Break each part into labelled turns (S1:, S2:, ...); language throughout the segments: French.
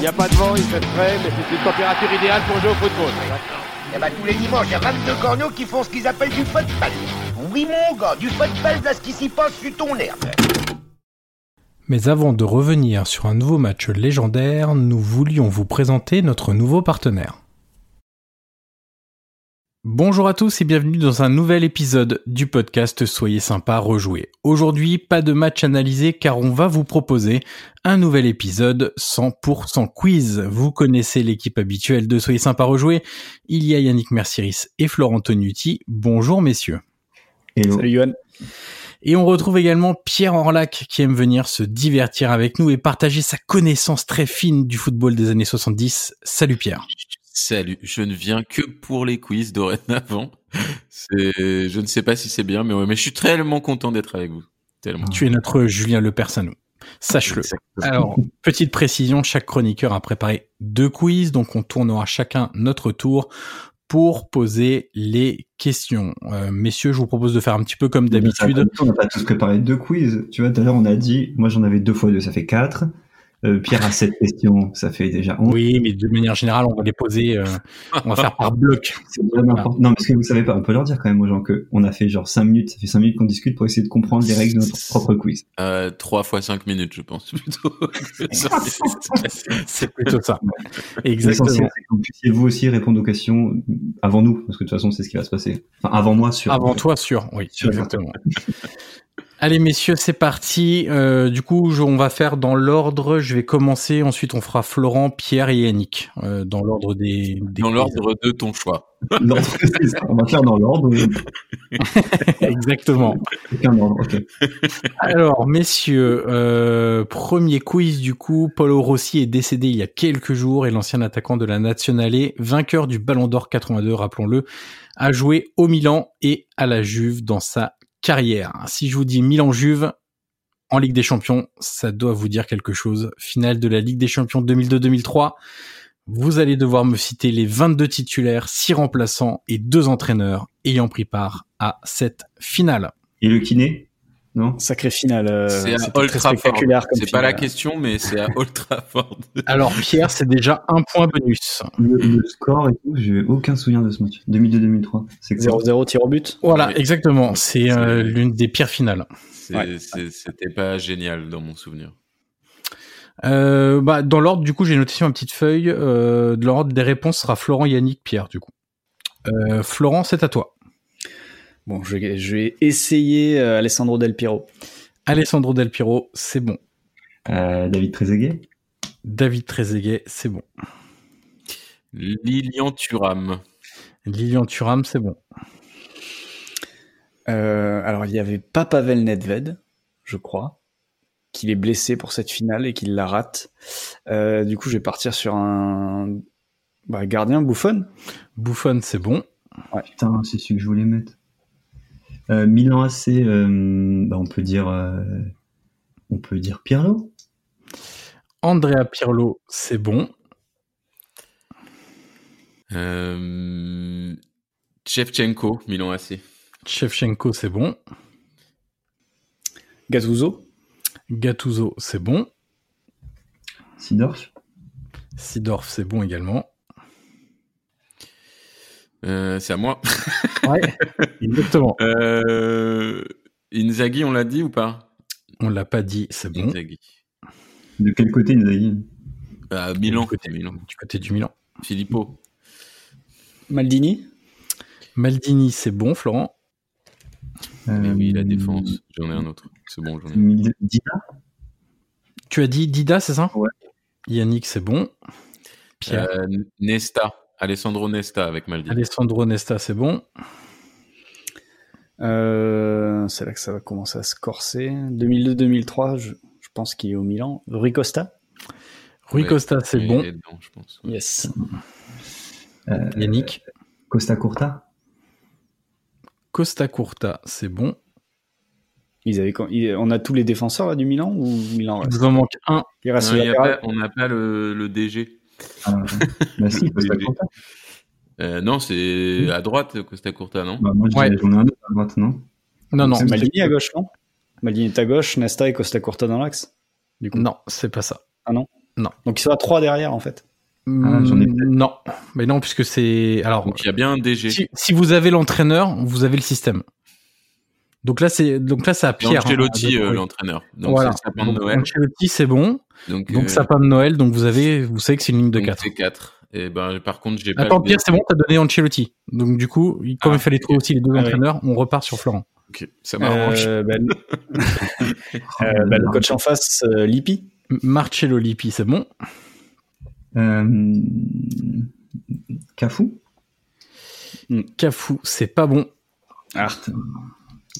S1: n'y a pas de vent, il fait frais, mais c'est une température idéale pour jouer au football.
S2: Eh ben, tous les dimanches, il y a 22 corneaux qui font ce qu'ils appellent du football. Oui, mon gars, du football, là, ce qui s'y passe sur ton herbe.
S3: Mais avant de revenir sur un nouveau match légendaire, nous voulions vous présenter notre nouveau partenaire. Bonjour à tous et bienvenue dans un nouvel épisode du podcast Soyez sympa, rejouez. Aujourd'hui, pas de match analysé car on va vous proposer un nouvel épisode 100% quiz. Vous connaissez l'équipe habituelle de Soyez sympa, rejouez. Il y a Yannick Merciris et Florent Tonuti. Bonjour messieurs.
S4: Hello. Salut Yoann.
S3: Et on retrouve également Pierre Orlac qui aime venir se divertir avec nous et partager sa connaissance très fine du football des années 70. Salut Pierre.
S5: Salut, je ne viens que pour les quiz dorénavant. C'est, je ne sais pas si c'est bien, mais, ouais, mais je suis tellement content d'être avec vous. Tellement.
S3: Tu es notre Julien Lepers à nous. Sache-le. Alors, petite précision, chaque chroniqueur a préparé deux quiz, donc on tournera chacun notre tour pour poser les questions. Euh, messieurs, je vous propose de faire un petit peu comme d'habitude.
S4: On n'a pas tous préparé deux quiz. Tu vois, tout à l'heure, on a dit, moi j'en avais deux fois deux, ça fait quatre. Euh, Pierre a sept questions, ça fait déjà 11.
S3: Oui, mais de manière générale, on va les poser, euh, on va faire par bloc. Ah.
S4: Voilà. Non, parce que vous savez pas, on peut leur dire quand même aux gens que on a fait genre 5 minutes, ça fait 5 minutes qu'on discute pour essayer de comprendre les règles de notre propre quiz.
S5: Euh, 3 fois 5 minutes, je pense, plutôt.
S3: c'est plutôt ça. Exactement.
S4: L'essentiel, c'est que vous puissiez vous aussi répondre aux questions avant nous, parce que de toute façon, c'est ce qui va se passer. Enfin, avant moi, sûr.
S3: Avant en fait. toi, sûr, oui, sûr, exactement. Allez messieurs, c'est parti. Euh, du coup, je, on va faire dans l'ordre. Je vais commencer. Ensuite, on fera Florent, Pierre et Yannick euh, dans l'ordre des, des
S5: dans l'ordre de ton choix.
S4: Non, c'est ça. on va faire dans l'ordre.
S3: Exactement.
S4: Aucun ordre, ok.
S3: Alors messieurs, euh, premier quiz du coup. Paulo Rossi est décédé il y a quelques jours et l'ancien attaquant de la Nationale, vainqueur du Ballon d'Or 82, rappelons-le, a joué au Milan et à la Juve dans sa carrière. Si je vous dis Milan-Juve en Ligue des Champions, ça doit vous dire quelque chose. Finale de la Ligue des Champions 2002-2003. Vous allez devoir me citer les 22 titulaires, 6 remplaçants et 2 entraîneurs ayant pris part à cette finale.
S4: Et le kiné Non
S6: Sacré finale. Euh,
S5: c'est à Old Trafford. C'est pas la question, mais c'est à Old Trafford.
S3: Alors Pierre, c'est déjà un point bonus.
S4: Le, le score et tout, j'ai aucun souvenir de ce match. 2002-2003.
S6: 0-0 tir au but
S3: Voilà, oui. exactement. C'est euh, l'une des pires finales.
S5: C'était ouais. pas génial dans mon souvenir.
S3: Euh, bah, dans l'ordre, du coup, j'ai noté sur ma petite feuille. de l'ordre des réponses sera Florent, Yannick, Pierre, du coup. Euh, Florent, c'est à toi.
S6: Bon, je, je, vais essayer euh, Alessandro Del Piro.
S3: Alessandro Del Piro, c'est bon.
S4: Euh, David Trezeguet
S3: David Trezeguet, c'est bon.
S5: Lilian Thuram.
S3: Lilian Thuram, c'est bon.
S6: Euh, alors, il n'y avait pas Pavel Nedved, je crois, qu'il est blessé pour cette finale et qu'il la rate. Euh, du coup, je vais partir sur un bah, gardien, Bouffon.
S3: Bouffon, c'est bon.
S4: Ouais. Putain, c'est celui que je voulais mettre. Euh, Milan AC, euh, bah on peut dire, euh, on peut dire Pirlo.
S3: Andrea Pirlo, c'est bon.
S5: Chevchenko, euh, Milan AC.
S3: Chevchenko, c'est bon.
S6: Gattuso.
S3: Gattuso, c'est bon.
S4: Sidorf.
S3: Sidorf, c'est bon également.
S5: Euh, c'est à moi.
S3: ouais, exactement.
S5: Euh, Inzaghi, on l'a dit ou pas
S3: On l'a pas dit, c'est bon. Inzaghi.
S4: De quel côté Inzaghi
S5: À Ah, Milan.
S3: Du côté,
S5: Milan.
S3: Du côté du Milan.
S5: Filippo.
S6: Maldini
S3: Maldini, c'est bon, Florent.
S5: Euh, Mais oui, la défense. J'en ai un autre. C'est bon, j'en ai
S4: un. Dida
S3: Tu as dit Dida, c'est ça
S4: Ouais.
S3: Yannick, c'est bon.
S5: Pierre. Euh, Nesta. Alessandro Nesta avec Maldini.
S3: Alessandro Nesta, c'est bon.
S6: Euh, c'est là que ça va commencer à se corser. 2002-2003, je, je, pense qu'il est au Milan. Rui Costa
S3: Rui ouais, Costa, c'est bon.
S5: Dedans, je pense.
S6: Ouais. Yes.
S3: Euh, Yannick
S4: Costa Curta
S3: Costa Curta, c'est bon.
S6: Ils avaient, on a tous les défenseurs là, du Milan ou Milan
S3: Il en manque un.
S5: Il reste non, il pas, on n'a pas le, le DG.
S4: Ah, bah si, Costa Curta.
S5: Euh, non,
S3: Mmh.
S5: c'est à droite, Costa Curta, non
S4: bah Moi, j'en ouais. ai un autre à droite, non
S3: Non, non.
S6: Maldini
S4: hein,
S6: à gauche, non Maldini est à gauche, Nesta et Costa Curta dans l'axe
S3: Non, c'est pas ça.
S6: Ah non
S3: Non.
S6: Donc ils sont à 3 derrière en fait.
S4: Ah, j'en ai peut-être.
S3: Hmm, non, mais non, puisque c'est. Alors,
S5: Donc il y a bien un DG.
S3: si, si vous avez l'entraîneur, vous avez le système. Donc là, c'est donc là, ça a
S5: Donc
S3: Pierre.
S5: Ancelotti,
S3: hein,
S5: euh,
S3: de-
S5: l'entraîneur. Donc
S3: Voilà.
S5: c'est le sapin de Noël.
S3: Ancelotti, c'est bon.
S5: Donc,
S3: Donc
S5: euh,
S3: sapin de Noël. Donc vous avez, vous savez que c'est une ligne de
S5: donc,
S3: 4.
S5: c'est quatre. Et ben par contre, j'ai pas
S3: Attends,
S5: le
S3: Pierre,
S5: DG.
S3: c'est bon, t'as donné Ancelotti. Donc du coup, comme
S5: Ah,
S3: il fallait trouver aussi les deux
S6: Ah oui.
S3: entraîneurs, on repart sur Florent.
S5: Ok, ça m'arrange.
S6: Euh, ben, euh, ben, le coach en face, euh, Lippi.
S3: M- Marcello Lippi, c'est bon.
S4: Euh, Cafu
S3: Cafu, c'est pas bon
S6: Ah,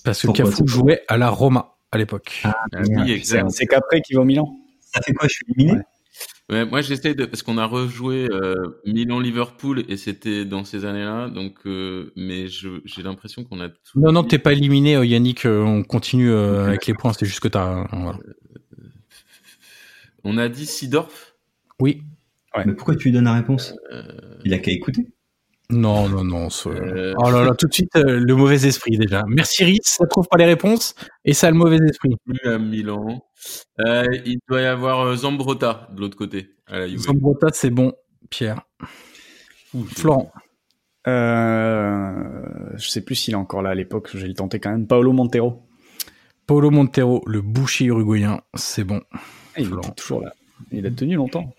S3: parce que
S4: Pourquoi c'est
S3: Cafu
S4: pas
S3: jouait à la Roma à l'époque.
S5: Ah. oui,
S3: euh,
S5: exact.
S6: c'est qu'après qu'il va au Milan.
S4: Ça fait quoi Je suis éliminé
S6: Ouais.
S5: Ouais, moi, j'essaie de parce qu'on a rejoué euh, Milan-Liverpool et c'était dans ces années-là. Donc, euh, mais je- j'ai l'impression qu'on a tout.
S3: Non, non,
S5: dit.
S3: t'es pas éliminé, euh, Yannick. euh, on continue euh,
S5: Ok,
S3: avec les points. C'est juste que t'as. euh, voilà.
S5: On a dit Sidorf.
S3: Oui.
S4: Mais pourquoi tu lui donnes la réponse
S5: Euh,
S4: Il a qu'à écouter.
S3: Non, non, non. ce-
S5: Euh.
S3: Oh là là, tout de suite euh, le mauvais esprit déjà. Merci Riz, ça trouve pas les réponses et ça a le mauvais esprit.
S5: plus à Milan. Euh, il doit y avoir euh, Zambrotta de l'autre côté à la Juve.
S3: Zambrotta, c'est bon, Pierre. Florent,
S6: Euh, je sais plus s'il est encore là à l'époque, j'ai le tenté quand même. Paolo Montero.
S3: Paulo Montero, le boucher uruguayen, c'est bon.
S6: Ah, il
S3: Florent.
S6: est toujours là. Il a tenu longtemps.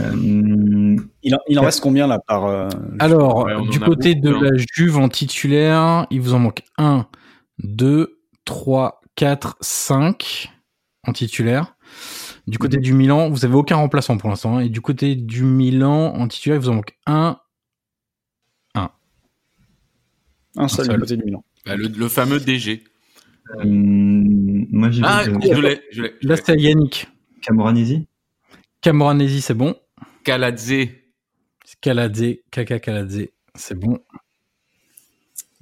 S4: Euh,
S6: Il en, il en reste combien là par euh,
S3: Alors,
S5: Ouais, on
S3: du
S5: en a
S3: côté de
S5: beaucoup, hein.
S3: la Juve en titulaire, il vous en manque 1, 2, 3, 4, 5 en titulaire. Du côté
S5: Mhm.
S3: du Milan, vous avez aucun remplaçant pour l'instant. hein. Et du côté du Milan en titulaire, il vous en manque 1.
S6: un seul
S3: seul.
S6: du côté du Milan
S5: Bah, le, le fameux DG.
S4: euh, moi, j'ai
S5: Ah,
S4: vu, euh,
S5: je l'ai, je l'ai. je
S3: Là,
S5: l'ai.
S3: c'est à Yannick.
S4: Camoranesi.
S3: Camoranesi, c'est bon.
S5: Calazze.
S3: Caladze, Kaka Caladze, c'est bon.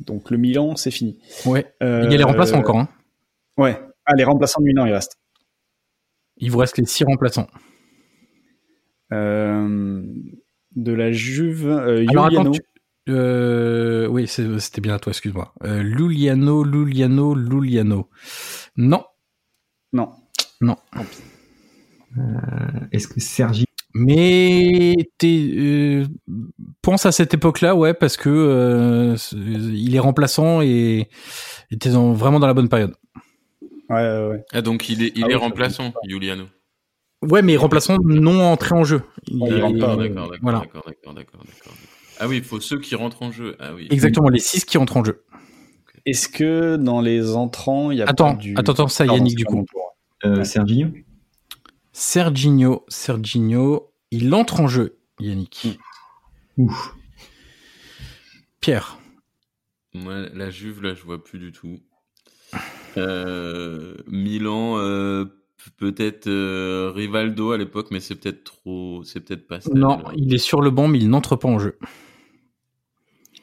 S6: Donc le Milan, c'est fini.
S3: Ouais.
S6: Euh,
S3: Il y a les remplaçants encore. hein.
S6: Ouais. Ah, les remplaçants de Milan, il reste.
S3: Il vous reste les 6 remplaçants.
S6: Euh, de la Juve, euh,
S3: Alors attends,
S6: Juliano.
S3: tu- euh, oui, c'est- c'était bien à toi, excuse-moi. Euh, Luliano, Luliano, Luliano. Non,
S6: Non.
S4: Est-ce que Sergi
S3: mais t'es, euh, pense à cette époque-là, ouais, parce que euh, c'est- il est remplaçant et et t'es en- vraiment dans la bonne période.
S6: Ouais, ouais, ouais.
S5: Ah, donc il est, il
S6: Ah
S5: est
S6: oui,
S5: remplaçant, Juliano.
S3: Ouais, mais remplaçant non entré en jeu. Il-
S6: Il rentre pas,
S3: euh,
S5: Ah D'accord, d'accord, d'accord,
S3: voilà.
S5: d'accord, d'accord, d'accord, d'accord. Ah oui, il faut ceux qui rentrent en jeu. Ah oui.
S3: Exactement, les 6 qui entrent en jeu.
S6: Est-ce que dans les entrants, il y a
S3: Attends,
S6: pas du...
S3: attends, attends, ça,
S6: Pardon,
S3: Yannick,
S6: c'est
S3: du
S6: pas
S3: coup.
S6: mon tour.
S4: euh, Sergi
S3: Serginho, Serginho, il entre en jeu, Yannick.
S6: Hmm.
S4: Ouf.
S3: Pierre,
S5: Moi, la Juve, là, je vois plus du tout. Euh, Milan, euh, p- peut-être euh, Rivaldo à l'époque, mais c'est peut-être trop. C'est peut-être pas stable.
S3: non, il est sur le banc, mais il n'entre pas en jeu.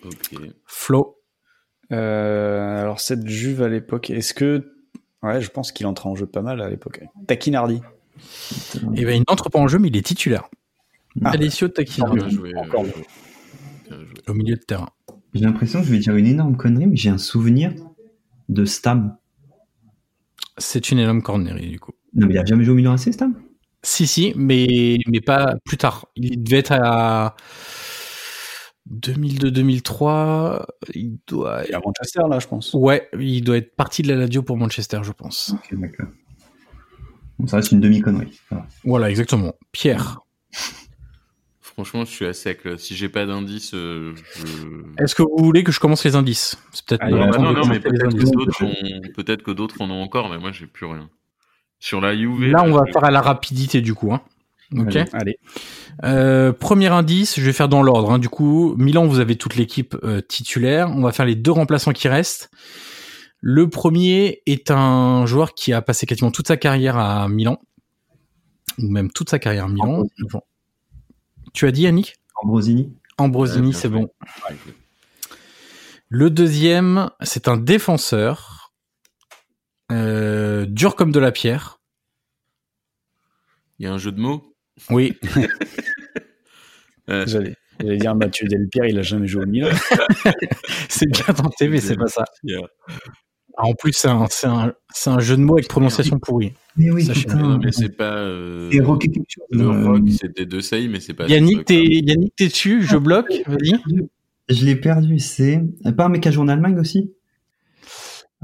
S5: Ok.
S3: Flo,
S6: Euh, alors cette Juve à l'époque, est-ce que ouais, je pense qu'il entre en jeu pas mal à l'époque. Taquinardi.
S3: eh ben, il n'entre pas en jeu, mais il est titulaire.
S6: Ah.
S3: Alessio Tacchinardi,
S5: Bien joué.
S6: Encore
S5: bien joué. Bien joué.
S3: au milieu de terrain.
S4: J'ai l'impression que je vais dire une énorme connerie, mais j'ai un souvenir de Stam.
S3: C'est une énorme cornerie, du coup.
S4: Non, mais il a jamais joué au Milan AC, Stam
S3: Si, si, mais, mais pas plus tard. Il devait être à 2002-2003. Il doit.
S6: Il est à Manchester là, je pense.
S3: Ouais, il doit être parti de la radio pour Manchester, je pense.
S4: Ok, d'accord. Bon, ça reste une demi-connerie. ça va.
S3: Voilà, exactement. Pierre,
S5: Franchement, je suis à sec. là. Si j'ai pas d'indice, euh, je.
S3: est-ce que vous voulez que je commence les indices C'est peut-être.
S6: Allez,
S3: pas
S5: Ah
S3: le
S5: bah
S3: temps
S5: non,
S3: de
S5: non, mais
S3: commencer les
S5: peut-être que
S3: indices.
S5: d'autres ont- peut-être que d'autres en ont encore, mais moi, j'ai plus rien. Sur la Juve.
S3: Là, on va
S5: je-
S3: faire à la rapidité du coup. Hein. Ok.
S4: Allez.
S6: Allez.
S3: Euh, premier indice, je vais faire dans l'ordre. hein. Du coup, Milan, vous avez toute l'équipe euh, titulaire. On va faire les deux remplaçants qui restent. Le premier est un joueur qui a passé quasiment toute sa carrière à Milan, ou même toute sa carrière à Milan. Bon. Tu as dit Yannick
S4: Ambrosini
S3: Ambrosini,
S5: Ouais, bien
S3: c'est
S5: joué.
S3: bon. Le deuxième, c'est un défenseur euh, dur comme de la pierre.
S5: Il y a un jeu de mots.
S3: Oui,
S5: Euh,
S6: J'allais j'allais dire Mathieu Delpierre, il a jamais joué au Milan.
S3: c'est bien tenté, mais c'est pas ça.
S5: il y a-
S3: Ah, en plus, c'est un, c'est un- c'est un jeu de mots avec prononciation pourrie.
S4: Mais oui,
S3: Ça, je sais
S5: Mais non,
S4: putain.
S5: mais c'est pas. euh,
S4: C'est Rocky quelque chose.
S5: Le
S4: euh,
S5: rock, c'était de Sei, mais c'est pas. hein.
S3: Yannick,
S5: ce
S3: t'es
S5: truc-là.
S3: Yannick, t'es dessus, je bloque, vas-y.
S4: Je l'ai perdu, c'est. Par mes cages en Allemagne aussi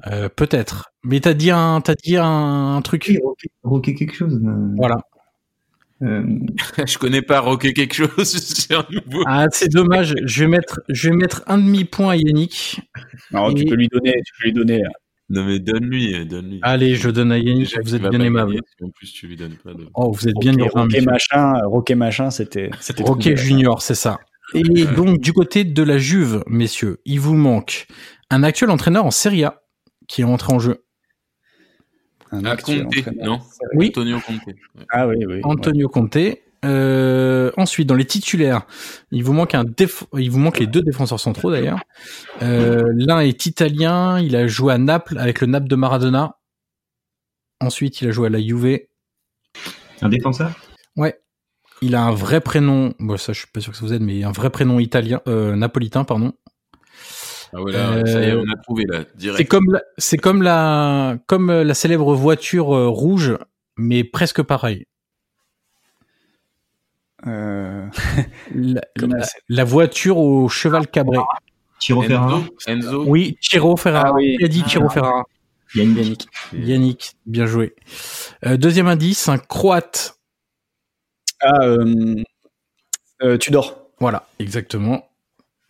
S3: Euh, Peut-être. Mais t'as dit un, t'as dit un, un truc.
S4: Oui, Rocky, Rocky quelque chose. euh,
S3: Voilà.
S4: euh,
S5: Je connais pas rocker quelque chose, c'est un nouveau.
S3: Ah, c'est dommage. Je vais mettre, je vais mettre un demi point à Yannick.
S6: Non, tu
S3: Et-
S6: peux lui donner, tu peux lui donner. euh, là.
S5: Non, mais donne-lui, euh, donne-lui.
S3: Allez, je donne à Ah, Yannick.
S5: Déjà
S3: Vous
S5: qu'il
S3: êtes
S5: va
S3: bien
S5: pas
S3: aimable.
S5: gagner, si En plus, tu lui donnes pas de.
S3: Oh, vous êtes bien
S6: Roquet-
S3: urbain,
S6: Roquet
S3: monsieur.
S6: machin, euh, Roquet machin, c'était. c'était
S3: Roquet
S6: trouvé.
S3: Junior, c'est ça. Et donc, du côté de la Juve, messieurs, il vous manque un actuel entraîneur en Serie A qui est entré en jeu.
S6: Un
S5: Ah,
S6: actuel
S5: Conte,
S6: entraîneur.
S5: non
S3: Oui.
S5: Antonio Conte. Ouais.
S6: Ah oui, oui.
S3: Antonio Conte. Euh, ensuite, dans les titulaires, il vous manque un déf- il vous manque les deux défenseurs centraux d'ailleurs. Euh, L'un est italien, il a joué à Naples avec le Naples de Maradona. Ensuite, il a joué à la Juve.
S4: un défenseur
S3: Il a un vrai prénom. Bon, ça, je suis pas sûr que ça vous aide, mais un vrai prénom italien, euh, napolitain, pardon.
S5: Ah ouais, là,
S3: Euh,
S5: ça y est, on a trouvé, là,
S3: C'est
S5: direct.
S3: comme la, c'est comme la, comme euh, la célèbre voiture euh, rouge, mais presque pareil.
S6: ouais. Euh,
S3: La,
S6: Comme
S3: la-
S6: la-
S3: la voiture au cheval cabré.
S4: Chiro Ferrara
S5: Enzo, Enzo.
S3: Oui, Chiro Ferrara.
S6: Ah oui.
S3: Qui a dit Chiro Ferrara
S4: Yannick.
S6: Yannick.
S3: Yannick, bien joué. Euh, deuxième indice, un croate.
S6: Ah, euh, euh, Tudor.
S3: Voilà, exactement.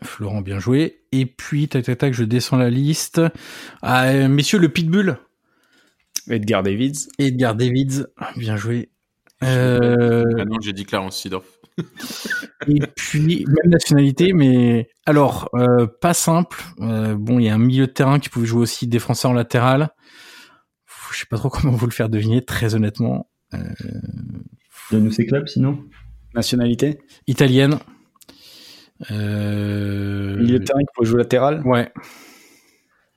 S3: Florent, bien joué. Et puis, tac, tac, tac, je descends la liste. Ah, euh, messieurs, le Pitbull.
S6: Edgar Davids.
S3: Edgar Davids, bien joué. Euh, Bah,
S5: Ah non, j'ai dit Clarence Sidorf.
S3: et puis, même nationalité, mais alors, euh, pas simple. Euh, bon, il y a un milieu de terrain qui pouvait jouer aussi des Français en latéral. Pff, Je sais pas trop comment vous le faire deviner, très honnêtement.
S4: Donne-nous ses clubs sinon.
S6: Nationalité.
S3: Italienne. Euh,
S6: Milieu de terrain qui pouvait jouer latéral.
S3: Ouais.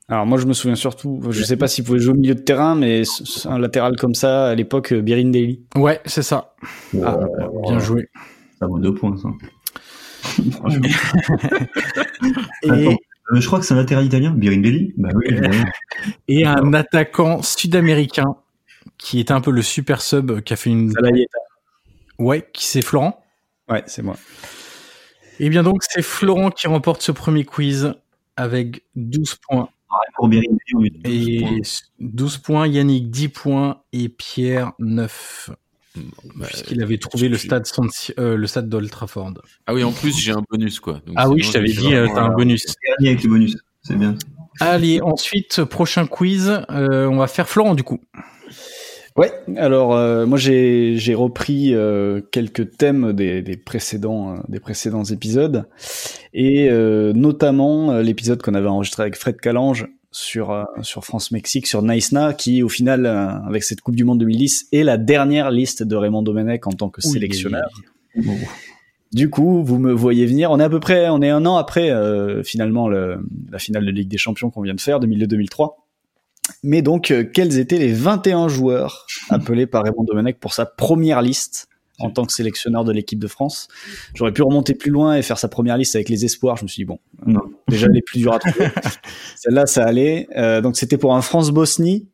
S6: Alors moi, je me souviens surtout, je sais pas s'il pouvait jouer au milieu de terrain, mais c- c- un latéral comme ça, à l'époque, euh, Birindelli.
S3: Ouais, c'est ça.
S6: Ah,
S3: Bien joué.
S4: Ça vaut deux points ça.
S3: Et,
S4: Attends. Euh, je crois que c'est un latéral italien, Birindelli. Bah oui, évidemment.
S3: et un attaquant sud-américain qui était un peu le super sub qui a fait une.
S6: Zalayeta.
S3: Ouais, qui c'est Florent.
S6: Ouais, c'est moi.
S3: Et bien donc, c'est Florent qui remporte ce premier quiz avec 12 points.
S4: pour Birindelli, on lui dit.
S3: Et 12 points, Yannick 10 points et Pierre 9. puisqu'il avait trouvé le
S5: Bah, tu-
S3: stade, San- euh, le stade d'Old Trafford.
S5: Ah oui, en plus, j'ai un bonus, quoi. Donc,
S3: Ah oui,
S5: sinon,
S3: je t'avais
S5: suis
S3: dit, euh,
S5: vraiment
S3: t'as un
S5: là.
S3: bonus.
S4: dernier avec le bonus. C'est bien.
S3: Allez, ensuite, prochain quiz, euh, on va faire Florent du coup.
S6: Ouais, alors euh, moi j'ai j'ai repris euh, quelques thèmes des, des précédents euh, des précédents épisodes et euh, notamment euh, l'épisode qu'on avait enregistré avec Fred Calange sur euh, sur France Mexique sur Naïsna qui au final euh, avec cette Coupe du monde 2010 est la dernière liste de Raymond Domenech en tant que sélectionneur. Du coup, vous me voyez venir. On est à peu près, on est un an après euh, finalement le- la finale de Ligue des Champions qu'on vient de faire, 2002-2003. Mais donc, euh, quels étaient les 21 joueurs appelés par Raymond Domenech pour sa première liste en tant que sélectionneur de l'équipe de France J'aurais pu remonter plus loin et faire sa première liste avec les espoirs. Je me suis dit bon, euh,
S4: Non.
S6: déjà les plus durs à trouver. Celle-là, ça allait. Euh, donc, c'était pour un France-Bosnie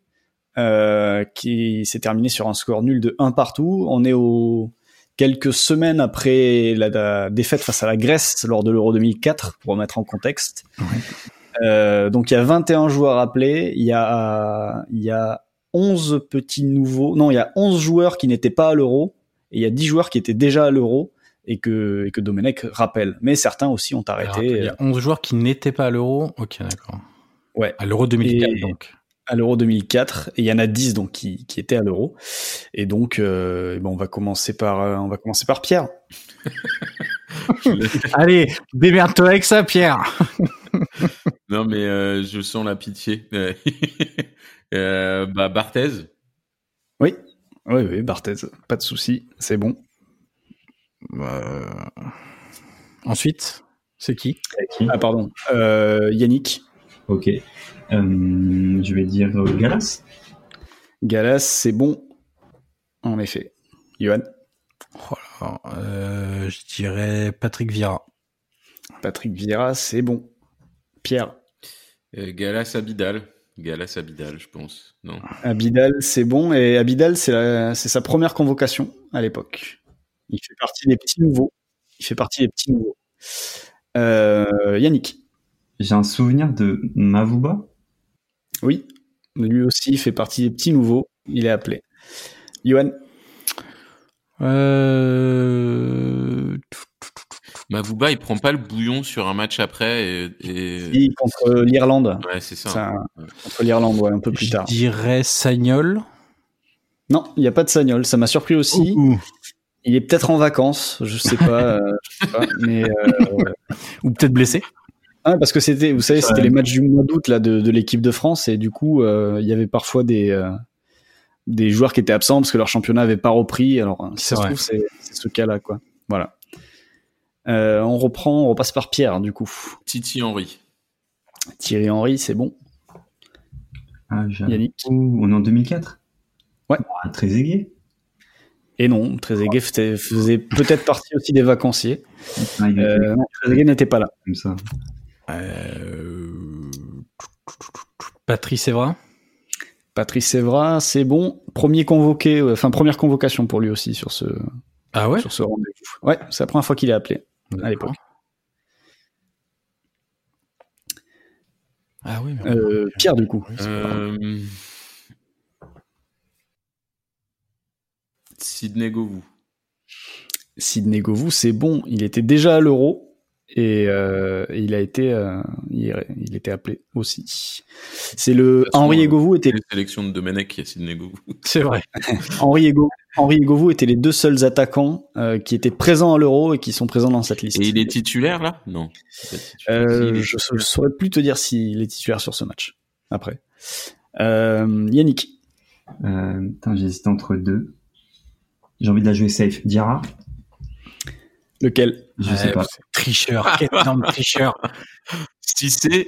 S6: euh, qui s'est terminé sur un score nul de 1 partout. On est au quelques semaines après la, la défaite face à la Grèce lors de l'Euro 2004, pour remettre en contexte. Euh, donc il y a 21 joueurs appelés, il y a, il y a 11 petits nouveaux, non, il y a 11 joueurs qui n'étaient pas à l'Euro, et il y a 10 joueurs qui étaient déjà à l'Euro, et que, et que Domenech rappelle. Mais certains aussi ont
S3: Alors,
S6: arrêté.
S3: attends, Il y a 11 joueurs qui n'étaient pas à l'Euro. Ok, d'accord.
S6: Ouais.
S3: À l'Euro 2004,
S6: Et-
S3: donc.
S6: à l'Euro 2004 et il y en a 10 donc qui, qui étaient à l'Euro et donc euh, bon, on va commencer par euh, on va commencer par Pierre
S3: Allez, démerde-toi avec ça, Pierre.
S5: Non, mais euh, je sens la pitié. Euh, euh, bah, Barthez.
S6: oui oui oui Barthez pas de souci c'est bon
S3: Euh, Ensuite, c'est qui
S4: Qui
S6: ah pardon Euh, Yannick
S4: Ok. Euh, je vais dire euh, Galas.
S6: Galas c'est bon en effet Johan
S3: Alors, euh, je dirais Patrick Vieira.
S6: Patrick Vieira c'est bon Pierre
S5: Euh, Galas Abidal. Galas Abidal, je pense. Non.
S6: Abidal, c'est bon. Et Abidal, c'est la- c'est sa première convocation à l'époque. Il fait partie des petits nouveaux. Il fait partie des petits nouveaux. Euh, Yannick,
S4: J'ai un souvenir de Mavuba.
S6: oui. Lui aussi fait partie des petits nouveaux. Il est appelé. Johan,
S3: Euh...
S5: Mavuba, il prend pas le bouillon sur un match après et. et-
S6: il contre l'Irlande.
S5: Ouais, c'est ça.
S6: C'est un- Contre l'Irlande, ouais, un peu plus
S3: Je
S6: tard.
S3: dirais Sagnol.
S6: Non, il n'y a pas de Sagnol. Ça m'a surpris aussi.
S3: Ou,
S6: Il est peut-être en vacances, je sais pas, euh, je sais pas, mais euh,
S3: ou peut-être blessé.
S6: Ah, parce que c'était, vous savez, c'était les matchs du mois d'août là de, de l'équipe de France et du coup, euh, il y avait parfois des euh, des joueurs qui étaient absents parce que leur championnat n'avait pas repris. Alors, hein, si
S3: C'est
S6: ça se
S3: vrai.
S6: trouve, c'est c'est ce cas-là, quoi. Voilà. Euh, on reprend, on repasse par Pierre, du coup.
S5: Titi Henry.
S6: Thierry Henry, c'est bon.
S4: Ah, j'ai-
S6: Yannick.
S4: Ouh, on est en 2004
S6: Ouais.
S4: Ah, très aigué.
S6: Et non, Trezeguet faisait- faisait peut-être partie aussi des vacanciers.
S4: Ah, il était
S6: Euh, non, Trezeguet n'était pas là.
S4: comme ça.
S3: Euh... Patrice Evra.
S6: Patrice Evra, c'est bon. Premier convoqué, euh, enfin première convocation pour lui aussi sur ce
S3: Ah ouais
S6: sur ce rendez-vous. Ouais, c'est la première fois qu'il est appelé. à l'époque.
S3: Ah oui. mais-
S6: Euh, Pierre, du coup.
S3: Oui, c'est pas grave.
S5: Euh... Sidney Govou.
S6: Sidney Govou, c'est bon. Il était déjà à l'Euro et euh, il a été, euh, il, il était appelé aussi. C'est le
S5: De toute façon,
S6: Henri
S5: euh,
S6: et Govou
S5: C'est
S6: étaient
S5: la sélection de Domenech, il y a Sidney Govou.
S3: C'est vrai.
S6: Henri et Govou, Henri et Govou étaient les deux seuls attaquants euh, qui étaient présents à l'Euro et qui sont présents dans cette liste.
S5: Et il est titulaire là Non. il est pas titulaire. Si,
S6: Euh,
S5: il est-
S6: je ne saurais plus te dire s'il est titulaire sur ce match. Après, Euh, Yannick.
S4: Euh, putain, j'hésite entre deux. J'ai envie de la jouer safe. Diarra
S6: Lequel
S4: Je sais
S3: Ouais,
S4: pas.
S3: c'est Tricheur. Quel énorme tricheur.
S5: Si c'est.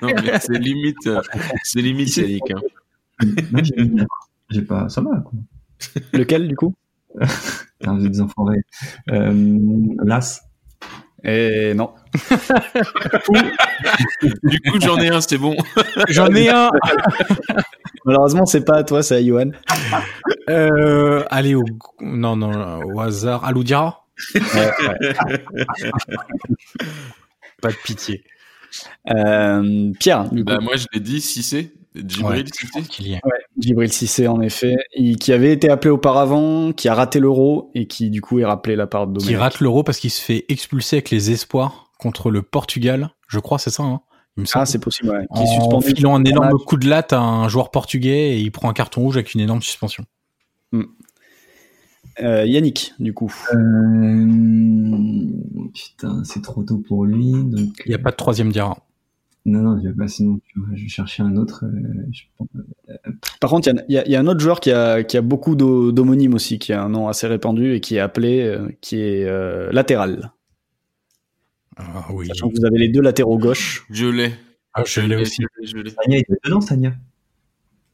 S5: non, mais c'est limite. euh, C'est limite,
S4: Si c'est-
S5: Yannick. hein.
S4: Non, j'ai mis Diarra. J'ai pas. Ça va, quoi.
S6: Lequel, du coup
S4: Putain, vous êtes des enfants vrais. Euh, Las.
S3: Eh,
S6: Et non.
S5: Du coup, j'en ai un, c'est bon.
S6: Ah,
S3: J'en ai un.
S6: Malheureusement, c'est pas à toi, c'est à Johan.
S3: Euh, allez au non non au hasard. Aloudira. Pas de pitié.
S6: Euh, Pierre, du coup.
S5: Bah, moi, je l'ai dit, si c'est. Djibril, si c'est.
S3: Qu'il y ait.
S6: Djibril Cissé, en effet, il- qui avait été appelé auparavant, qui a raté l'euro et qui, du coup, est rappelé la part de
S3: Qui
S6: Domenech.
S3: rate l'euro parce qu'il se fait expulser avec les espoirs contre le Portugal. Je crois c'est ça. Hein Il me semble.
S6: Ah, c'est possible, ouais. Qui
S3: en
S6: est suspendu.
S3: filant un énorme
S6: match.
S3: coup de latte à un joueur portugais et il prend un carton rouge avec une énorme suspension.
S6: Euh, Yannick, du coup.
S4: Euh, putain, c'est trop tôt pour lui. Donc...
S3: Il n'y a pas de troisième Diarra.
S4: Non, non, je vais pas, sinon, tu vois, je vais chercher un autre. euh, je pense-
S6: Par contre, il y a- il y, a- il y a un autre joueur qui a, qui a beaucoup d'o- d'homonymes aussi, qui a un nom assez répandu et qui est appelé, euh, qui est euh, latéral.
S3: Ah oui.
S6: Sachant que vous avez les deux latéraux gauche.
S5: Je l'ai.
S3: Ah, je l'ai aussi.
S5: Je l'ai.
S4: Sania, il est dedans, Sania.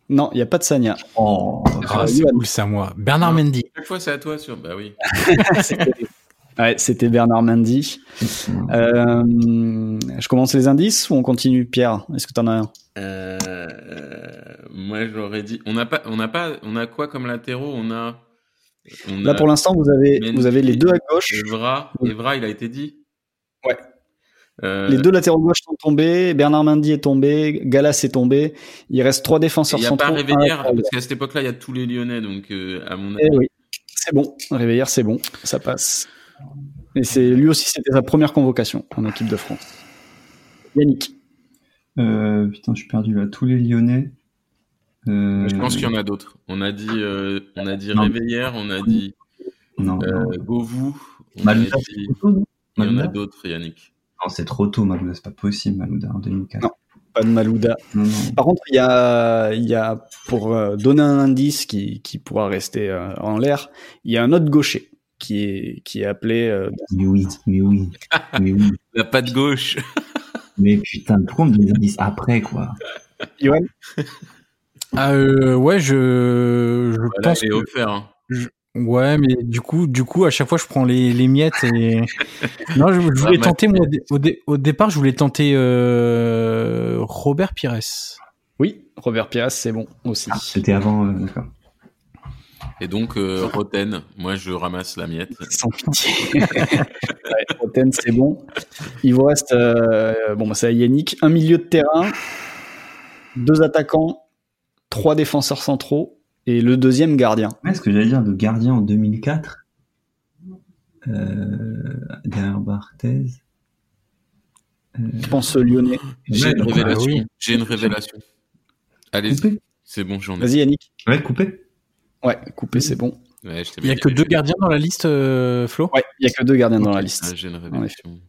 S6: Non, il n'y a pas de Sanya.
S4: Oh,
S3: Ah, c'est cool, c'est à moi. Bernard
S5: Ouais.
S3: Mendy.
S5: Chaque fois, c'est à toi, sur. Bah oui.
S6: Ouais, c'était Bernard Mendy.
S4: putain.
S6: Euh, je commence les indices ou on continue, Pierre Est-ce que t'en as un
S5: Euh, moi, j'aurais dit. On n'a pas, on n'a pas, on a quoi comme latéraux On a. on
S6: Là,
S5: a
S6: pour l'instant, vous avez,
S5: Euh, Mendy.
S6: vous avez les deux à gauche.
S5: Evra, Evra, il a été dit.
S6: Ouais.
S5: Euh,
S6: Les deux latéraux gauche sont tombés, Bernard Mendy est tombé, Galas est tombé. Il reste trois
S5: et
S6: défenseurs
S5: Il n'y a pas
S6: centraux.
S5: Réveillère
S6: un latéral.
S5: parce qu'à cette époque-là, il y a tous les Lyonnais, donc euh, à mon avis.
S6: Eh oui, c'est bon. Réveillère, c'est bon, ça passe. Et c'est lui aussi, c'était sa première convocation en équipe de France. Yannick,
S4: Euh, putain, je suis perdu là. Tous les Lyonnais. Euh,
S5: Je pense qu'il y en a d'autres. On a dit, euh, on a dit
S4: Non.
S5: Réveillère, on a dit
S4: Non, non.
S5: euh, Govou, on a dit.
S4: Malouda, c'est
S5: Il
S4: trop tôt, non
S5: y en a
S4: Malouda
S5: d'autres, Yannick.
S4: Non, c'est trop tôt, Malouda. C'est pas possible, Malouda, en 2004.
S6: Non. pas de Malouda.
S4: Non, non.
S6: Par contre, il y a, il y a pour euh, donner un indice qui, qui pourra rester euh, en l'air, il y a un autre gaucher qui est, qui est appelé euh,
S4: Mais oui, mais oui, mais oui.
S5: La patte gauche.
S4: Mais putain, pourquoi on me donne des indices après, quoi
S3: Ah, euh, ouais, je, je
S5: Voilà,
S3: pense
S5: elle est
S3: que-
S5: offert. hein.
S3: Ouais, mais du coup, du coup, à chaque fois, je prends les, les miettes et. non, je, je voulais
S5: Dramatique.
S3: tenter, moi, au, dé- au dé- au départ, je voulais tenter euh, Robert Pires.
S6: Oui, Robert Pias, c'est bon aussi.
S4: C'était avant, euh, d'accord.
S5: Et donc, euh, Roten, moi je ramasse la miette.
S6: Sans pitié. ouais, Roten, c'est bon. Il vous reste, euh, bon, bah, c'est à Yannick, un milieu de terrain, deux attaquants, trois défenseurs centraux et le deuxième gardien.
S4: Ouais, ce que j'allais dire, le gardien en 2004, euh, derrière Barthez. Euh,
S6: Je pense euh, lyonnais.
S5: J'ai
S4: ouais,
S5: une
S4: donc,
S5: révélation.
S3: bah oui.
S5: J'ai une révélation. Allez,
S4: coupé.
S5: c'est bon, j'en ai.
S6: Vas-y Yannick.
S4: Ouais, coupé.
S6: Ouais, coupé, c'est bon.
S5: Ouais, je t'ai
S3: Il y a
S5: bien
S3: que
S5: dit.
S3: deux gardiens dans la liste, euh, Flo
S6: Ouais, il y a que deux gardiens dans la liste.
S5: Ah, J'ai une révélation.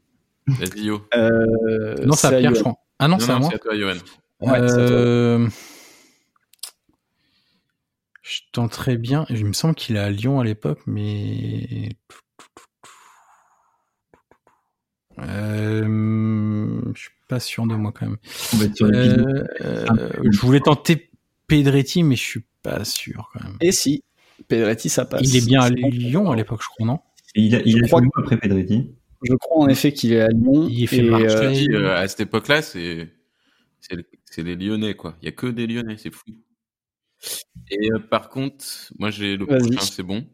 S5: Vas-y, Yo.
S6: Euh,
S3: Non, c'est à Pierre, je
S6: Lyon.
S3: crois. Ah non,
S5: non,
S3: c'est à moi.
S5: c'est à toi, Johan.
S6: Ouais, c'est à toi.
S3: Euh, Je tenterais bien. Il me semble qu'il est à Lyon à l'époque, mais. Euh, Je suis pas sûr de moi quand même.
S4: On va être sur les
S3: Euh,
S4: billes.
S3: euh, je voulais tenter Pedretti, mais je suis pas sûr quand même.
S6: Et si, Pedretti, ça passe.
S3: Il est bien à
S6: C'est bon.
S3: Lyon à l'époque, je crois, non
S4: Et il a, il
S6: je
S4: a
S6: crois
S4: joué après Pedretti.
S6: Je crois en effet qu'il est à Lyon.
S3: Il fait
S6: et,
S3: marcher.
S5: Je te
S6: euh,
S5: dis, euh, à cette époque-là, c'est c'est le- c'est les Lyonnais, quoi. Il y a que des Lyonnais, c'est fou. Et euh, par contre, moi j'ai le
S6: Vas-y.
S5: prochain, c'est bon,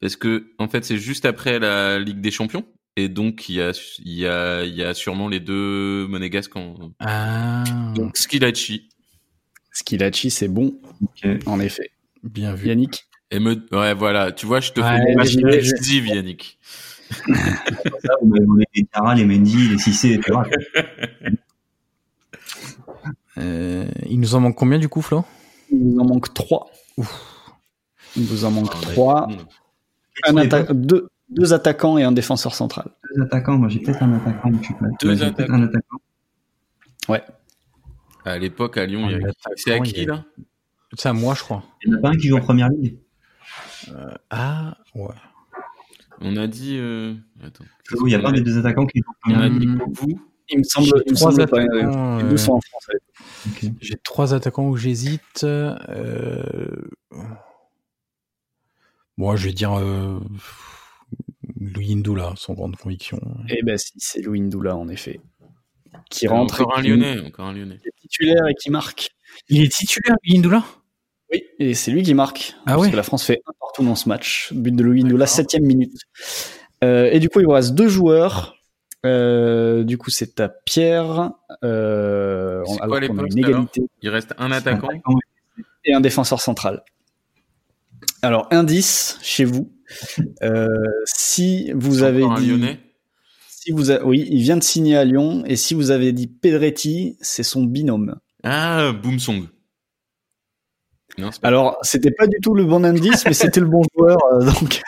S5: parce que en fait c'est juste après la Ligue des Champions, et donc il y a il y a il y a sûrement les deux monégasques en
S3: Ah,
S5: donc Skilacci.
S6: Skilacci, c'est bon,
S4: Ok.
S6: en effet.
S3: bien vu.
S6: Yannick,
S5: Et me ouais voilà, tu vois, je te
S3: Ouais,
S5: fais une machine
S3: j'ai-
S5: exclusive, Yannick.
S4: Ça, on va demander les Diarra, les Mendy, les Cissé, etc.
S3: Euh, il nous en manque combien du coup, Flo
S6: il vous en manque trois. Il vous en manque
S5: Ah, on a
S6: trois.
S5: tout le monde.
S6: Un
S4: Tous les
S6: atta- deux, deux attaquants et un défenseur central.
S4: deux attaquants. Moi, j'ai peut-être un attaquant, mais je suis pas.
S5: Deux
S4: Ouais, j'ai peut-être
S5: attaquants.
S4: un attaquant.
S5: À l'époque à Lyon,
S3: Ah,
S5: il y
S3: mais
S5: a...
S3: attends,
S5: c'est à
S3: il y
S5: qui
S3: a-
S5: là
S3: C'est à moi, je crois.
S4: Il n'y en a pas un qui joue en première ligue.
S3: Ah, ouais.
S5: On a dit euh... attends.
S4: Il n'y a pas un des deux attaquants qui joue en
S5: On
S4: première
S5: a
S4: ligue.
S5: dit
S3: Hum.
S5: Koku.
S6: Il me semble,
S3: J'ai
S6: il me
S3: trois
S6: semble pas.
S3: attaquants,
S6: Les deux
S3: euh,
S6: sont en France. à
S4: Ok.
S6: l'époque.
S3: J'ai trois attaquants où j'hésite. Euh... Moi, je vais dire euh... Luyendou, là, sans grande conviction.
S6: Eh ben si, c'est Louis Ndoula, en effet. Qui rentre.
S5: Encore
S6: et
S5: un
S6: qui-
S5: Lyonnais, encore un Lyonnais.
S6: qui est titulaire et qui marque.
S3: Il est titulaire, Luyendula
S6: Oui, et c'est lui qui marque.
S3: Ah
S6: parce
S3: ouais
S6: que la France fait un partout dans ce match. But de Louis la septième minute. Euh, et du coup, il vous reste deux joueurs. Euh, du coup, c'est à Pierre. Euh,
S5: C'est
S6: on-
S5: quoi
S6: alors
S5: les
S6: qu'on a
S5: postes,
S6: une égalité
S5: Il reste un attaquant.
S6: et un défenseur central. Alors, indice chez vous. Euh, si vous
S5: Encore
S6: avez
S5: un
S6: dit,
S5: Lyonnais.
S6: si vous a- oui, il vient de signer à Lyon, et si vous avez dit Pedretti, c'est son binôme.
S5: Ah, Boomsong. Non, c'est pas...
S6: Alors, c'était pas du tout le bon indice, mais c'était le bon joueur. euh, donc,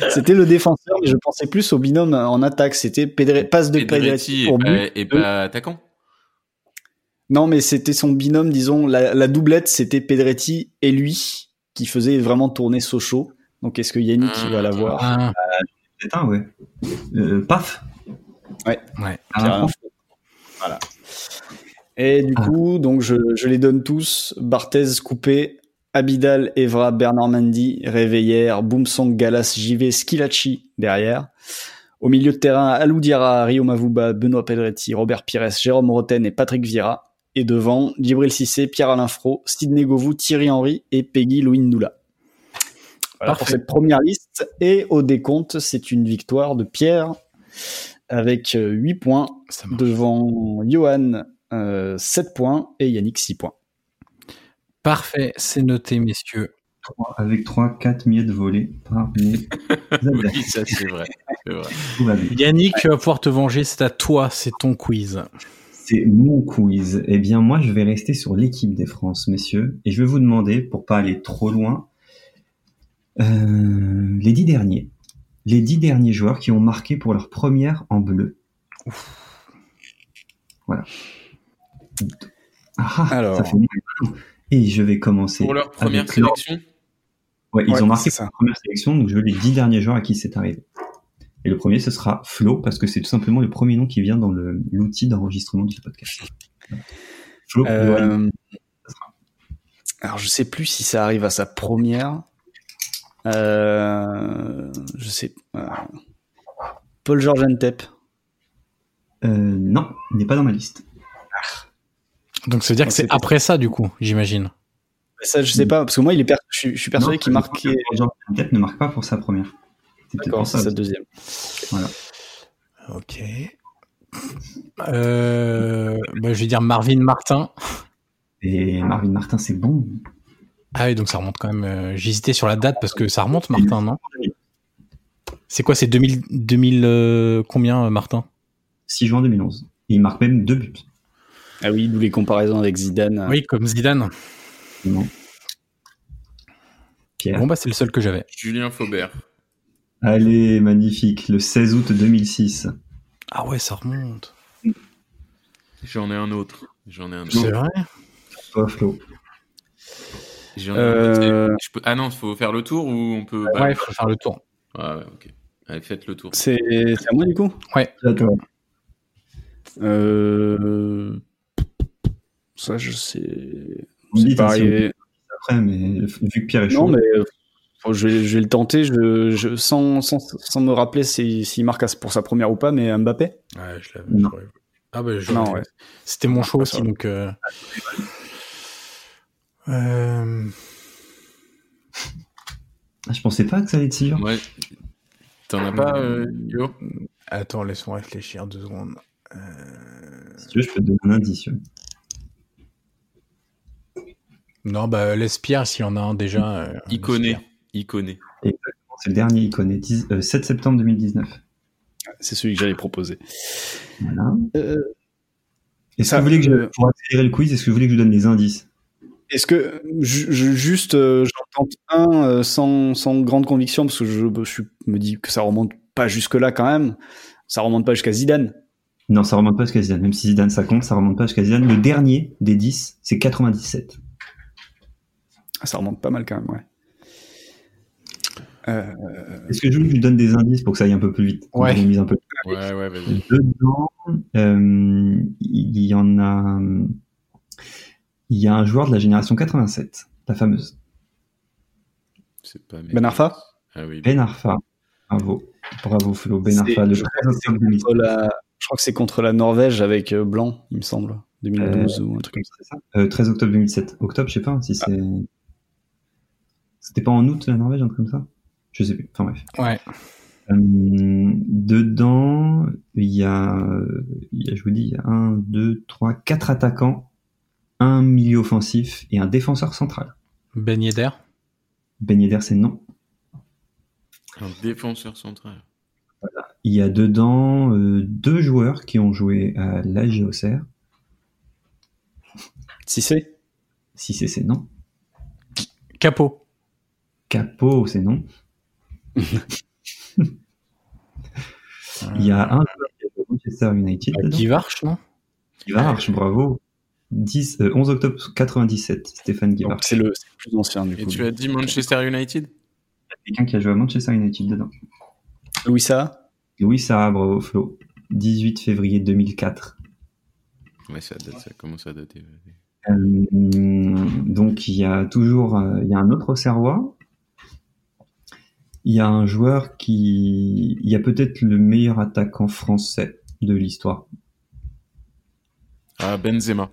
S6: c'était le défenseur, mais je pensais plus au binôme en attaque. C'était Pedre- passe de
S5: Pedretti
S6: Pedretti pour
S5: est,
S6: but.
S5: pas, est pas attaquant.
S6: Non, mais c'était son binôme, disons. La, la doublette, c'était Pedretti et lui qui faisait vraiment tourner Sochaux. Donc, est-ce que Yannick il va l'avoir
S3: Ah,
S4: Peut-être un, ouais. Euh, paf.
S3: ouais.
S4: Ah,
S6: Pierre Info. Voilà. Et du
S4: Ah.
S6: coup, donc je, je les donne tous. Barthez, Coupé, Abidal, Evra, Bernard Mendy, Réveillère, Boomsong, Galas, JV, Skilacci derrière. Au milieu de terrain, Alou Diarra, Rio Mavuba, Benoît Pedretti, Robert Pires, Jérôme Roten et Patrick Vieira. Et devant, Djibril Cissé, Pierre-Alain Fro, Sidney Govou, Thierry Henry et Peggy Louindoula. Voilà pour
S3: Parfait.
S6: cette première liste. Et au décompte, c'est une victoire de Pierre avec 8 points
S3: Ça marche.
S6: devant Johan 7 points et Yannick 6 points.
S3: Parfait, c'est noté, messieurs.
S4: trois, avec 3, 4 miettes volées par les adversaires.
S5: Oui, ça c'est vrai. C'est vrai.
S4: Tout va bien.
S3: Yannick, tu vas pouvoir te venger, c'est à toi, c'est ton quiz.
S4: C'est mon quiz. Eh bien, moi, je vais rester sur l'équipe des France, messieurs, et je vais vous demander, pour pas aller trop loin, euh, les dix derniers. Les dix derniers joueurs qui ont marqué pour leur première en bleu. Voilà. Ah, ah,
S6: Alors.
S4: ça fait mal. Et je vais commencer.
S5: Pour leur première
S4: avec leur-
S5: sélection,
S4: Ouais, ils
S6: Ouais,
S4: ont marqué
S6: c'est ça.
S4: leur première sélection, donc je veux les dix derniers joueurs à qui c'est arrivé. Et le premier, ce sera Flo, parce que c'est tout simplement le premier nom qui vient dans le- l'outil d'enregistrement du podcast. Flo, Johan,
S6: Euh, alors je sais plus si ça arrive à sa première. Euh, je sais. euh, Paul George Antep.
S4: euh, non, il n'est pas dans ma liste.
S3: Donc, ça veut dire
S6: Donc,
S3: que c'est
S6: c'était-
S3: après ça, du coup, j'imagine.
S6: Ça, je sais pas, parce que moi, il est per- je, suis, je suis persuadé
S4: Mm. Non, euh,
S6: qu'il
S4: je
S6: marquait.
S4: crois que Jean Peut-être ne marque pas pour sa première. C'est peut-être
S6: D'accord,
S4: pour
S6: c'est
S4: ça.
S6: sa deuxième.
S3: Ok. Euh, bah, je vais dire Marvin Martin.
S4: Et Marvin Martin, c'est bon.
S3: Ah oui, donc ça remonte quand même. euh, J'hésitais sur la date parce que ça remonte, Martin, non C'est quoi, c'est 2000, 2000 euh, combien, euh, Martin
S4: 6 juin 2011. Et il marque même deux buts.
S6: Ah oui, d'où les comparaisons avec Zidane.
S3: Oui, comme Zidane.
S4: Bon. Pierre.
S3: Bon, bah, c'est le seul que j'avais.
S5: Julien Faubert.
S4: Allez, magnifique. Le 16 août 2006.
S3: Ah ouais, ça remonte.
S5: J'en ai un autre. J'en ai un
S3: C'est
S5: autre.
S3: vrai
S4: Toi, Flo.
S5: J'en ai un autre.
S6: Euh.
S5: Je peux- Ah non, faut faire le tour ou on peut.
S3: Ouais, faut faire le tour.
S5: Ah ouais, ok. Allez, faites le tour.
S6: C'est c'est à moi du coup
S4: À toi.
S6: Euh, Ça, je sais.
S4: On dit,
S6: C'est pas
S4: hein, si on dit
S6: arrivé.
S4: après, mais vu que Pierre est chaud.
S6: Non, mais euh, bon, je, vais, je vais le tenter je, je- sans, sans, sans me rappeler si- s'il marque à- pour sa première ou pas, mais Mbappé
S3: Ouais, je l'avais.
S4: Non.
S3: j'aurais- Ah bah, je...
S6: Non, ouais.
S3: C'était mon choix
S6: ça
S3: aussi,
S6: va.
S3: donc. euh, euh,
S4: Ah, je pensais pas que ça allait être si dur.
S5: Ouais. T'en as pas, euh, Yo
S3: Attends, laisse-moi réfléchir deux secondes. Euh,
S4: Si tu veux, je peux te donner un indice. ouais.
S3: Non, bah, laisse Pierre s'il y en a un déjà. euh, laisse
S5: Iconé.
S3: Pierre.
S5: Iconé.
S4: C'est le dernier, il connaît. 10 euh, 7 septembre 2019.
S6: C'est celui que j'avais proposé.
S4: Voilà.
S6: Euh,
S4: Est-ce
S6: Ça,
S4: que vous voulez que je,
S6: euh,
S4: pour accélérer le quiz, est-ce que vous voulez que je vous donne les indices
S6: Est-ce que ju- ju- juste euh, j'en tente un euh, sans, sans grande conviction parce que je, je suis- me dis que ça remonte pas jusque là quand même. Ça remonte pas jusqu'à Zidane.
S4: Non, ça remonte pas jusqu'à Zidane. Même si Zidane ça compte, ça remonte pas jusqu'à Zidane. Le dernier des 10, c'est 97.
S6: Ah, Ça remonte pas mal quand même, ouais. Euh,
S4: Est-ce que je vous, je vous donne des indices pour que ça aille un peu plus vite qu'on
S3: Ouais.
S4: économise un peu
S5: Ouais, ouais, vas-y.
S4: Dedans, euh, il y en a. Il y a un joueur de la génération 87, la fameuse.
S5: C'est pas
S6: ben Arfa
S5: Ah oui.
S4: Ben Arfa. Bravo. Bravo, Flo. Ben
S6: C'est-
S4: Arfa, le
S6: je
S4: 13 octobre 2000.
S6: Contre la- Je crois que c'est contre la Norvège avec euh, Blanc, il me semble. 2012 ou un truc comme ça.
S4: C'est ça Euh, 13 octobre 2007. Octobre, je sais pas si c'est. C'était pas en août, la Norvège, un truc comme ça Je sais plus. Enfin, bref.
S3: Ouais.
S4: Euh, dedans, il y a, euh, il y a, je vous dis, il y a 1, 2, 3, 4 attaquants, un milieu offensif et un défenseur central.
S3: Ben Yedder.
S4: Ben Yedder, c'est non.
S5: Un défenseur central.
S4: Il y a dedans euh, deux joueurs qui ont joué à la Auxerre.
S6: Si c'est
S4: Si c'est c'est non.
S3: Capot.
S4: Capot, c'est non. Il y a un joueur qui a joué à Manchester United.
S6: Ah,
S3: Euh,
S4: dedans.
S3: Guy Varche, non
S4: Guivarch, bravo. 10, euh, 11 octobre 97, Stéphane
S6: Donc,
S4: Guivarch.
S6: C'est le, c'est le plus ancien du
S5: Et
S6: coup.
S5: tu as dit Manchester United
S4: Quelqu'un qui a joué à Manchester United dedans.
S6: Louis Saha
S4: Oui, ça, bravo Flo. 18 février 2004.
S5: Ouais, ça date, ça commence à dater. vas-y.
S4: Euh, donc il y a toujours euh, il y a un autre Serrois. Il y a un joueur qui il y a peut-être le meilleur attaquant français de l'histoire.
S5: Ah, Benzema.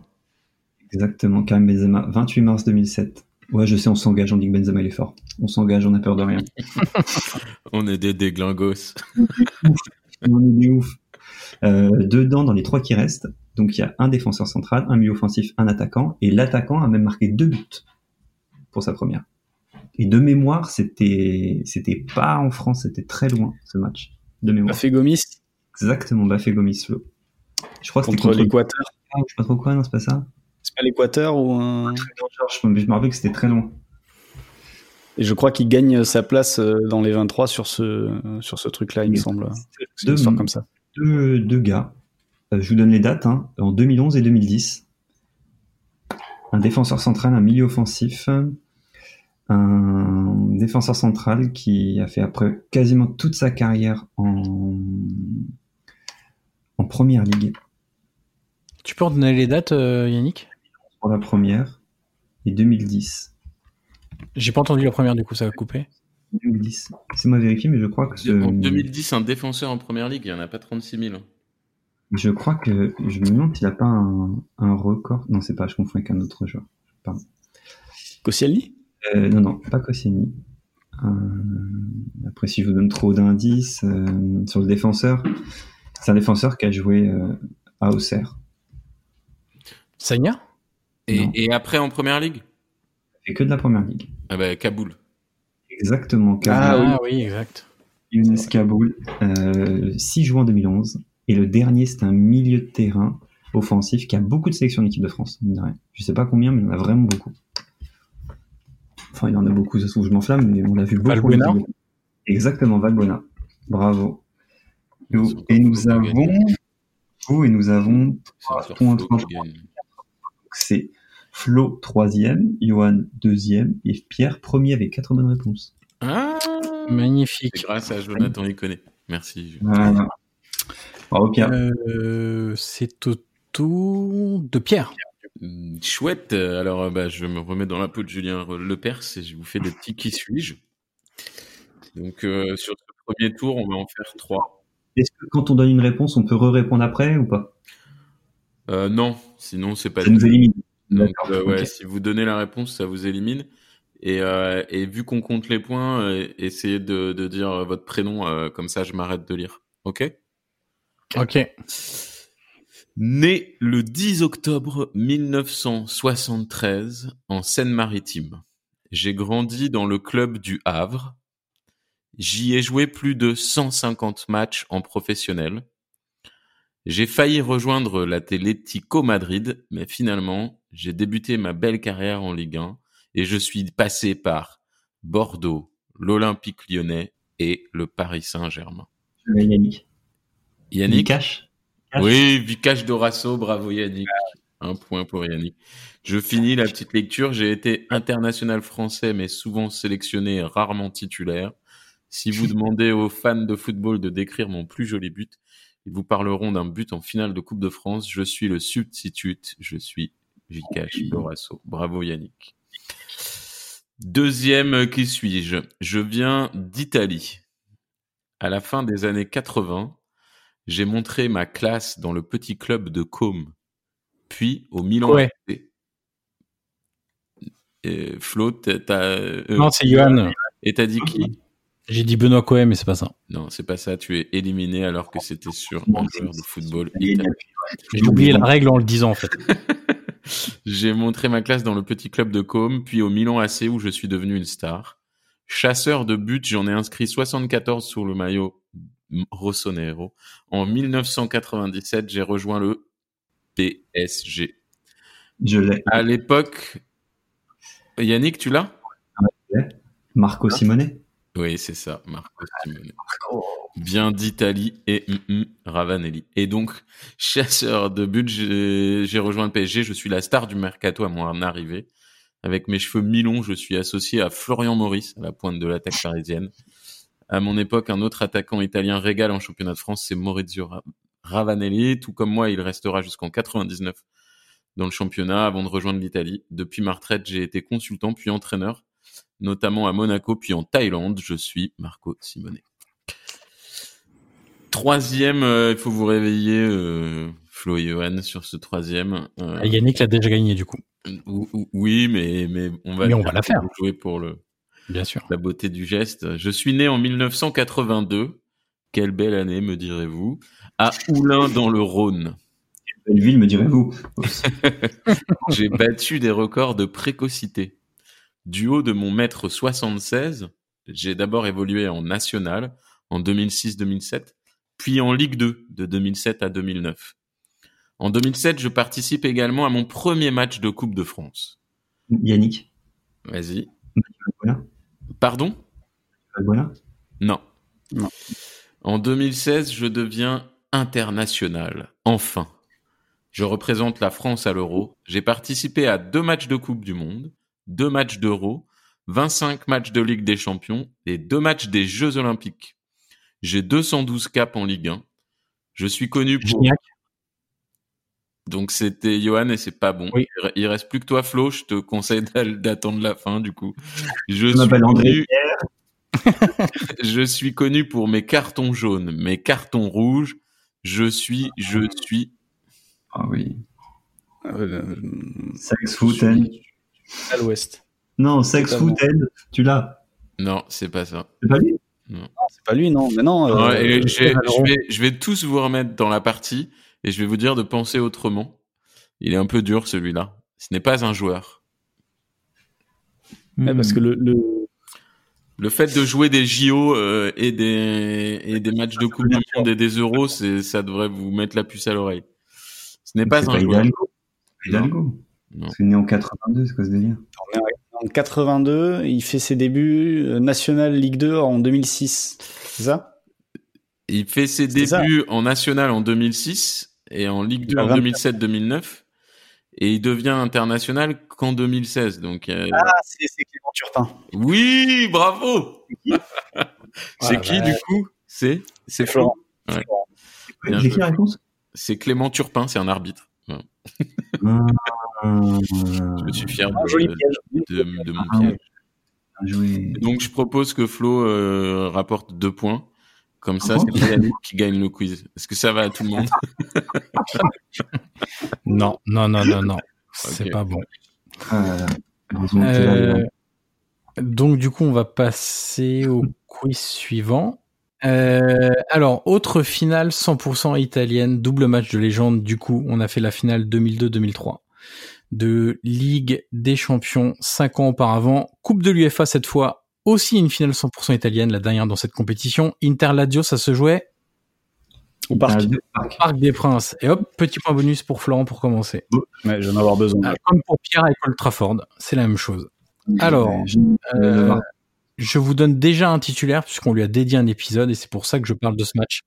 S4: Exactement, Karim Benzema, 28 mars 2007. Ouais, je sais, on s'engage, on dit que Benzema il est fort. On s'engage, on a peur de rien.
S5: On est des déglingos.
S4: on est des ouf. Euh, dedans, dans les trois qui restent, donc il y a un défenseur central, un milieu offensif, un attaquant, et l'attaquant a même marqué deux buts pour sa première. Et de mémoire, c'était c'était pas en France, c'était très loin ce match. De mémoire.
S6: Bafé Gomis
S4: Exactement, Bafé Gomis. Flo. Je crois que c'était
S6: contre
S4: contre les
S6: l'Équateur.
S4: je sais pas trop quoi, non, c'est pas ça.
S6: C'est pas l'Équateur ou un.
S4: Non, Georges, Je me rappelle que c'était très loin.
S6: Et je crois qu'il gagne sa place euh, dans les 23 sur ce, sur ce truc-là, il me
S4: Oui.
S6: semble. C'est une
S4: Deux,
S6: histoire comme ça.
S4: deux, deux gars. Euh, je vous donne les dates, hein. en 2011 et 2010. Un défenseur central, un milieu offensif, un défenseur central qui a fait après quasiment toute sa carrière en, en première ligue
S3: Tu peux redonner les dates, euh, Yannick
S4: pour la première et 2010.
S3: J'ai pas entendu la première, du coup, ça va couper.
S4: 2010. C'est moi vérifier, mais je crois que ce-
S5: En 2010, un défenseur en première ligue, il n'y en a pas 36 000. hein.
S4: Je crois que je me demande s'il a pas un, un record. Non, c'est pas. Je confonds avec un autre joueur.
S6: Koscielny
S4: Euh, non, non, pas Koscielny. Euh, après, si je vous donne trop d'indices euh, sur le défenseur, c'est un défenseur qui a joué euh, à Auxerre.
S3: Sagna
S5: Et,
S4: Non.
S5: et après en première ligue
S4: Il fait que de la première ligue.
S5: Ah bah, Kaboul.
S4: Exactement.
S6: Ah
S4: Kaboul,
S3: oui. exact.
S4: Younes Kaboul, euh, 6 juin 2011. Et le dernier, c'est un milieu de terrain offensif qui a beaucoup de sélections en équipe de France. mine de rien. Je sais pas combien, mais il en a vraiment beaucoup. Enfin, il en a beaucoup, ça se trouve, je m'enflamme, mais on l'a vu beaucoup.
S3: Valbuena
S4: Exactement, Valbuena. Bravo. Nous-
S5: sont
S4: et nous
S5: complètement
S4: avons,
S5: gagnés.
S4: oh, et nous avons,
S5: C'est
S4: Ah,
S5: sur
S4: point
S5: Flo
S4: trois.
S5: qui gagne.
S4: c'est Flo troisième, Johan deuxième et Pierre premier avec quatre bonnes réponses.
S5: Ah C'est
S3: Magnifique.
S5: grâce à Jonathan Iconé. Merci. Julien.
S4: Voilà. Bravo Pierre.
S3: Euh, c'est au tour de Pierre.
S5: Mm, Chouette. Euh, Alors, euh, bah, je me remets dans la peau de Julien Re- Lepers et je vous fais des petits qui suis-je. Donc, euh, sur ce premier tour, on va en faire trois.
S4: Est-ce que quand on donne une réponse, on peut re-répondre après ou pas
S5: Euh, non, sinon, c'est pas
S4: Ça nous
S5: du-
S4: élimine.
S5: Donc,
S4: D'accord,
S5: euh, ouais,
S4: ok.
S5: si vous donnez la réponse, ça vous élimine. Et, euh, et vu qu'on compte les points, euh, essayez de, de dire euh, votre prénom, euh, comme ça je m'arrête de lire. Ok
S3: Ok.
S5: Né le 10 octobre 1973 en Seine-Maritime. J'ai grandi dans le club du Havre. J'y ai joué plus de 150 matchs en professionnel. J'ai failli rejoindre l'Atlético Madrid, mais finalement, j'ai débuté ma belle carrière en Ligue 1 et je suis passé par Bordeaux, l'Olympique lyonnais et le Paris Saint-Germain.
S4: Je vais Euh, Yannick.
S5: Yannick
S4: Cash.
S5: oui, Vikash Dorasso, bravo Yannick. Un point pour Yannick. Je finis la petite lecture. J'ai été international français, mais souvent sélectionné et rarement titulaire. Si vous demandez aux fans de football de décrire mon plus joli but, ils vous parleront d'un but en finale de Coupe de France. Je suis le substitute. Je suis Vikash Dorasso. Bravo Yannick. Deuxième, euh, qui suis-je Je viens d'Italie. À la fin des années 80, j'ai montré ma classe dans le petit club de Côme, puis au Milan.
S3: Ouais.
S5: AC. Et Flo, t'as- t'as, euh,
S3: Non, c'est Johan.
S5: et t'as dit qui
S3: J'ai dit Benoît Cohen, mais c'est pas ça.
S5: Non, c'est pas ça. Tu es éliminé alors que c'était sur
S4: Non,
S5: un
S4: c'est-
S5: joueur de football
S4: Yannick.
S5: italien.
S3: J'ai oublié la règle en le disant, en fait.
S5: J'ai montré ma classe dans le petit club de Côme, puis au Milan AC où je suis devenu une star. Chasseur de buts, j'en ai inscrit 74 sur le maillot Rossonero. En 1997, j'ai rejoint le PSG.
S4: Je l'ai.
S5: À l'époque, Yannick, tu l'as Ah.
S4: Marco Simonet.
S5: Oui, c'est ça, Marco Simone. Bien d'Italie et mm, mm, Ravanelli. Et donc, chasseur de but, j'ai j'ai rejoint le PSG, je suis la star du mercato à mon arrivée. Avec mes cheveux mi-longs, je suis associé à Florian Maurice, à la pointe de l'attaque parisienne. À mon époque, un autre attaquant italien régale en championnat de France, c'est Maurizio Ra- Ravanelli. Tout comme moi, il restera jusqu'en 99 dans le championnat avant de rejoindre l'Italie. Depuis ma retraite, j'ai été consultant puis entraîneur notamment à Monaco, puis en Thaïlande. Je suis Marco Simonet. Troisième, euh, il faut vous réveiller, euh, Flo et Johan, sur ce troisième. Euh,
S3: Ah, Yannick l'a déjà gagné, du coup.
S5: ou- ou- oui, mais, mais on va,
S3: Mais on va la faire.
S5: jouer pour le,
S3: Bien sûr.
S5: la beauté du geste. Je suis né en 1982. Quelle belle année, me direz-vous, à Oulin dans le Rhône.
S4: Belle ville, me direz-vous.
S5: J'ai battu des records de précocité. Du haut de mon mètre 76, j'ai d'abord évolué en national en 2006-2007, puis en Ligue 2 de 2007 à 2009. En 2007, je participe également à mon premier match de Coupe de France.
S4: Yannick.
S5: Vas-y.
S4: Voilà.
S5: Pardon
S4: Voilà.
S5: Non.
S6: Non.
S5: En 2016, je deviens international. Enfin. Je représente la France à l'Euro. J'ai participé à deux matchs de Coupe du Monde, deux matchs d'Euro, 25 matchs de Ligue des Champions et deux matchs des Jeux Olympiques. J'ai 212 caps en Ligue 1. Je suis connu pour...
S3: Gignac.
S5: Donc c'était Johan et c'est pas bon.
S3: Oui.
S5: Il- Il reste plus que toi Flo, je te conseille d'al- d'attendre la fin du coup. Je
S4: Je m'appelle André.
S5: connu- je suis connu pour mes cartons jaunes, mes cartons rouges, Je suis, je suis.
S4: Ah oui.
S6: Euh,
S4: Sex Footed.
S6: à l'ouest.
S4: Non, Sex
S6: Totalement.
S4: Footed, tu l'as.
S5: Non, c'est pas ça.
S4: C'est pas lui
S6: Non, c'est pas lui, non. Mais non. euh,
S5: Ouais, et j'ai-
S6: Pierre
S5: je,
S6: Alaron.
S5: vais, je vais tous vous remettre dans la partie et je vais vous dire de penser autrement. Il est un peu dur celui-là. Ce n'est pas un joueur.
S3: Eh,
S6: Ouais, parce que le, le-
S5: Le fait de jouer des JO euh, et des et des matchs de coupe du monde et des euros, c'est ça devrait vous mettre la puce à l'oreille. Ce n'est pas
S4: C'est
S5: un joueur.
S4: Hidalgo. C'est
S5: Non.
S4: Hidalgo.
S5: Non.
S4: C'est né en 82, c'est quoi ce délire
S6: en 82, il fait ses débuts euh, National Ligue 2 en 2006. C'est ça
S5: Il fait ses
S6: C'est ça.
S5: débuts en national en 2006 et en Ligue 2
S6: a
S5: en
S6: 24.
S5: 2007-2009 et il devient international qu'en 2016. Donc euh,
S6: Ah, c'est c'est Clément Turpin.
S5: oui, bravo.
S4: Ah
S5: c'est qui du coup C'est
S6: C'est Florent.
S5: Bien
S4: J'ai
S5: joué.
S4: qui la réponse
S5: c'est Clément Turpin, c'est un arbitre. Voilà.
S4: Ah,
S5: Je suis fier
S6: Un Ah, joli
S5: de,
S6: piège.
S5: de- de mon
S4: Ah,
S5: piège.
S4: Bien joué.
S5: Donc je propose que Flo euh, rapporte deux points. Comme ça,
S4: Ah bon
S5: c'est Yannick qui gagne le quiz. Est-ce que ça va à tout le monde
S3: Non, non, non, non, non. C'est
S5: Ok.
S3: pas bon.
S4: Ah là là. Heureusement que t'es là,
S3: Euh,
S4: Léon.
S3: donc du coup, on va passer au quiz suivant. Euh, alors, autre finale 100% italienne, double match de légende. Du coup, on a fait la finale 2002-2003 de Ligue des Champions cinq ans auparavant. Coupe de l'UEFA cette fois, aussi une finale 100% italienne, la dernière dans cette compétition. Inter Lazio, ça se jouait
S6: Au parc.
S4: Ah, deux parcs.
S3: Parc des Princes. Et hop, petit point bonus pour Florent pour commencer.
S6: Ouais, je vais en avoir besoin.
S3: Ah, Comme pour Pierre avec Old Trafford, c'est la même chose. Alors,
S4: J'ai- j'ai-
S3: euh,
S4: devoir.
S3: je vous donne déjà un titulaire puisqu'on lui a dédié un épisode et c'est pour ça que je parle de ce match.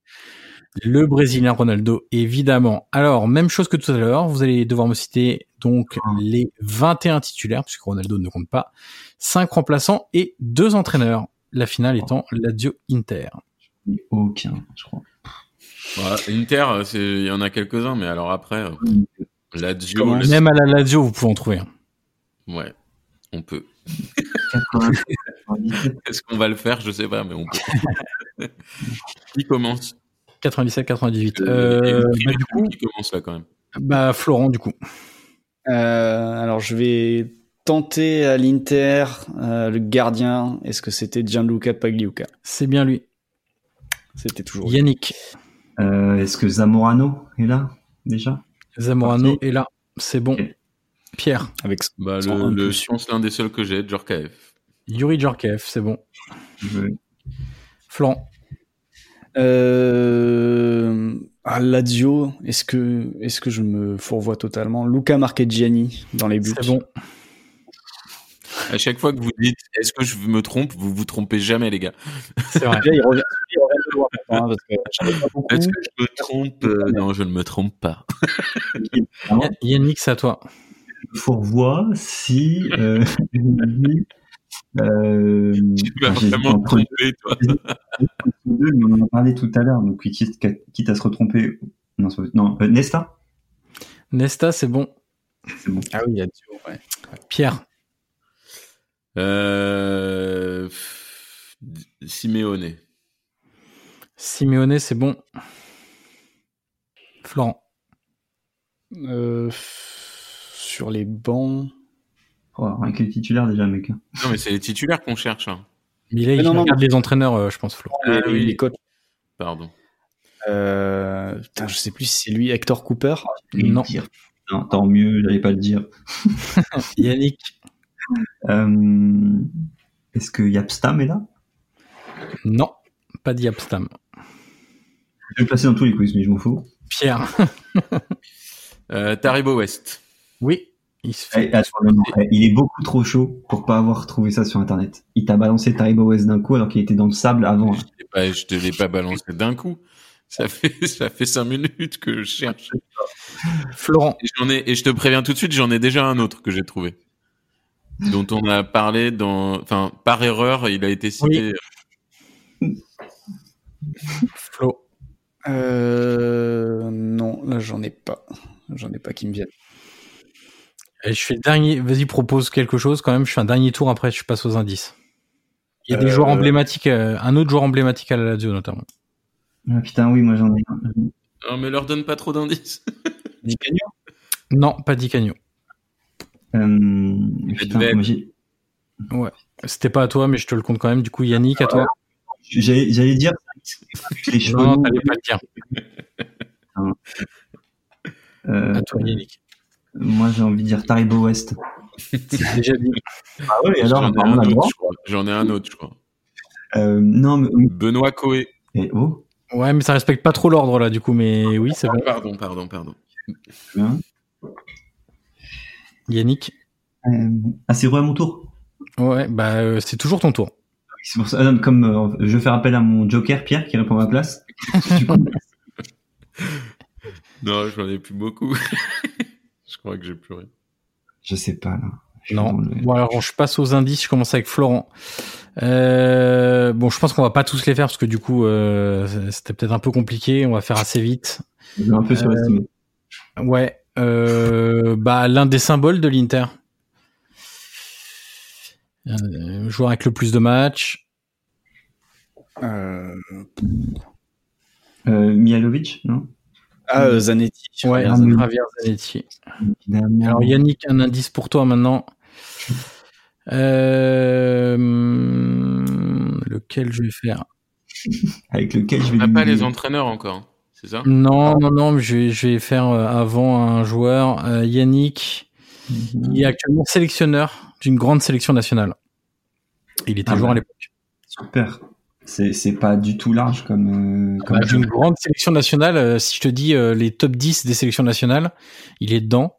S3: Le Brésilien Ronaldo, évidemment. Alors, même chose que tout à l'heure, vous allez devoir me citer donc les 21 titulaires puisque Ronaldo ne compte pas, 5 remplaçants et 2 entraîneurs. La finale étant Lazio Inter.
S4: aucun, je crois.
S5: Bah, Inter, euh, c'est- il y en a quelques-uns, mais alors après, euh, Lazio,
S6: Comment
S5: le-
S3: Même à la Lazio, vous pouvez en trouver. un.
S5: ouais, on peut.
S4: 90, 97,
S5: Est-ce qu'on va le faire Je sais pas, mais on peut. qui commence
S3: 97, 98.
S5: Il y a
S3: Euh,
S5: une
S3: bah,
S5: trilogie
S3: du coup,
S5: qui commence là quand même.
S3: bah, Florent, du coup.
S6: Euh, alors, je vais tenter à l'Inter euh, le gardien. Est-ce que c'était Gianluca Pagliuca
S3: C'est bien lui.
S6: C'était toujours. lui.
S3: Yannick
S4: Euh, Est-ce que Zamorano est là déjà
S3: Zamorano est là. C'est bon.
S4: Ok.
S3: Pierre.
S6: Avec son-
S5: Bah,
S6: son-
S5: le, le- je pense l'un des seuls que j'ai, Djorkaeff.
S3: Yuri Djorkaeff, c'est bon.
S4: Je-
S3: Florent,
S6: Euh, ah, Lazio, est-ce que, est-ce que je me fourvoie totalement Luca Marchegiani dans les buts.
S3: c'est bon.
S5: À chaque fois que vous dites est-ce que je me trompe, vous vous trompez jamais, les gars.
S3: C'est vrai.
S6: Là, il revient, il revient de loin, hein, parce que j'en ai pas beaucoup.
S5: Est-ce que je me trompe Euh, Non, je ne me trompe pas.
S3: Ya- Yannick, c'est à toi.
S4: me fourvoie si euh, je dis, euh,
S5: Tu vas
S4: enfin, j'hésite
S5: vraiment te
S4: entre les
S5: tromper, toi.
S4: deux, mais on en a parlé tout à l'heure, donc quitte, quitte à se retromper. Non, ça peut- non euh, Nesta
S3: Nesta, c'est bon.
S4: C'est bon.
S6: Ah oui, Lazio, ouais.
S3: Pierre,
S5: Euh... pff, Simeone.
S3: Simeone, c'est bon. Florent,
S6: Euh, sur les bancs.
S4: Oh, rien que le titulaire déjà, mec. hein.
S5: Non, mais c'est les titulaires qu'on cherche. Hein.
S3: mais là, il
S6: Mais non, non,
S3: regarde les entraîneurs, euh, je pense, Florent.
S5: Ah
S6: les,
S5: oui.
S6: les coachs.
S5: Pardon.
S6: Euh, putain, je sais plus si c'est lui, Hector Cooper.
S4: J'allais
S3: Non.
S4: le dire. Non, tant mieux, j'allais pas le dire.
S3: Yannick,
S4: Euh, Est-ce que Yapstam est là
S3: non. Pas Diabstam.
S4: Je vais le placer dans tous les quiz, mais je m'en fous.
S3: Pierre,
S5: Euh, Taribo West.
S3: oui. Il se fait.
S4: Eh, attends, non, non, eh, il est beaucoup trop chaud pour pas avoir trouvé ça sur internet. Il t'a balancé Taribo West d'un coup alors qu'il était dans le sable avant.
S5: Je, l'ai pas- Eh ben, je te l'ai pas balancé d'un coup. Ça fait, ça fait cinq minutes que je cherche.
S3: Florent,
S5: Et, j'en ai, et je te préviens tout de suite, j'en ai déjà un autre que j'ai trouvé. Dont on a parlé dans. Enfin, par erreur, il a été cité.
S3: Flo,
S6: Euh, non, là, j'en ai pas. J'en ai pas qui me viennent.
S3: Et je fais le dernier. Vas-y, propose quelque chose quand même. Je fais un dernier tour, après, je passe aux indices. Il y a des
S6: Euh,
S3: joueurs emblématiques, euh, un autre joueur emblématique à la Lazio notamment.
S4: Ah, putain, oui, moi j'en ai un.
S5: Non, mais leur donne pas trop d'indices.
S6: Di Canio
S3: Non, pas Di Canio.
S4: Euh, putain,
S5: devait-
S4: moi, j'ai-
S3: C'était pas à toi, mais je te le compte quand même. Du coup, Yannick, à toi.
S4: J'allais j'allais dire avec les cheveux
S3: Non,
S4: longs,
S3: t'allais pas le dire.
S4: euh,
S3: À toi, Yannick.
S4: moi j'ai envie de dire Taribo West.
S3: Déjà dit.
S4: Ah ouais, alors
S5: J'en ai,
S4: on
S5: un
S4: a le
S5: autre,
S4: droit.
S5: je crois. J'en ai un autre, je crois.
S4: Euh, non, mais
S5: Benoît Coé.
S4: mais- oh,
S3: Ouais, mais ça respecte pas trop l'ordre là, du coup. Mais oui, c'est Ah, bon. bah.
S5: Pardon, pardon, pardon.
S4: bien.
S3: Yannick.
S4: Euh, ah, c'est vrai à mon tour.
S3: Ouais, bah euh, c'est toujours ton tour.
S4: Oui, c'est pour ça. Ah non, mais comme euh, je fais appel à mon Joker Pierre qui répond à ma place. Du coup,
S5: Non, j'en ai plus beaucoup. je crois que j'ai plus rien.
S4: je sais pas là. Je suis
S3: Non.
S4: dans le-
S3: Bon, alors je passe aux indices. Je commence avec Florent. Euh, bon, je pense qu'on va pas tous les faire parce que du coup, euh, c'était peut-être un peu compliqué. On va faire assez vite.
S4: je suis un peu surestimé.
S3: Ouais. euh, bah, l'un des symboles de l'Inter. Euh, joueur avec le plus de matchs.
S6: Euh,
S4: Euh, Mihalovic, non
S6: Ah, euh, Zanetti.
S3: Ouais,
S4: Javier Zanetti.
S3: Javier Zanetti. Alors Yannick, un indice pour toi maintenant. Euh, hum, lequel je vais faire
S4: avec lequel je vais.
S5: On n'a
S4: lui-
S5: pas les entraîneurs encore, hein, c'est ça
S3: Non, non, non, mais je vais, je vais faire euh, avant un joueur. Euh, Yannick, il est actuellement sélectionneur d'une grande sélection nationale. Il était
S4: Ah
S3: joueur
S4: ouais.
S3: à l'époque.
S4: Super. C'est c'est pas du tout large comme. euh, comme
S3: Bah, D'une grande sélection nationale, euh, si je te dis euh, les top 10 des sélections nationales, il est dedans.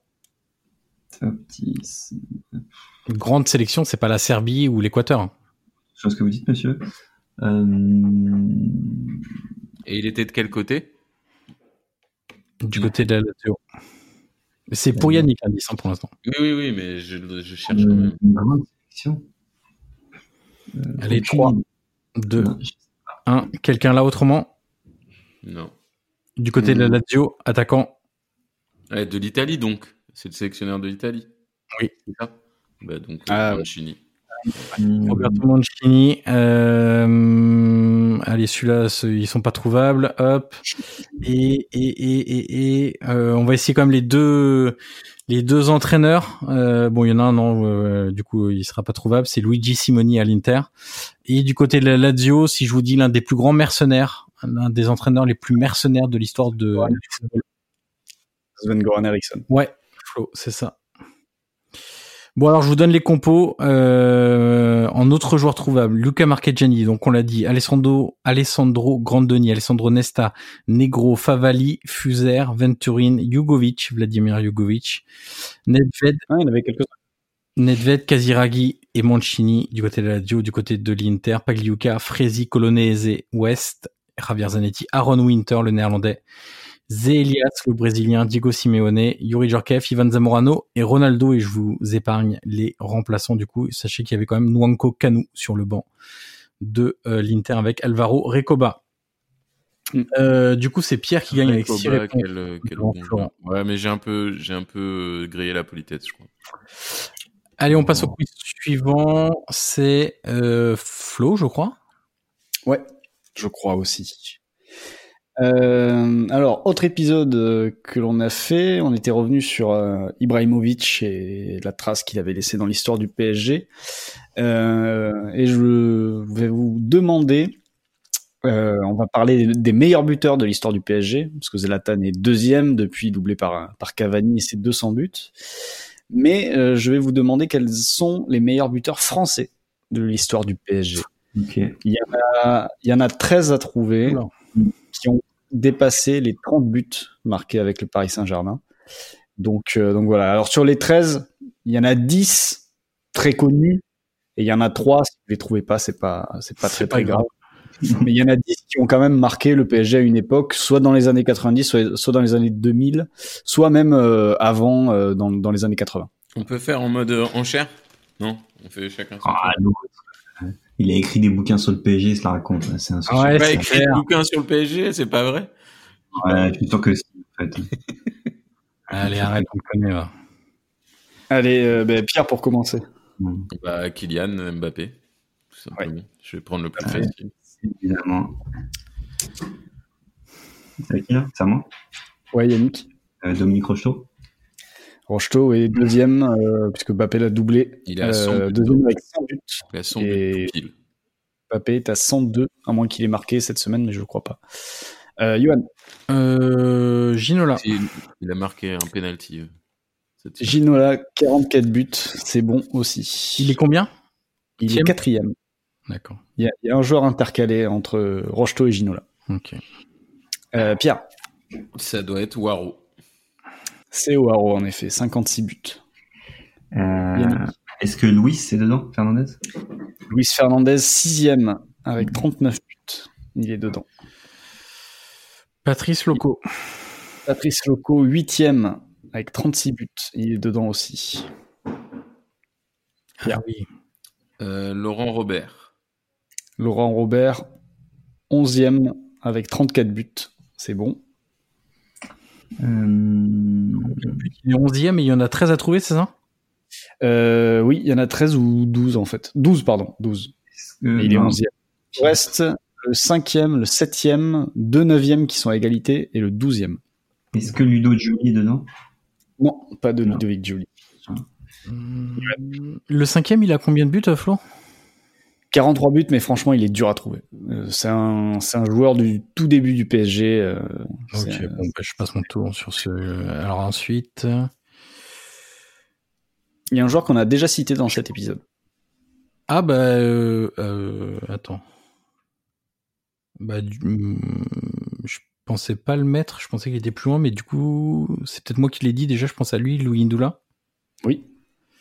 S4: Top 10.
S3: Une grande sélection, c'est pas la Serbie ou l'Équateur. hein,
S4: Je vois ce que vous dites, monsieur. Euh,
S5: Et il était de quel côté
S3: du côté de la Lazio. C'est pour Yannick l'indice hein, pour l'instant.
S5: Oui, oui, oui, mais je, je cherche
S3: Mm.
S5: quand
S4: une
S5: même.
S4: une grande sélection. Euh,
S3: Allez, 3, 2,
S4: Non, je-
S3: 1. Quelqu'un là autrement
S5: Non.
S3: Du côté de la Lazio, attaquant.
S5: Ouais, de l'Italie, donc. C'est le sélectionneur de l'Italie.
S3: Oui.
S5: C'est ça bah, donc,
S6: Ah,
S5: Mancini.
S4: Hmm.
S3: Roberto Mancini. euh, allez, celui-là, ce- ils sont pas trouvables. Hop. Et, et, et, et, et, euh, on va essayer quand même les deux, les deux entraîneurs. Euh, bon, il y en a un, non, euh, du coup, il sera pas trouvable. C'est Luigi Simoni à l'Inter. Et du côté de la Lazio, si je vous dis l'un des plus grands mercenaires, l'un des entraîneurs les plus mercenaires de l'histoire de.
S6: Ouais. Sven Goran Eriksson.
S3: Ouais, Flo, c'est ça. Bon, alors je vous donne les compos euh, en autre joueur trouvable. Luca Marchegiani, donc on l'a dit, Alessandro, Alessandro Grandoni, Alessandro Nesta, Negro, Favali, Fuser, Venturin, Jugovic, Vladimir Jugovic, Nedved,
S6: Ah, il avait quelques
S3: Nedved, Kaziragi et Mancini du côté de la Lazio, du côté de l'Inter, Pagliuca, Fresi, Colonese, West, Javier Zanetti, Aaron Winter, le néerlandais, Zélias, le brésilien, Diego Simeone, Yuri Jorkev, Ivan Zamorano et Ronaldo. Et je vous épargne les remplaçants du coup. Sachez qu'il y avait quand même Nwanko Kanu sur le banc de euh, l'Inter avec Alvaro Recoba.
S6: Mm.
S3: Euh, du coup, c'est Pierre qui gagne avec
S5: Koba,
S3: six réponses.
S5: quel, euh, quel
S3: Non,
S5: bon
S3: Florent.
S5: joueur. Ouais, mais j'ai un peu, j'ai un peu euh, grillé la politesse, je crois.
S3: Allez, on passe au quiz suivant. C'est euh, Flo, je crois.
S6: Ouais, je crois aussi. Euh, alors, autre épisode euh, que l'on a fait, on était revenu sur euh, Ibrahimovic et la trace qu'il avait laissée dans l'histoire du PSG. Euh, et je vais vous demander, euh, on va parler des meilleurs buteurs de l'histoire du PSG, parce que Zlatan est deuxième depuis doublé par, par Cavani et ses 200 buts. Mais euh, je vais vous demander quels sont les meilleurs buteurs français de l'histoire du PSG.
S4: Ok.
S6: Ah, Il y en a 13 à trouver
S3: Oula.
S6: qui ont dépassé les 30 buts marqués avec le Paris Saint-Germain. Donc, euh, donc voilà. Alors sur les 13, il y en a 10 très connus et il y en a 3, si vous les trouvez pas, c'est pas, c'est pas
S3: C'est
S6: très,
S3: pas
S6: très
S3: grave.
S6: grave. Mais il y en a 10 qui ont quand même marqué le PSG à une époque, soit dans les années 90, soit, soit dans les années 2000, soit même euh, avant, euh, dans, dans les années 80.
S5: On peut faire en mode euh, enchère Non On fait chacun son
S4: Ah,
S5: tour.
S4: l'autre. Euh, Il a écrit des bouquins sur le PSG, il se la raconte. là, C'est un sujet.
S3: Ouais,
S5: J'ai pas
S3: c'est
S5: écrit
S3: clair.
S5: de bouquin sur le PSG, c'est pas vrai
S4: Ouais, je suis sûr que si, en fait.
S3: Ah, Allez, arrête, on le connaît. va.
S6: Allez, euh, ben, Pierre pour commencer.
S5: Bah, Kylian Mbappé. tout simplement. Je vais prendre le plus
S4: Ouais.
S5: facile.
S4: Évidemment. Avec Euh, qui là Ça manque
S6: Ouais, Yannick.
S4: Euh, Dominique Rocheteau
S6: Rocheteau est deuxième, euh, puisque Mbappé l'a doublé.
S5: Il est à 100 buts.
S6: deuxième avec 100 buts.
S5: La sonde
S6: Euh, Et-
S5: de pile.
S6: Mbappé est à 102, à moins qu'il ait marqué cette semaine, mais je ne crois pas. Euh, Johan,
S3: Euh, Ginola.
S5: Il, il a marqué un penalty. euh, cette semaine.
S6: Ginola, 44 buts, c'est bon aussi.
S3: Il est combien
S6: Il est
S3: Tième
S6: quatrième.
S3: D'accord.
S6: Il y, a, il y a un joueur intercalé entre Rocheteau et Ginola.
S3: Ok. Ah.
S6: Euh, Pierre,
S5: Ça doit être Waro.
S6: c'est Oaro en effet, 56 buts.
S4: Euh, Est-ce que Louis c'est dedans, Fernandez
S6: Luis Fernandez, sixième,
S3: Mm.
S6: avec 39 buts. Il est dedans.
S3: Patrice Loco.
S6: Patrice Loco, huitième, avec 36 buts. Il est dedans aussi.
S3: Ah oui.
S5: Euh, Laurent Robert.
S6: Laurent Robert, 11e avec 34 buts. C'est bon.
S4: Euh,
S3: Il est 11e et il y en a 13 à trouver, c'est ça
S6: Euh, oui, il y en a 13 ou 12 en fait. 12, pardon, 12.
S4: est-ce que-
S6: Mais il est
S4: non.
S6: 11e. Reste le 5e, le 7e, deux 9e qui sont à égalité et le 12e.
S4: Est-ce que Ludo Giuli est dedans
S6: Non, pas de
S4: Non.
S6: Ludovic Giuli.
S3: Le cinquième, il a combien de buts, euh, Flo
S6: 43 buts, mais franchement, il est dur à trouver. Euh, c'est un, c'est un joueur du tout début du PSG. euh, c'est-
S3: bon, bah, je passe mon tour sur ce. euh, Alors ensuite. euh,
S6: Il y a un joueur qu'on a déjà cité dans cet épisode.
S3: Ah bah euh, euh, attends. Bah du- hum, je pensais pas le mettre, je pensais qu'il était plus loin, mais du coup c'est peut-être moi qui l'ai dit déjà. Je pense à lui, Louis Ndoula,
S6: Oui,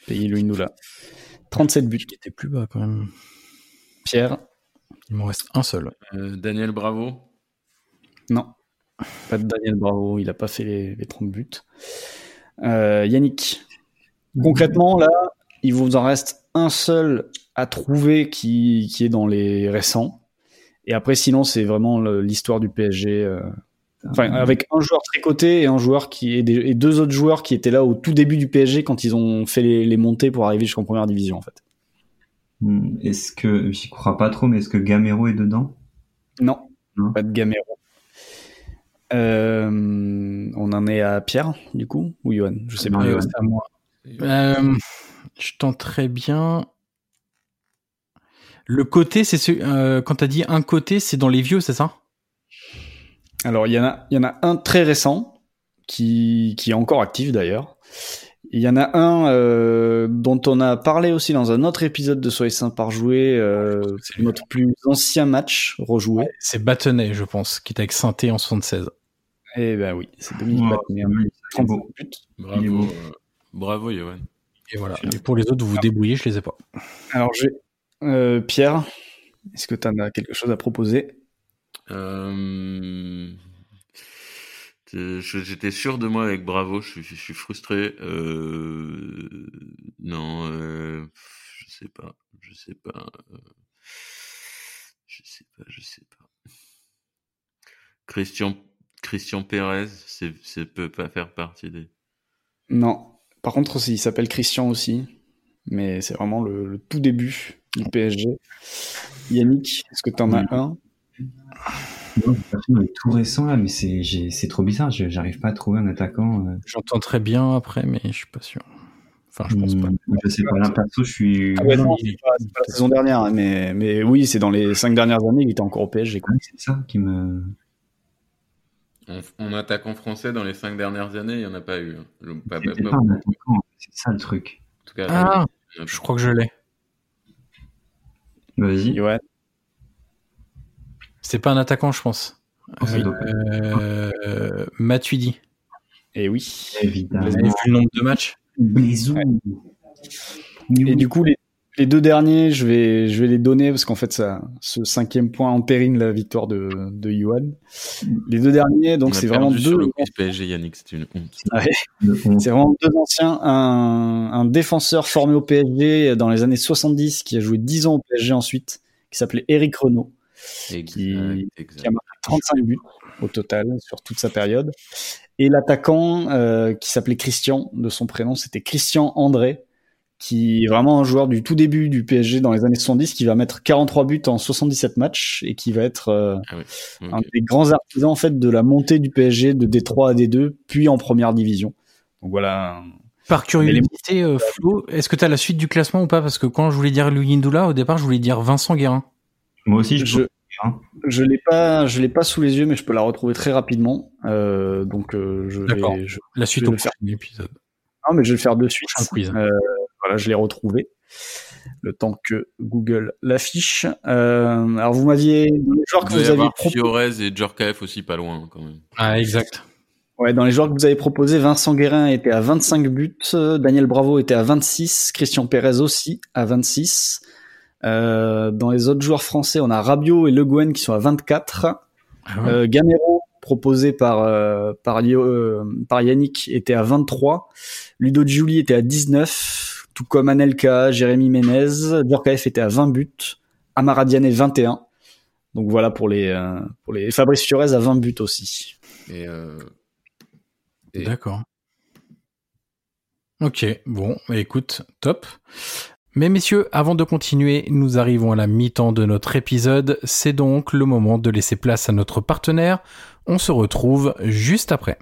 S6: Pays Luindoula. 37 buts.
S3: qui était plus bas quand même.
S6: Pierre,
S3: Il m'en reste un seul.
S5: Euh, Daniel Bravo.
S6: Non. Pas de Daniel Bravo, il n'a pas fait les, les 30 buts. Euh, Yannick, concrètement, là, il vous en reste un seul à trouver qui, qui est dans les récents. Et après, sinon, c'est vraiment le- l'histoire du PSG. euh, Enfin, avec un joueur tricoté et un joueur qui et, des- et deux autres joueurs qui étaient là au tout début du PSG quand ils ont fait les, les montées pour arriver jusqu'en première division, en fait.
S4: Hmm, Est-ce que j'y crois pas trop, mais est-ce que Gamero est dedans
S6: Non,
S4: Non.
S6: pas de Gamero. Euh, on en est à Pierre, du coup, ou Johan Je sais
S4: Non,
S6: pas.
S4: Johan.
S3: c'est à moi. Euh, je tenterai bien. Le côté, c'est ce. euh, quand t'as dit un côté, c'est dans les vieux, c'est ça
S6: Alors, il y, en a, il y en a un très récent, qui, qui est encore actif d'ailleurs. Il y en a un euh, dont on a parlé aussi dans un autre épisode de Soyez saint par jouer,
S4: Ah,
S6: euh,
S3: C'est lui.
S6: notre plus ancien match rejoué.
S3: C'est Battenay, je pense, qui était avec saint en 76.
S6: Eh ben oui, c'est Dominique
S4: Oh,
S6: Battener,
S4: oui, c'est
S6: 35
S4: beau.
S6: buts.
S4: Il est
S5: Bravo.
S4: beau.
S5: euh, bravo, Johan.
S3: Et voilà. Et pour les
S6: Ah.
S3: autres, vous vous débrouillez, je les ai pas.
S6: Alors, j'ai. Euh, Pierre, est-ce que tu en as quelque chose à proposer
S5: Euh, je- J'étais sûr de moi avec Bravo, je suis, je suis frustré. Euh, non, euh, je sais pas, je sais pas, euh, je sais pas, je sais pas. Christian, Christian Pérez, c'est, c'est peut pas faire partie des.
S6: Non. Par contre, aussi, il s'appelle Christian aussi, mais c'est vraiment le, le tout début du PSG. Yannick, est-ce que tu en
S4: Oui.
S6: as un
S4: Non, personne est tout récent là, mais c'est j'ai- c'est trop bizarre. je- J'arrive pas à trouver un attaquant. euh,
S3: J'entends très bien après, mais je suis pas sûr. Enfin, Ah, je pense pas. bah,
S4: hmm, Je sais pas. Là, perso, je suis.
S6: Ah ouais, non,
S3: non,
S6: c'est pas, c'est pas la saison dernière, hein, mais, mais oui, c'est dans les cinq dernières années, il était encore au PSG. quoi.
S4: Ouais, C'est ça qui me.
S5: On, on attaque en français dans les cinq dernières années, il y en a pas eu. hein. Le- pas-
S4: C'est
S5: pas-
S4: peut-être
S5: pas-
S4: pas un
S5: en
S4: attaquant. C'est ça le truc.
S5: tout cas,
S3: Ah,
S5: il y en a
S3: je crois que je l'ai.
S4: Vas-y.
S6: Johan,
S3: C'est pas un attaquant, je pense.
S6: Ah,
S4: Oh, ça doit
S3: Euh, euh, Matuidi.
S6: et oui.
S4: Évidemment.
S3: Vous avez vu le nombre de matchs
S4: Blaisou.
S6: Et du coup, les, les deux derniers, je vais, je vais les donner parce qu'en fait, ça, ce cinquième point entérine la victoire de, de Johan. Les deux derniers,
S5: On
S6: donc
S5: a
S6: c'est vraiment
S5: perdu sur le
S6: deux.
S5: quiz PSG, Yannick, c'est une honte.
S4: On-
S6: C'est vraiment deux anciens. Un, un défenseur formé au PSG dans les années 70 qui a joué 10 ans au PSG ensuite, qui s'appelait Eric Renault.
S5: Exact, exact.
S6: qui a marqué 35 buts au total sur toute sa période. Et l'attaquant euh, qui s'appelait Christian, de son prénom, c'était Christian André, qui est vraiment un joueur du tout début du PSG dans les années 70, qui va mettre 43 buts en 77 matchs et qui va être euh,
S5: Ah oui, ok.
S6: un des grands artisans en fait de la montée du PSG de D3 à D2, puis en première division. Donc voilà. un-
S3: Par curiosité, euh, Flo, est-ce que tu as la suite du classement ou pas Parce que quand je voulais dire Louis Ndoula, au départ, je voulais dire Vincent Guérin.
S4: Moi aussi, je,
S6: Je, je l'ai pas, je l'ai pas sous les yeux, mais je peux la retrouver très rapidement. Euh, donc euh, je
S3: D'accord.
S6: vais, je-
S3: La suite
S6: Je
S3: au
S6: vais le faire.
S3: prochain épisode.
S6: non, mais je vais le faire de suite.
S3: Prochain quiz.
S6: Euh, voilà, je l'ai retrouvé. Le temps que Google l'affiche. Euh, alors vous m'aviez dans les joueurs
S5: Il
S6: que
S5: doit y
S6: vous aviez
S5: avoir
S6: proposés-
S5: Fiorez et Djorkaeff aussi pas loin quand même.
S3: Ah, exact.
S6: Ouais, dans les joueurs que vous avez proposés, Vincent Guérin était à 25 buts, euh, Daniel Bravo était à 26, Christian Pérez aussi à 26. Euh, dans les autres joueurs français, on a Rabiot et Le Guen qui sont à 24.
S3: Ah ouais.
S6: Euh, Gamero, proposé par, euh, par, Lio- euh, par Yannick, était à 23. Ludo Giuli était à 19, tout comme Anelka, Jérémy Ménez. Djorkaeff était à 20 buts. Amara Diané, 21. Donc voilà pour les, euh, pour les... Fabrice Fiorez à 20 buts aussi.
S5: Et euh, et-
S3: D'accord. Ok, bon, bah écoute, top. Mais messieurs, avant de continuer, nous arrivons à la mi-temps de notre épisode. C'est donc le moment de laisser place à notre partenaire. On se retrouve juste après.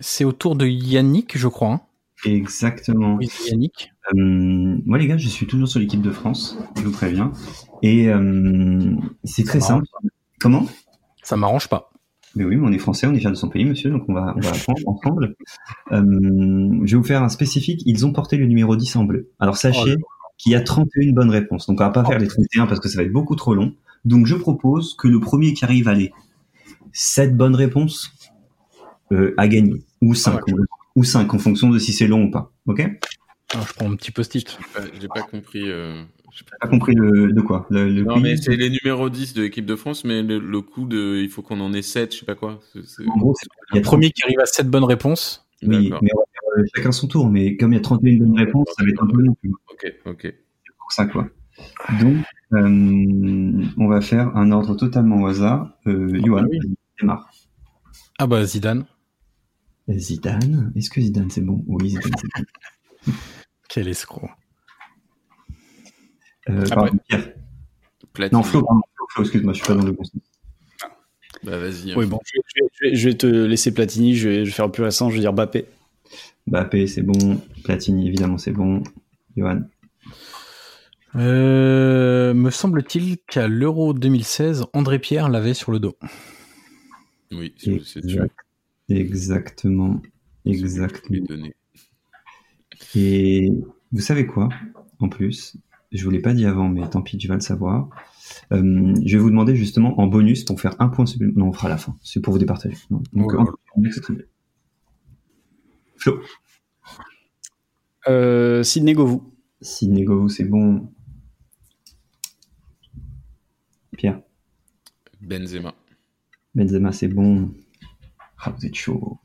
S3: C'est au tour de Yannick, je crois. hein.
S4: Exactement.
S3: Oui, c'est Yannick.
S4: Euh, moi, les gars, je suis toujours sur l'équipe de France, je vous préviens. Et euh, c'est très
S3: marrant.
S4: simple. Comment
S3: Ça m'arrange pas.
S4: Mais oui, mais on est français, on est fiers de son pays, monsieur, donc on va, on va apprendre ensemble. Euh, je vais vous faire un spécifique. Ils ont porté le numéro 10 en bleu. Alors
S5: Oh
S4: sachez qu'il y a 31 bonnes réponses. Donc on va pas faire les 31 parce que ça va être beaucoup trop long. Donc je propose que le premier qui arrive à les 7 bonnes réponses euh, a gagné. Ou
S5: Ah,
S4: 5. ou 5 en fonction de si c'est long ou pas. Ok
S3: Alors, Ah, je prends un petit post-it.
S5: Bah, Je n'ai pas compris. euh, j'ai pas-
S4: Pas compris le, de quoi le, le
S5: Non,
S4: pays
S5: mais c'est les numéros 10 de l'équipe de France, mais le, le coup de il faut qu'on en ait 7, je sais pas quoi. c'est- c'est-
S4: En gros, c'est- il y a
S3: Le premier qui arrive à 7 bonnes réponses.
S4: Oui,
S5: D'accord.
S4: mais on va faire, euh, chacun son tour. Mais comme il y a 31 bonnes réponses, ça va être un peu long. tu vois.
S5: Ok, ok.
S4: pour ça quoi. Donc euh, on va faire un ordre totalement au hasard. Euh, Johan,
S3: oui.
S4: vas-y, démarre.
S3: Ah bah Zidane.
S4: Zidane, est-ce que Zidane c'est bon Oui, Zidane c'est bon.
S3: Quel escroc.
S4: Euh,
S5: Après.
S4: pardon, Pierre.
S5: Platini.
S4: Non, Flo, pardon, Flo, Flo, excuse-moi, je suis pas dans le bon sens.
S5: Bah vas-y.
S6: Oui, bon, je vais, je vais- je vais te laisser Platini, je vais, je vais faire le plus récent, je vais dire Bappé.
S4: Bappé c'est bon, Platini évidemment c'est bon. Johan,
S3: Euh, me semble-t-il qu'à l'Euro 2016, André Pierre l'avait sur le dos.
S5: Oui, c'est c'est sûr.
S4: Exact- exactement,
S5: Je vais
S4: exactement.
S5: donner.
S4: Et vous savez quoi En plus, je vous l'ai pas dit avant, mais tant pis, tu vas le savoir. Euh, je vais vous demander justement en bonus pour faire un point supplémentaire. Non, on fera à la fin. C'est pour vous départager. Non. Donc,
S3: Oh là
S4: en-
S3: là.
S4: c'est très bien. Flo,
S6: Euh, Sidney Govou.
S4: Sidney Govou, c'est bon. Pierre,
S5: Benzema.
S4: Benzema, c'est bon. Ah, vous êtes chaud.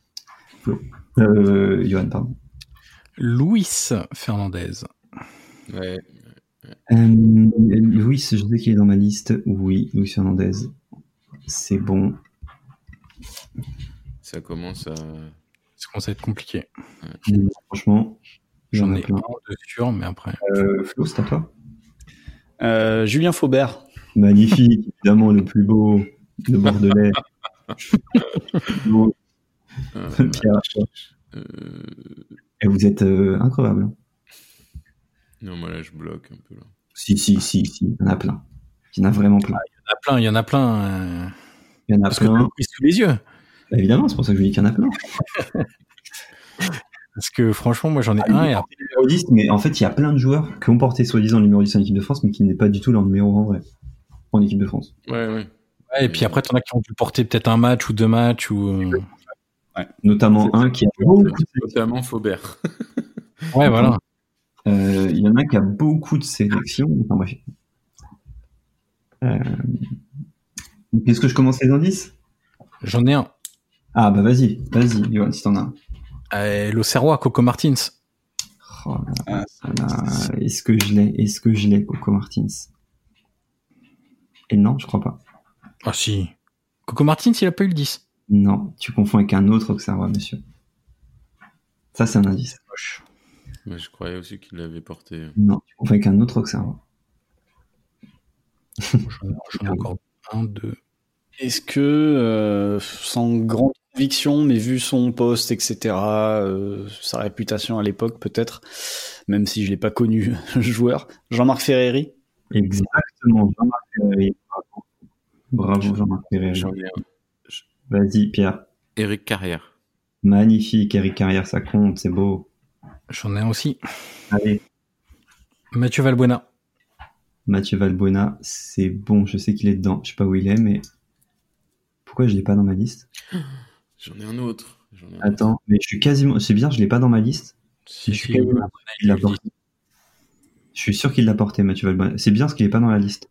S4: Flo. Euh, Johan, pardon.
S3: Luis Fernandez.
S5: Ouais.
S4: Euh, Luis, je sais qu'il est dans ma liste. Oui, Luis Fernandez. C'est bon.
S5: Ça commence à.
S3: Ça commence à être compliqué.
S4: Franchement,
S3: J'en
S4: j'en ai
S3: ai
S4: plein.
S3: un de sûr, mais après.
S4: Euh, Flo, c'est à toi.
S6: Euh, Julien Faubert.
S4: Magnifique, évidemment, le plus beau, le bordelais. Beau,
S5: Ah,
S4: Pierre, à toi.
S5: euh,
S4: Et vous êtes euh, incroyable.
S5: Non, moi là, je bloque un peu là.
S4: Si, si, si, si, il y en a plein. Il y en a vraiment plein.
S3: Il y en a plein, il y en a plein. euh,
S4: Il y en a
S3: parce que
S4: plein.
S3: le quiz sous les yeux.
S4: Bah, évidemment, c'est pour ça que je dis qu'il y en a plein.
S3: Parce que franchement, moi
S4: Ah,
S3: j'en ai un et après,
S4: Numéro 10, mais en fait, il y a plein de joueurs qui ont porté soi-disant le numéro 10 en équipe de France, mais qui n'est pas du tout leur numéro en vrai, en équipe de France.
S5: Ouais, ouais.
S3: ouais, et puis après, t'en as qui ont dû porter peut-être un match ou deux matchs ou. euh,
S4: Notamment un qui a beaucoup de
S5: Notamment Faubert.
S3: Ouais, voilà.
S4: Euh, Il y en a qui a beaucoup de sélections. Enfin, bref. Euh, Est-ce que je commence les indices
S3: J'en ai un.
S4: Ah bah vas-y, vas-y, Johan, si t'en as un.
S3: Euh, L'Auxerrois, Coco Martins.
S4: Oh là là, là, Est-ce que je l'ai Est-ce que je l'ai, Coco Martins Et non, je crois pas.
S3: Ah si. Coco Martins, il a pas eu le 10.
S4: Non, tu confonds avec un autre Auxerrois, monsieur. Ça, c'est un indice.
S5: Mais je croyais aussi qu'il l'avait porté.
S4: Non, tu confonds avec un autre Auxerrois.
S3: J'en ai- j'en ai encore un, deux.
S6: Est-ce que, euh, sans grande conviction, mais vu son poste, etc., euh, sa réputation à l'époque peut-être, même si je l'ai pas connu joueur, Jean-Marc Ferreri
S4: Exactement, Jean-Marc Ferreri. Bravo, Bravo, Jean-Marc Ferreri.
S5: J'en ai un.
S4: Vas-y, Pierre.
S5: Eric Carrière.
S4: Magnifique, Eric Carrière, ça compte, c'est beau.
S3: J'en ai un aussi.
S4: Allez,
S3: Mathieu Valbuena.
S4: Mathieu Valbuena, c'est bon, je sais qu'il est dedans. Je sais pas où il est, mais pourquoi je l'ai pas dans ma liste
S5: J'en ai un autre. J'en ai un autre.
S4: Attends, mais je suis quasiment. C'est bizarre, je l'ai pas dans ma liste.
S3: Si,
S4: je suis
S3: si,
S4: quasiment
S3: Valbuena,
S4: sûr qu'il l'a porté. Je suis sûr qu'il l'a porté, Mathieu Valbuena. C'est bien parce qu'il est pas dans la liste.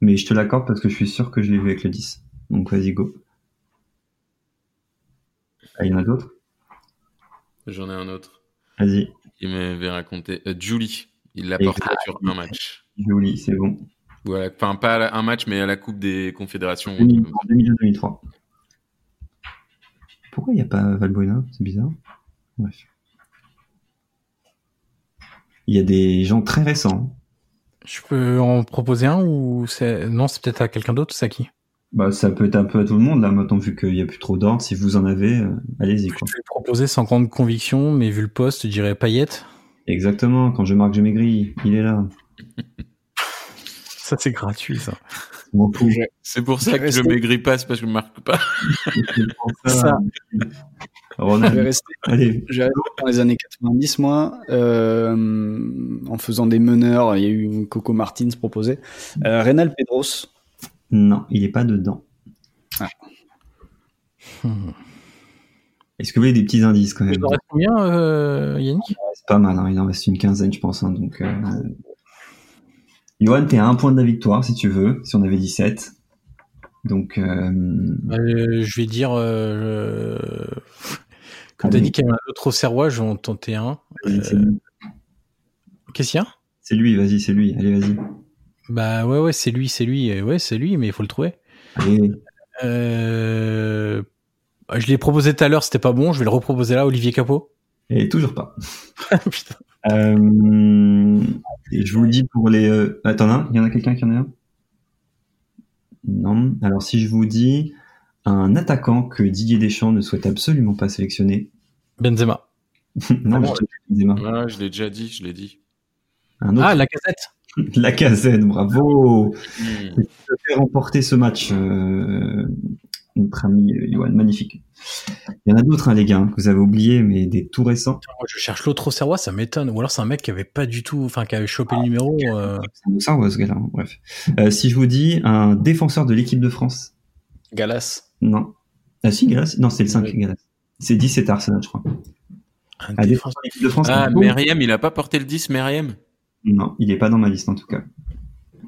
S4: Mais je te l'accorde parce que je suis sûr que je l'ai vu avec le 10. Donc vas-y, go. Ah, il y en a d'autres
S5: J'en ai un autre.
S4: Vas-y,
S5: Il m'avait raconté. euh, Julie. Il l'a porté sur un match.
S4: Jolie, c'est bon.
S5: Ou à la- Enfin, pas à la- un match, mais à la Coupe des Confédérations. ou un truc comme ça.
S4: En 2002-2003. Pourquoi il n'y a pas Valbuena C'est bizarre. Bref. Il y a des gens très récents. hein.
S3: Je peux en proposer un ou c'est non c'est peut-être à quelqu'un d'autre c'est à qui
S4: Bah, ça peut être un peu à tout le monde, là, maintenant, vu qu'il n'y a plus trop d'ordre. Si vous en avez, euh, allez-y.
S3: Je
S4: quoi.
S3: vais proposer sans grande conviction mais vu le poste je dirais Payette.
S4: Exactement, quand je marque, je maigris. Il est là.
S3: Ça c'est gratuit ça.
S4: Mon pauvre.
S5: C'est pour ça que je maigris pas, c'est parce que je marque pas.
S6: Ça. Je vais
S4: Ronald,
S6: rester
S4: allez.
S6: J'ai arrêté dans les années 90, moi, euh, en faisant des meneurs, il y a eu Coco Martins proposé. Euh, Reynal Pedros,
S4: Non, il n'est pas dedans.
S3: Hmm.
S4: Est-ce que vous avez des petits indices, quand même
S3: Il en reste combien euh, Yannick
S4: C'est pas mal, hein, il en reste une quinzaine, je pense. hein, donc, euh... Johan, t'es à un point de la victoire, si tu veux, si on avait 17. Donc, euh,
S3: Euh, Je vais dire euh, euh, comme t'as
S4: Allez.
S3: dit qu'il y avait un autre au Serrois je vais en tenter un.
S4: vas-y, c'est lui.
S3: Qu'est-ce qu'il y a
S4: c'est lui, vas-y, c'est lui. Allez, vas-y.
S3: Bah ouais ouais c'est lui c'est lui euh, ouais c'est lui mais il faut le trouver.
S4: Allez,
S3: Euh, Je l'ai proposé tout à l'heure, c'était pas bon. Je vais le reproposer là, Olivier Capot.
S4: et toujours pas.
S3: Putain.
S4: Euh, et je vous le dis pour les. euh, Attends, hein, il y en a quelqu'un qui en a un Non. Alors, si je vous dis un attaquant que Didier Deschamps ne souhaite absolument pas sélectionner.
S3: Benzema.
S4: non, je te le dis, Emma.
S5: Ah, je l'ai déjà dit, je l'ai dit.
S4: Un autre.
S3: Ah, la casette.
S4: La casette, bravo
S5: Hmm.
S4: de faire remporter ce match, euh, notre ami euh, Johan. Magnifique. Il y en a d'autres, hein, les gars, hein, que vous avez oubliés, mais des tout récents.
S3: Moi, Oh, je cherche l'autre au Serrois, ça m'étonne. Ou alors c'est un mec qui avait pas du tout, enfin qui avait chopé le numéro. euh,
S4: C'est un ça, ouais, ce gars-là. hein, Bref. Euh, si je vous dis un défenseur de l'équipe de France.
S6: Galas.
S4: Non. Ah si, Galas. Non, c'est le 5,
S6: Oui.
S4: Galas. C'est 10, c'est Arsenal, je crois.
S3: un
S4: Un
S3: défenseur.
S4: défenseur de l'équipe de France.
S5: Ah,
S4: un bon-
S5: Meriem, il a pas porté le 10, Meriem
S4: Non, il est pas dans ma liste, en tout cas.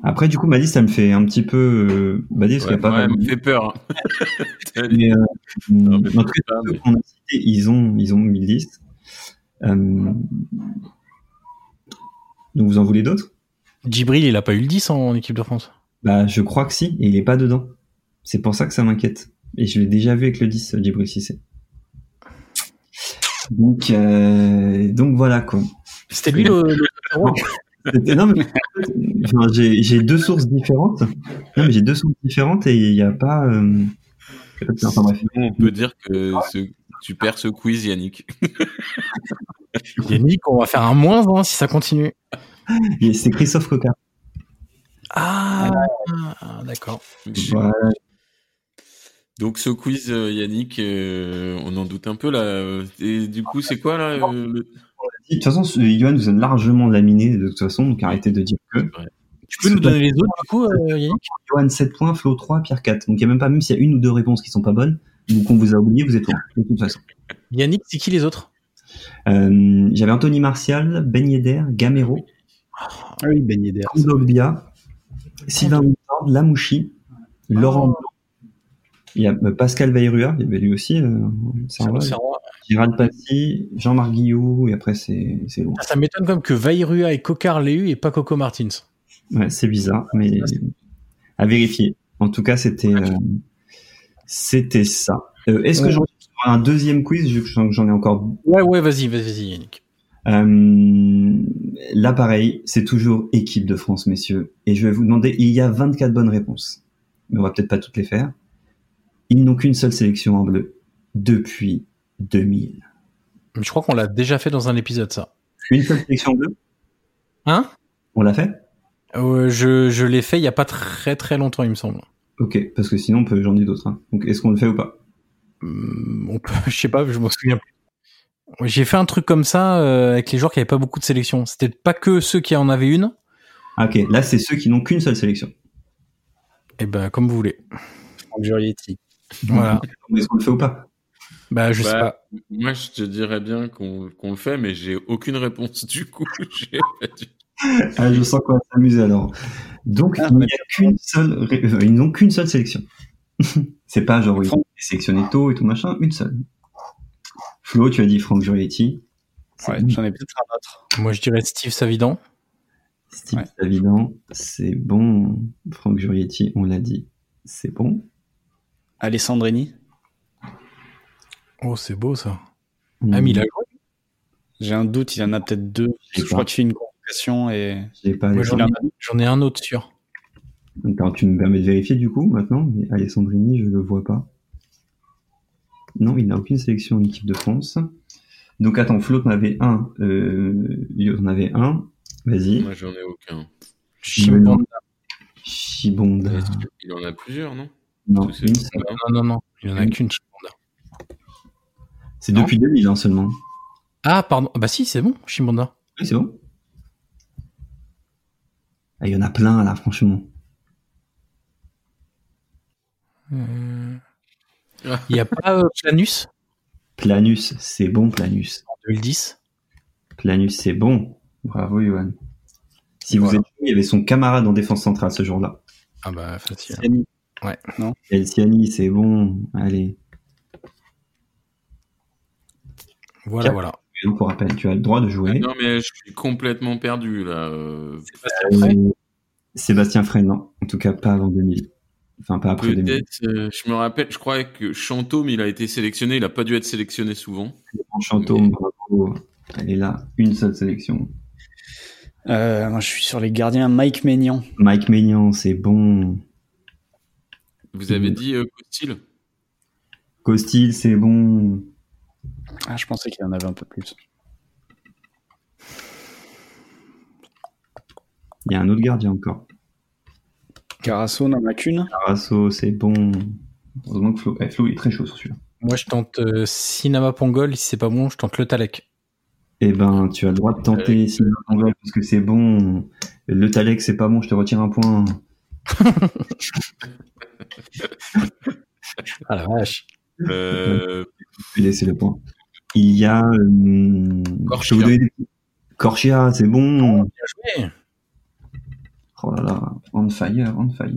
S4: Après, du coup, ma liste, ça me fait un petit peu euh, bader, parce
S5: Ouais,
S4: qu'il y a pas
S5: ouais,
S4: mal.
S5: me fait peur.
S4: Mais, euh,
S5: Non, mais
S4: en tout cas,
S5: pas,
S4: ceux
S5: mais-
S4: qu'on a cités, ils ont, ils ont mis une liste. Euh, donc vous en voulez d'autres
S3: Djibril, il a pas eu le 10 en, en équipe de France.
S4: Bah je crois que si, et il est pas dedans. C'est pour ça que ça m'inquiète. Et je l'ai déjà vu avec le 10, euh, Djibril Cissé. Donc, euh, donc voilà quoi.
S3: C'était lui le. le Serrois.
S4: C'était- Non, mais, enfin, j'ai j'ai deux sources différentes. Non mais j'ai deux sources différentes et il n'y a pas. euh, je sais pas, enfin, bref.
S5: Sinon, on peut dire que ce- tu perds ce quiz, Yannick.
S3: Yannick, on va faire un moins 20 si ça continue.
S4: Et C'est Christophe Coca.
S3: Ah, d'accord.
S4: Voilà.
S5: Donc ce quiz, euh, Yannick, euh, on en doute un peu là. Et du coup, c'est quoi là euh, le-
S4: De toute façon, ce- Yohan vous a largement laminé de toute façon, donc arrêtez de dire que.
S3: Tu peux nous donner les autres du coup, euh, Yannick
S4: Johan 7 points, Flo 3, Pierre 4. Donc il n'y a même pas, même s'il y a une ou deux réponses qui sont pas bonnes, ou qu'on vous a oublié, vous êtes loin, de toute façon.
S3: Yannick, c'est qui les autres
S4: Euh, J'avais Anthony Martial, Ben Yedder, Gamero,
S6: Ah oui, Ben Yedder.
S4: Kondogbia, Sylvain Woodward, Lamouchi, Laurent Blanc. Il y a euh, Pascal Vairua, il y avait lui aussi, euh, c'est un vrai.
S3: Serrois.
S4: Gérald Passy, Jean-Marc Guillou, et après c'est c'est loin.
S3: Ah, Ça m'étonne comme que Vairua et Cocard l'aient eu et pas Coco Martins.
S4: Ouais, c'est bizarre, mais à vérifier. En tout cas, c'était euh, c'était ça. Euh, Est-ce que
S3: Ouais.
S4: j'en un deuxième quiz vu que j'en j'en ai encore
S3: Ouais, ouais, vas-y, vas-y, vas-y, Yannick.
S4: Euh, là, pareil, c'est toujours équipe de France, messieurs. Et je vais vous demander, il y a 24 bonnes réponses. Mais on va peut-être pas toutes les faire. Ils n'ont qu'une seule sélection en bleu depuis 2000.
S3: Je crois qu'on l'a déjà fait dans un épisode, ça.
S4: Une seule sélection en bleu
S3: Hein
S4: On l'a fait
S3: Euh, Je, je l'ai fait il y a pas très très longtemps, il me semble.
S4: Ok, parce que sinon, on peut- j'en ai d'autres. hein. Donc, est-ce qu'on le fait ou pas
S3: Hum, on peut, je sais pas, je m'en souviens plus. Ouais, J'ai fait un truc comme ça euh, avec les joueurs qui avaient pas beaucoup de sélection. C'était pas que ceux qui en avaient une.
S4: Ah, Ok, là, c'est ceux qui n'ont qu'une seule sélection.
S3: Et ben, comme vous voulez.
S6: Franck Jurietti.
S3: Voilà.
S4: Est-ce qu'on le fait ou pas
S3: bah, je sais
S5: Bah,
S3: pas.
S5: Moi, je te dirais bien qu'on qu'on le fait, mais j'ai aucune réponse du coup. J'ai pas du-
S4: Ah, je sens qu'on va s'amuser alors. Donc,
S6: Ah,
S4: il n'y
S6: mais-
S4: a qu'une seule, ré- euh, ils n'ont qu'une seule sélection. c'est pas genre, ils ont
S6: Franck-
S4: sélectionné tôt et tout machin, une seule. Flo, tu as dit Franck Jurietti.
S6: Ouais, j'en ai peut-être un autre.
S3: Moi, je dirais Steve Savidan.
S4: Steve
S6: Ouais.
S4: Savidan, c'est bon. Franck Jurietti, on l'a dit, c'est bon.
S6: Alessandrini.
S3: Oh, c'est beau ça.
S4: On-
S3: Ah, mais il a joué.
S6: J'ai un doute, il y en a peut-être deux.
S4: Je sais
S6: Je crois qu'il fait une convocation et.
S4: Je l'ai pas.
S3: Moi,
S4: Alessandro.
S3: j'en ai, j'en ai un autre sûr.
S4: Attends, tu me permets de vérifier du coup maintenant, mais Alessandrini, je le vois pas. Non, il n'a aucune sélection en équipe de France. Donc attends, Flo, t'en avais un. Euh, Yo, t'en avais un. Vas-y.
S5: Moi, j'en ai aucun.
S3: Chimbanda.
S4: Chibonda.
S5: Est-ce que- Il en a plusieurs, non
S4: Non,
S5: Tous ces
S4: une seule.
S5: gens-là.
S3: Non, non, non. Il y en a qu'une Chimbanda.
S4: c'est depuis 2000 hein, seulement.
S3: Ah, pardon. Ah, Bah, si, c'est bon, Chimbanda.
S4: Oui, c'est bon. Ah, Il y en a plein là, franchement.
S3: Euh,
S5: Ah.
S3: Il y a pas euh, Planus
S4: Planus, c'est bon, Planus.
S3: en 2010.
S4: Planus, c'est bon. Bravo, Johan. Si vous
S3: Voilà.
S4: êtes il y avait son camarade en défense centrale ce jour-là.
S3: Ah, bah, facile. Ouais.
S6: Non.
S4: Elsiani, c'est bon. Allez.
S3: Voilà,
S4: Cap-
S3: voilà.
S4: Et donc, pour rappel, tu as le droit de jouer.
S5: Non, mais je suis complètement perdu là. euh,
S3: Sébastien Frey
S4: Euh, Sébastien Frey, non. En tout cas, pas avant 2000. Enfin, pas après 2000.
S5: Peut-être, euh, je me rappelle, je crois que Chantôme, il a été sélectionné, il a pas dû être sélectionné souvent.
S4: Chantôme, bravo. Elle est là, une seule sélection.
S6: Euh, moi, je suis sur les gardiens. Mike Maignan.
S4: Mike Maignan, c'est bon.
S5: Vous avez
S4: Mm.
S5: dit euh, Costil
S4: Costil, c'est bon.
S6: Ah, je pensais qu'il y en avait un peu plus.
S4: Il y a un autre gardien encore.
S6: Carasso n'en a qu'une.
S4: Carasso, c'est bon. Heureusement que Flo, eh, Flo est très chaud sur celui-là.
S3: Moi, je tente euh, Sinama Pongol. Si c'est pas bon, je tente le Talek.
S4: Eh ben, tu as le droit de tenter si on veut, parce que c'est bon. Le Talek, c'est pas bon, je te retire un point.
S3: Ah la vache.
S5: euh,
S4: Je vais laisser le point. Il y a. euh, je
S5: Corchia.
S4: vais vous donner des- Corchia, c'est bon.
S3: Bien joué.
S4: Oh là là, on fire, on fire.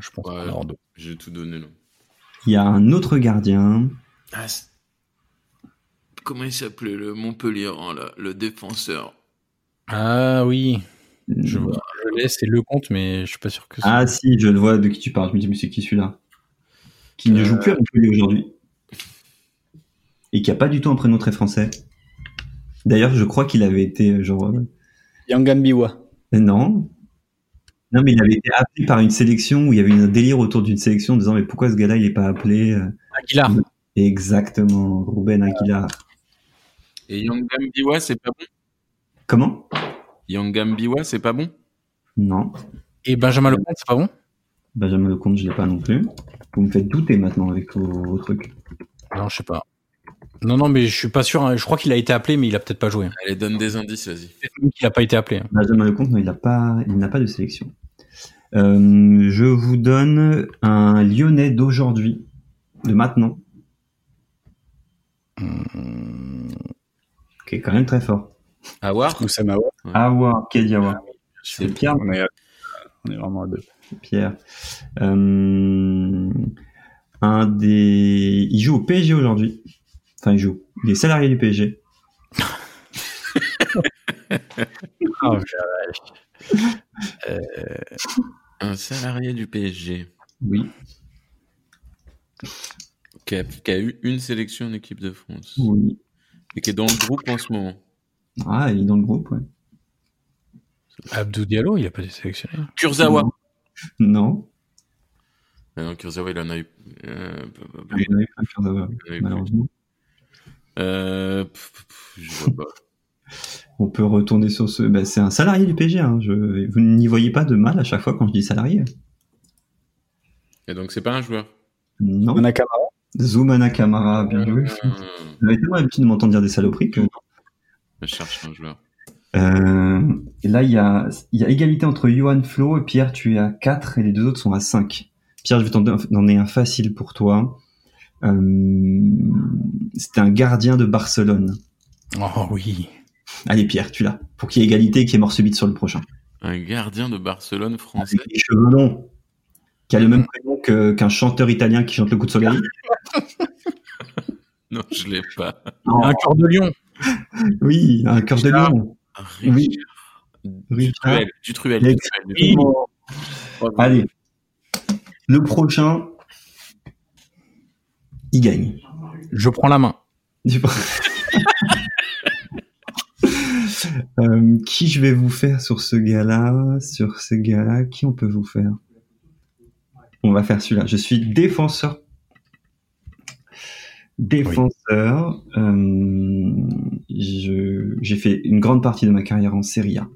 S3: Je pense
S5: Ouais.
S3: qu'on en a deux.
S5: J'ai tout donné là.
S4: Il y a un autre gardien.
S5: Ah, c'est- Comment il s'appelait le Montpellier oh là, le défenseur
S3: Ah oui. Je
S4: Euh,
S3: vois. Je l'ai, c'est le compte, mais je suis pas sûr que ça.
S4: Ah si, je le vois de qui tu parles. Je me dis, mais c'est qui celui-là Qui ne
S5: Euh,
S4: joue plus à Montpellier aujourd'hui. Et qui a pas du tout un prénom très français. D'ailleurs, je crois qu'il avait été euh, genre. euh,
S6: Yangambiwa.
S4: Non. Non, mais il avait été appelé par une sélection où il y avait eu un délire autour d'une sélection en disant, mais pourquoi ce gars-là, il est pas appelé euh,
S3: Aguilar.
S4: Exactement, Ruben Aguilar.
S5: Et Yangambiwa, c'est pas bon
S4: Comment
S5: Yangambiwa, c'est pas bon
S4: Non,
S3: Et Benjamin Lecomte, c'est pas bon
S4: Benjamin Lecomte, je l'ai pas non plus. Vous me faites douter maintenant avec vos, vos trucs.
S3: Non, je sais pas. Non, non, mais je suis pas sûr. hein. Je crois qu'il a été appelé, mais il a peut-être pas joué.
S5: Allez, donne des indices, vas-y.
S3: Peut-être même qu'il a pas été appelé. hein.
S4: Benjamin Lecomte, non, il n'a pas, il n'a pas de sélection. Euh, je vous donne un Lyonnais d'aujourd'hui, de maintenant,
S3: Hum,
S4: qui est quand même très fort.
S5: Awar
S6: Moussamawa.
S4: Awa, Kediawa,
S5: C'est
S4: Pierre.
S6: On est, à- on est vraiment à deux.
S4: Pierre. Euh, un des, il joue au PSG aujourd'hui. Enfin, il joue. Il est salarié du PSG.
S3: Ah,
S5: un salarié du PSG
S4: Oui.
S5: qui a, qui a eu une sélection en équipe de France.
S4: Oui.
S5: et qui est dans le groupe en ce moment.
S4: Ah, il est dans le groupe, ouais.
S3: Abdou Diallo, il a pas été sélectionné.
S5: Kurzawa.
S4: Non.
S5: Ah non, Kurzawa, il en a eu. euh, p- p- p-
S4: Il y en a eu plein de choses à voir,
S5: il en a eu plus.
S4: malheureusement.
S5: Euh, pff, pff, pff, je vois pas.
S4: On peut retourner sur ce. ben, c'est un salarié du PSG. hein. Je... Vous n'y voyez pas de mal à chaque fois quand je dis salarié.
S5: Et donc, c'est pas un joueur.
S4: Non.
S6: Manakama.
S4: Zoumana Kamara, bien joué.
S5: Euh,
S4: J'avais tellement l'habitude de m'entendre dire des saloperies que.
S5: je cherche un joueur.
S4: Euh, et là, il y a, il y a égalité entre Johan Flo et Pierre, tu es à 4 et les deux autres sont à 5. Pierre, je vais t'en don- t'en donner un facile pour toi. Euh, C'était un gardien de Barcelone.
S3: Oh oui.
S4: Allez, Pierre, tu l'as. Pour qu'il y ait égalité et qu'il y ait mort subite sur le prochain.
S5: Un gardien de Barcelone français.
S4: Avec les cheveux longs, qui a le même prénom que- qu'un chanteur italien qui chante le coup de soleil.
S5: Non, je l'ai pas.
S4: Oh,
S3: Un cœur de lion.
S4: oui, un cœur de lion. Oui. Ah. Richard.
S5: Dutuel, Dutuel,
S4: Les-
S5: Dutuel,
S4: Oui.
S5: Dutuel. Oh,
S4: Allez. Le prochain, il gagne.
S3: Je prends la main.
S4: Du coup- Euh, qui je vais vous faire sur ce gars-là Sur ce gars-là, qui on peut vous faire On va faire celui-là. Je suis défenseur. Défenseur. Euh, je- J'ai fait une grande partie de ma carrière en Serie A.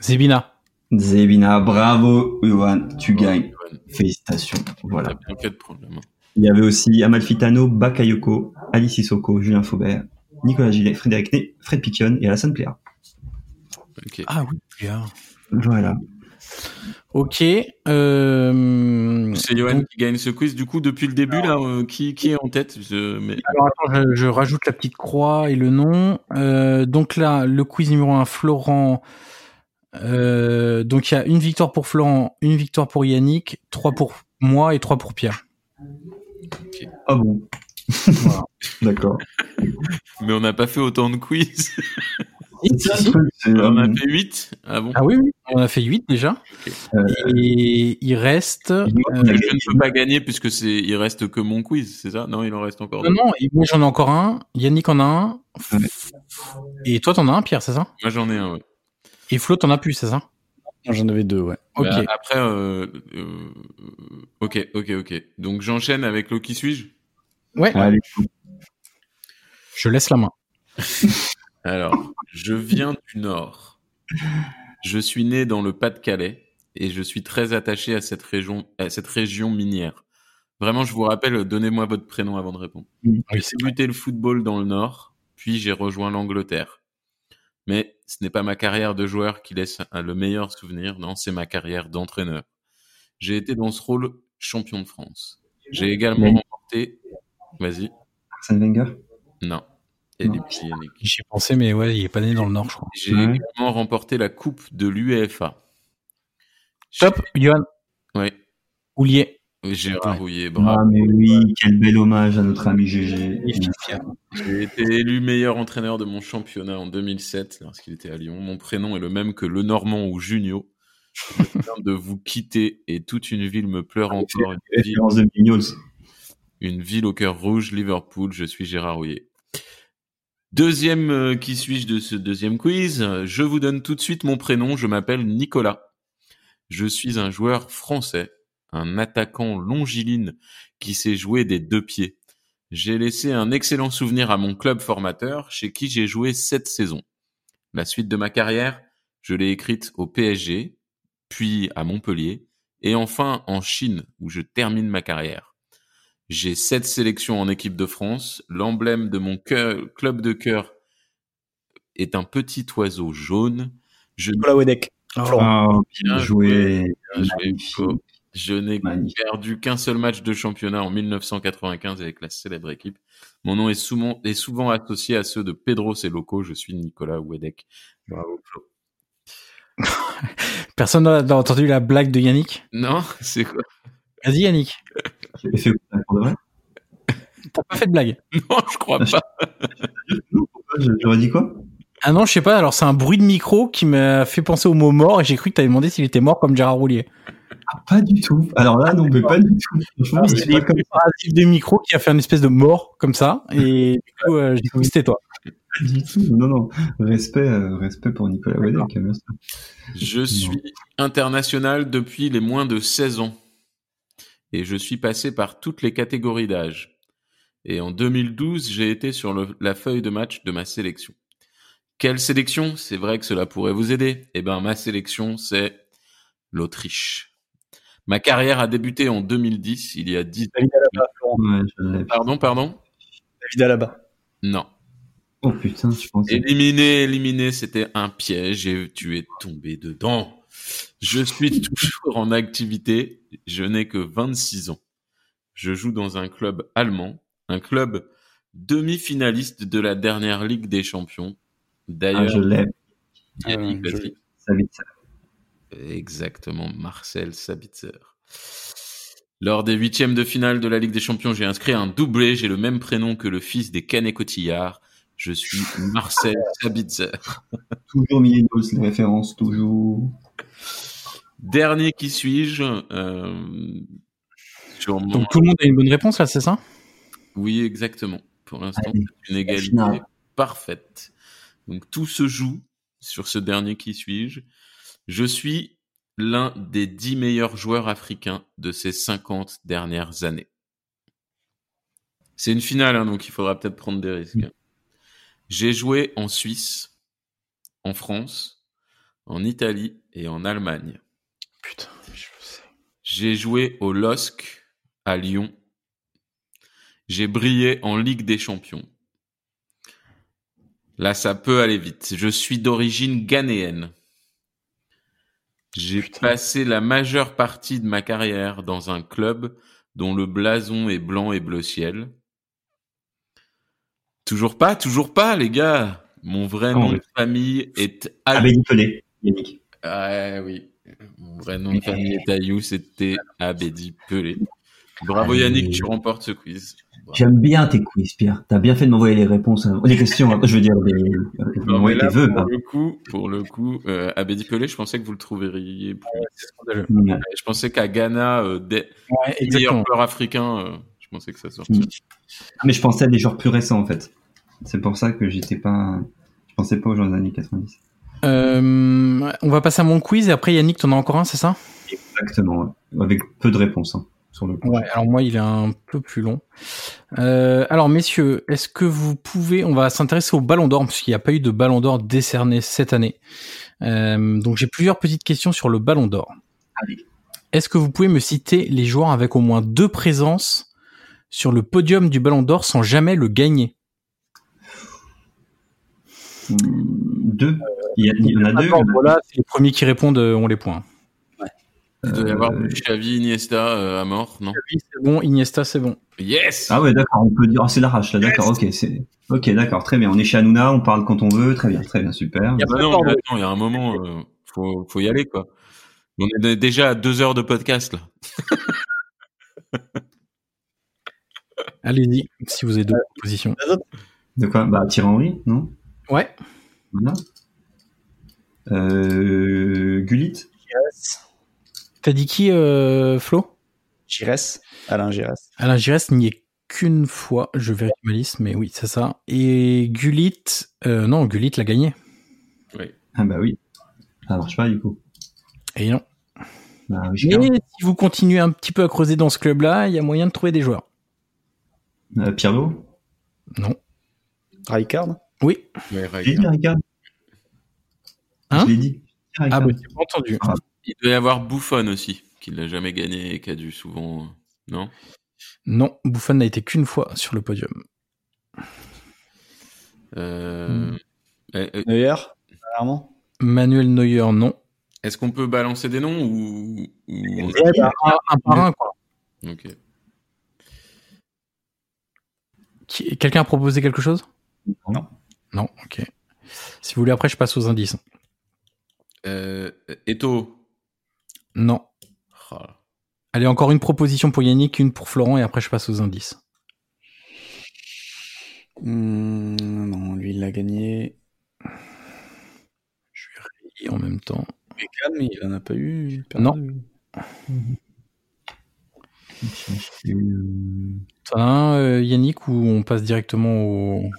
S3: Zébina.
S4: Zebina, bravo, Johan, tu
S5: Dutuel.
S4: gagnes. Félicitations.
S5: T'as
S4: Voilà.
S5: bien fait de prendre la main.
S4: Il y avait aussi Amalfitano, Bakayoko, Alice Sissoko, Julien Faubert, Nicolas Gillet, Frédéric Ney, Fred Piquion et Alassane Pléa.
S5: Ok.
S3: Ah oui. bien.
S4: Voilà.
S3: Ok. euh,
S5: C'est Johan qui gagne ce quiz. Du coup, depuis le début, là, euh, qui, qui est en tête Je- mais-
S3: Alors attends, je, je rajoute la petite croix et le nom. Euh, donc là, le quiz numéro 1, Florent. Euh, donc il y a une victoire pour Florent, une victoire pour Yannick, trois pour moi et trois pour Pierre.
S4: Ah bon D'accord.
S5: Mais on n'a pas fait autant de quiz.
S4: C'est,
S5: on a
S4: euh,
S5: fait 8. Ah bon
S3: Ah oui, oui, on a fait 8 déjà.
S4: Euh,
S3: Et il reste... euh,
S4: on
S5: Je
S4: a
S5: ne
S4: gagné.
S5: peux pas gagner puisque c'est il reste que mon quiz, c'est ça Non, il en reste encore
S3: non,
S5: deux.
S3: non, et moi j'en ai encore un, Yannick en a un,
S4: Ouais.
S3: et toi t'en as un Pierre, c'est ça
S5: Moi, j'en ai un. Ouais.
S3: Et Flo t'en as plus, c'est ça
S6: J'en avais deux, ouais.
S3: Ok.
S5: Bah, après, euh, euh, ok, ok, ok. Donc j'enchaîne avec le qui suis-je
S3: ouais,
S4: Ah, Allez.
S3: je laisse la main.
S5: Alors, je viens du Nord. Je suis né dans le Pas-de-Calais et je suis très attaché à cette région, à cette région minière. Vraiment, je vous rappelle, donnez-moi votre prénom avant de répondre.
S3: Oui,
S5: J'ai débuté le football dans le Nord, puis j'ai rejoint l'Angleterre. Mais ce n'est pas ma carrière de joueur qui laisse un- le meilleur souvenir, non, c'est ma carrière d'entraîneur. J'ai été dans ce rôle champion de France. J'ai également
S4: Oui.
S5: remporté. Vas-y.
S4: Arsène Wenger
S5: Non. Et
S4: Non.
S5: Yannick.
S3: J'y ai pensé, mais ouais, il est pas né dans le Nord, je crois.
S5: J'ai
S4: Ouais.
S5: également remporté la coupe de l'UEFA.
S3: Top, Johan,
S5: Oui,
S3: Oulier.
S5: Gérard
S3: Ouais.
S5: Rouillet,
S4: Ah
S5: bravo.
S4: mais oui, quel bel hommage à notre ami GG.
S5: J'ai été élu meilleur entraîneur de mon championnat en 2007 lorsqu'il était à Lyon. Mon prénom est le même que Le Normand ou Junio. Je viens de vous quitter et toute une ville me pleure encore. Une ville,
S4: Référence de Mignols.
S5: une ville au cœur rouge, Liverpool. Je suis Gérard Rouillet. Deuxième, euh, qui suis-je de ce deuxième quiz Je vous donne tout de suite mon prénom. Je m'appelle Nicolas. Je suis un joueur français, un attaquant longiligne qui sait jouer des deux pieds. J'ai laissé un excellent souvenir à mon club formateur, chez qui j'ai joué sept saisons. La suite de ma carrière, je l'ai écrite au PSG, puis à Montpellier, et enfin en Chine, où je termine ma carrière. J'ai sept sélections en équipe de France. L'emblème de mon cœur- club de cœur est un petit oiseau jaune. Je
S6: Nicolas Wedek.
S4: Oh, bien joué.
S5: Bien joué,
S4: Magnifique.
S5: Hugo. Je n'ai
S4: Magnifique.
S5: perdu qu'un seul match de championnat en 1995 avec la célèbre équipe. Mon nom est souvent, est souvent associé à ceux de Pedro Seloco. Je suis Nicolas Wedek. Bravo, Flo.
S3: Personne n'a n'a entendu la blague de Yannick
S5: Non, c'est quoi
S3: Vas-y Yannick,
S4: J'ai fait pour de vrai.
S3: t'as pas fait de blague
S5: Non, je crois pas.
S4: Non, pourquoi Je- J'aurais dit quoi
S3: Ah non, je sais pas, alors c'est un bruit de micro qui m'a fait penser au mot mort et j'ai cru que t'avais demandé s'il était mort comme Gérard Roulier.
S4: Ah, pas du tout. Alors là, non, Ah, mais pas du tout.
S5: Ah,
S4: Franchement,
S3: c'est
S4: c'est pas comme
S3: préparatifs des micros qui a fait une espèce de mort comme ça. Et du coup, euh, j'ai cru que c'était toi.
S4: ça du tout. Non, non. Respect, euh, respect pour Nicolas Wedel. bien sûr.
S5: Je suis international depuis les moins de 16 ans. Et je suis passé par toutes les catégories d'âge. Et en 2012, j'ai été sur le- la feuille de match de ma sélection. Quelle sélection C'est vrai que cela pourrait vous aider. Eh ben, ma sélection, c'est l'Autriche. Ma carrière a débuté en 2010, il y a 10 ans.
S4: Ouais, je l'ai.
S5: Pardon, pardon
S6: David Alaba.
S5: Non.
S4: Oh putain, je pense.
S5: Éliminé, éliminé, c'était un piège et tu es tombé dedans. Je suis toujours en activité. Je n'ai que 26 ans. Je joue dans un club allemand, un club demi-finaliste de la dernière Ligue des Champions.
S4: Ah, je
S5: D'ailleurs,
S4: l'ai.
S5: il y a
S6: Ah,
S5: Nicolas
S6: joli.
S4: Ça vite, ça.
S5: Exactement, Marcel Sabitzer. Lors des huitièmes de finale de la Ligue des Champions, j'ai inscrit un doublé. J'ai le même prénom que le fils des Canet Cotillard. Je suis Marcel Sabitzer.
S4: Toujours Millennials, les références, toujours.
S5: Dernier qui suis-je euh, sur mon-
S3: Donc tout le monde a une bonne réponse là, c'est ça
S5: Oui, exactement. Pour l'instant,
S4: Allez,
S5: c'est une égalité
S4: finale.
S5: parfaite. Donc tout se joue sur ce dernier qui suis-je. Je suis l'un des dix meilleurs joueurs africains de ces 50 dernières années. C'est une finale, hein, donc il faudra peut-être prendre des risques. hein. J'ai joué en Suisse, en France, en Italie et en Allemagne.
S3: Putain, je sais.
S5: J'ai joué au LOSC à Lyon. J'ai brillé en Ligue des Champions. Là, ça peut aller vite. Je suis d'origine ghanéenne. J'ai passé la majeure partie de ma carrière dans un club dont le blason est blanc et bleu ciel. Toujours pas, toujours pas, les gars. Mon vrai
S4: Ah,
S5: nom
S4: oui.
S5: de famille est
S4: Amélie Pelé. Yannick.
S5: ah oui, mon vrai nom de famille est Ayou, c'était Abedi Pelé. Bravo Yannick, tu remportes ce quiz.
S4: J'aime bien tes quiz, Pierre. T'as bien fait de m'envoyer les réponses, hein. les questions. hein. Je veux dire, des,
S5: Non, mais
S4: ouais,
S5: là,
S4: tes vœux.
S5: pour
S4: pardon.
S5: le coup, pour le coup, euh, Abedi Pelé, je pensais que vous le trouveriez. plus.
S4: Ouais.
S5: Je pensais qu'à Ghana, euh, des
S3: Ouais,
S5: meilleurs
S3: exactement.
S5: joueurs africains, euh, je pensais que ça sortirait.
S4: Ah, mais je pensais à des genres plus récents, en fait. C'est pour ça que j'étais pas. Je pensais pas aux gens des années 90.
S3: Euh, on va passer à mon quiz et après Yannick, t'en as encore un, c'est ça
S4: Exactement, ouais. avec peu de réponses hein, sur le coup.
S3: Ouais, alors moi, il est un peu plus long. Euh, alors, messieurs, est-ce que vous pouvez... On va s'intéresser au Ballon d'Or, puisqu'il n'y a pas eu de Ballon d'Or décerné cette année. Euh, donc, j'ai plusieurs petites questions sur le Ballon d'Or.
S4: Allez.
S3: Est-ce que vous pouvez me citer les joueurs avec au moins deux présences sur le podium du Ballon d'Or sans jamais le gagner
S4: Hmm, Deux. Il y, a- il y en a deux. il y en a-
S3: Voilà, c'est les premiers qui répondent, euh, on les pointe.
S5: Il doit y avoir
S4: Euh,
S5: Xavi, Iniesta euh, à mort, non
S3: C'est bon, Iniesta, c'est bon.
S5: Yes
S4: Ah ouais, d'accord, on peut dire. Ah, c'est l'arrache, là, d'accord, ok. c'est- Ok, d'accord, très bien. On est chez Hanouna, on parle quand on veut, très bien, très bien, super.
S3: Il y a
S5: Bah
S3: pas
S5: non,
S3: encore
S5: mais
S3: de-
S5: attends, il y a un moment, euh, faut, faut y aller quoi. On est déjà à deux heures de podcast là.
S3: Allez-y, si vous avez deux propositions.
S4: De quoi Bah, Thierry Henry, non
S3: Ouais.
S4: Voilà. Euh, Gullit
S3: T'as dit qui, euh, Flo
S6: Giresse. Alain Giresse.
S3: Alain Giresse n'y est qu'une fois, je vérifie ma liste, mais oui, c'est ça. Et Gullit, euh, non, Gullit l'a gagné.
S4: Ah bah oui. Ça marche pas, du coup.
S3: Et non.
S4: Bah, oui, je
S3: Mais
S4: garde.
S3: si vous continuez un petit peu à creuser dans ce club-là, il y a moyen de trouver des joueurs.
S4: Euh, Pirlo
S6: Rijkaard.
S3: Oui.
S4: J'ai dit Ricard.
S3: Hein
S4: je l'ai dit. J'ai dit
S3: Ah,
S4: Ricard.
S3: bah, j'ai pas entendu.
S5: Il doit y avoir Bouffon aussi, qui l'a jamais gagné et qui a dû souvent. euh, Non
S3: Non, Buffon n'a été qu'une fois sur le podium. Mm.
S5: Euh, eh, eh,
S6: Neuer. Clairement.
S3: Manuel Neuer, non.
S5: Est-ce qu'on peut balancer des noms ou. ou-
S3: un, Ah, un par un, quoi.
S5: Ok.
S3: Qui- Quelqu'un a proposé quelque chose
S4: Non.
S3: Non, ok. Si vous voulez, après, je passe aux indices.
S5: Euh, Eto. Ah.
S3: Non. Allez, encore une proposition pour Yannick, une pour Florent, et après, je passe aux indices.
S6: Hmm, non, lui, il l'a gagné.
S3: Je vais réveiller en même temps.
S6: Beckham, il en a pas eu.
S3: Non. T'en as un, euh, Yannick, ou on passe directement au-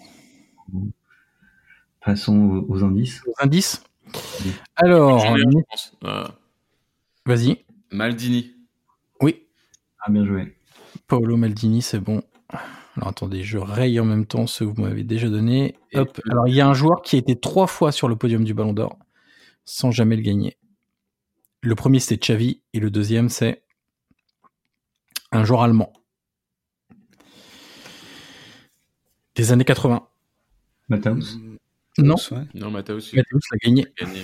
S4: Passons aux, aux indices.
S3: aux indices
S4: Oui.
S3: Alors,
S5: J'en ai un, je pense. Euh,
S3: vas-y.
S5: Maldini.
S3: Oui,
S4: Ah, bien joué.
S3: Paolo Maldini, c'est bon. Alors attendez, je raye en même temps ce que vous m'avez déjà donné.
S5: Et
S3: Hop.
S5: le-
S3: Alors il y a un joueur qui a été trois fois sur le podium du Ballon d'Or sans jamais le gagner. Le premier c'était Xavi et le deuxième c'est un joueur allemand des années 80.
S4: Matthaus.
S3: Non,
S6: Euh, Ouais.
S5: Non, Matthäus, il a
S3: Mathéus l'a gagné.
S5: gagné.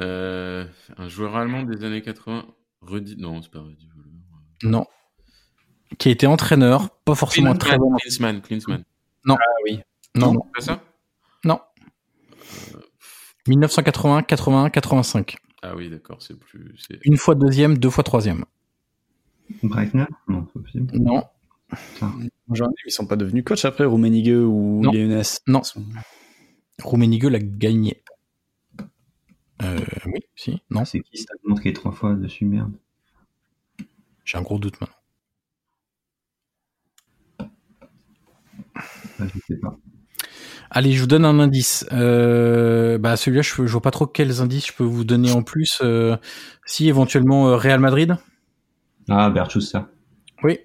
S5: Euh, un joueur allemand des années 80. Rudy. Non, c'est pas Rudy. Völler.
S3: Non. Qui a été entraîneur, pas forcément un très bon.
S5: Klinsmann. Klinsmann.
S3: Non, non.
S5: C'est pas ça
S3: non. 1980, 81, 85.
S5: Ah oui, d'accord, c'est plus. c'est-
S3: Une fois deuxième, deux fois troisième.
S4: Breitner. Non, c'est pas possible.
S3: Non.
S6: J'en ai, ils sont pas devenus coach après, Rummenigge ou
S3: Non.
S6: Léonas.
S3: Non. Rummenigge l'a gagné. Euh, oui, si, non,
S4: C'est qui cet Allemand qui est trois fois dessus Merde.
S3: j'ai un gros doute maintenant.
S4: Ah, je sais pas.
S3: Allez, je vous donne un indice. Euh, bah celui-là, je, je vois pas trop quels indices je peux vous donner en plus. Euh, si éventuellement euh, Real Madrid.
S4: Ah, Bert Schuster.
S3: Oui.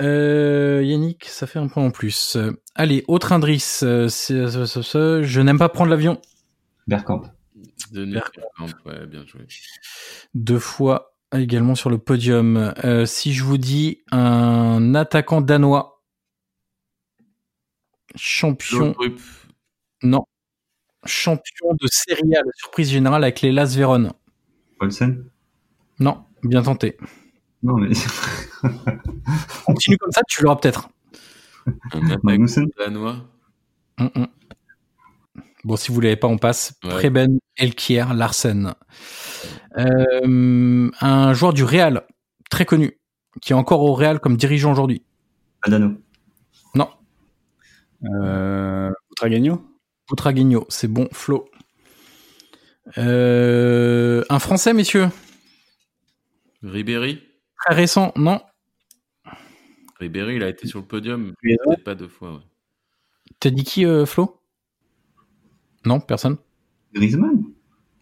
S3: Euh, Yannick, ça fait un point en plus. Euh, allez, autre indice. euh, c'est- c'est- c'est- c'est- je n'aime pas prendre l'avion.
S4: Bergkamp.
S5: Denis
S3: Bergkamp.
S5: Bergkamp, Ouais, bien joué.
S3: Deux fois également sur le podium. Euh, si je vous dis un attaquant danois, champion,
S5: Laudrup.
S3: non, champion de Serie A, la surprise générale avec les Las Vérone.
S4: Olsen.
S3: Non, bien tenté.
S4: Non, mais.
S3: Continue comme ça, tu l'auras peut-être.
S5: Un attaquant
S4: Magnussen.
S5: danois.
S3: Hum, hum. Bon, si vous l'avez pas, on passe.
S5: Ouais.
S3: Preben, Elkier, Larsen. Euh, un joueur du Real, très connu, qui est encore au Real comme dirigeant aujourd'hui.
S4: Adano.
S6: Euh, Outragagno
S3: Outragueño, c'est bon, Flo. Euh, un français, messieurs,
S5: Ribéry.
S3: très récent, non
S5: Ribéry, il a été sur le podium.
S6: Oui,
S5: Peut-être pas deux fois. ouais.
S3: T'as dit qui, euh, Flo Non, personne.
S4: Griezmann.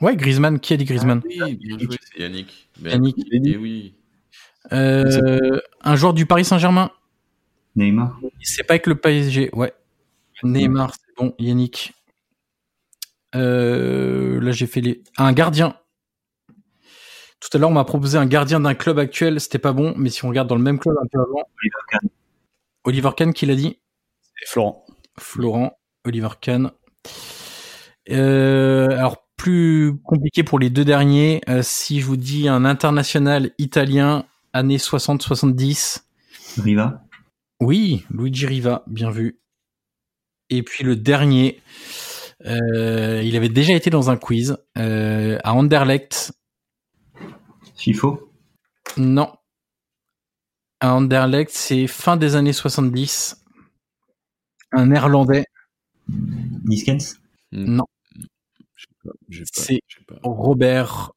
S3: Ouais, Griezmann, qui a dit Griezmann
S5: Oui, bien joué, c'est Yannick. Ben,
S3: Bah, Yannick.
S5: Eh oui.
S3: Euh, un joueur du Paris Saint-Germain,
S4: Neymar.
S3: c'est pas avec le PSG, ouais. Neymar, c'est bon, Yannick. Euh, là, j'ai fait les. Un gardien. Tout à l'heure, on m'a proposé un gardien d'un club actuel, c'était pas bon, mais si on regarde dans le même club un peu avant,
S4: Oliver Kahn.
S3: Oliver Kahn qui l'a dit
S6: Et Florent.
S3: Florent, Oliver Kahn. Euh, alors, plus compliqué pour les deux derniers. Euh, si je vous dis un international italien, années 60-70,
S4: Riva.
S3: oui, Luigi Riva, bien vu. Et puis le dernier, euh, il avait déjà été dans un quiz euh, à Anderlecht.
S4: Fifo.
S3: Non. À Anderlecht, c'est fin des années 70. Un néerlandais.
S4: Niskens.
S3: Non.
S5: Je sais pas, je sais pas,
S3: C'est-
S5: je sais pas.
S3: Robert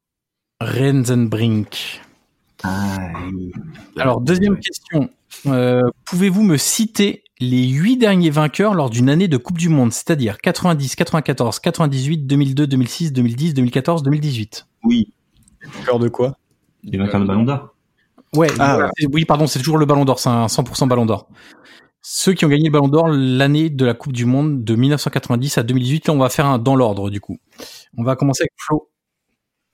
S3: Renzenbrink.
S4: Ah, oui.
S3: Alors, deuxième question. Euh, Pouvez-vous me citer les huit derniers vainqueurs lors d'une année de Coupe du Monde, c'est-à-dire 90, 94, 98, 2002, 2006, 2010, 2014, 2018
S4: Oui.
S6: Peur de quoi
S4: Les vainqueurs de Ballon d'Or.
S3: Ouais,
S6: Ah,
S3: voilà. C'est- oui, pardon, c'est toujours le Ballon d'Or, c'est un 100% Ballon d'Or. Ceux qui ont gagné le Ballon d'Or l'année de la Coupe du Monde de 1990 à 2018, là, on va faire un dans l'ordre, du coup. On va commencer avec Flo.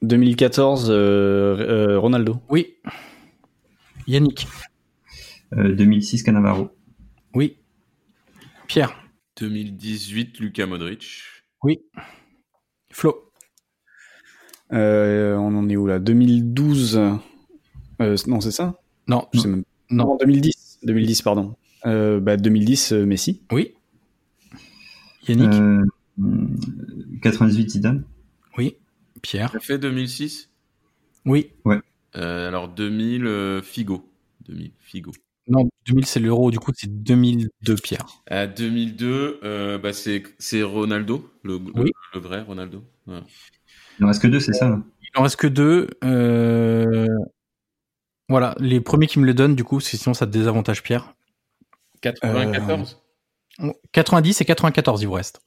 S6: 2014, euh, euh, Ronaldo.
S3: Oui. Yannick.
S4: Euh, 2006 Canavaro.
S3: Oui. Pierre.
S5: 2018, Lucas Modric.
S3: Flo.
S6: Euh, on en est où là 2012. euh, non, c'est ça
S3: Non,
S6: Je sais même.
S3: Non.
S6: 2010. 2010, pardon. Euh, bah, 2010, euh, Messi.
S3: Oui. Yannick
S4: Euh, 98 Zidane.
S3: Oui. Pierre
S5: Ça fait 2006
S3: Oui.
S5: Euh, Alors 2000, euh, Figo. 2000, Figo.
S3: Non, 2000, c'est l'euro, du coup, c'est 2002, Pierre.
S5: À 2002, euh, bah, c'est c'est Ronaldo, le, le-
S3: Oui. Euh,
S5: le vrai Ronaldo. Ouais.
S4: Il en reste que deux, c'est ça hein là
S3: Il en reste que deux. Euh, Voilà, les premiers qui me le donnent, du coup, parce que sinon ça te désavantage Pierre.
S5: 94
S3: 90 et 94, il vous reste.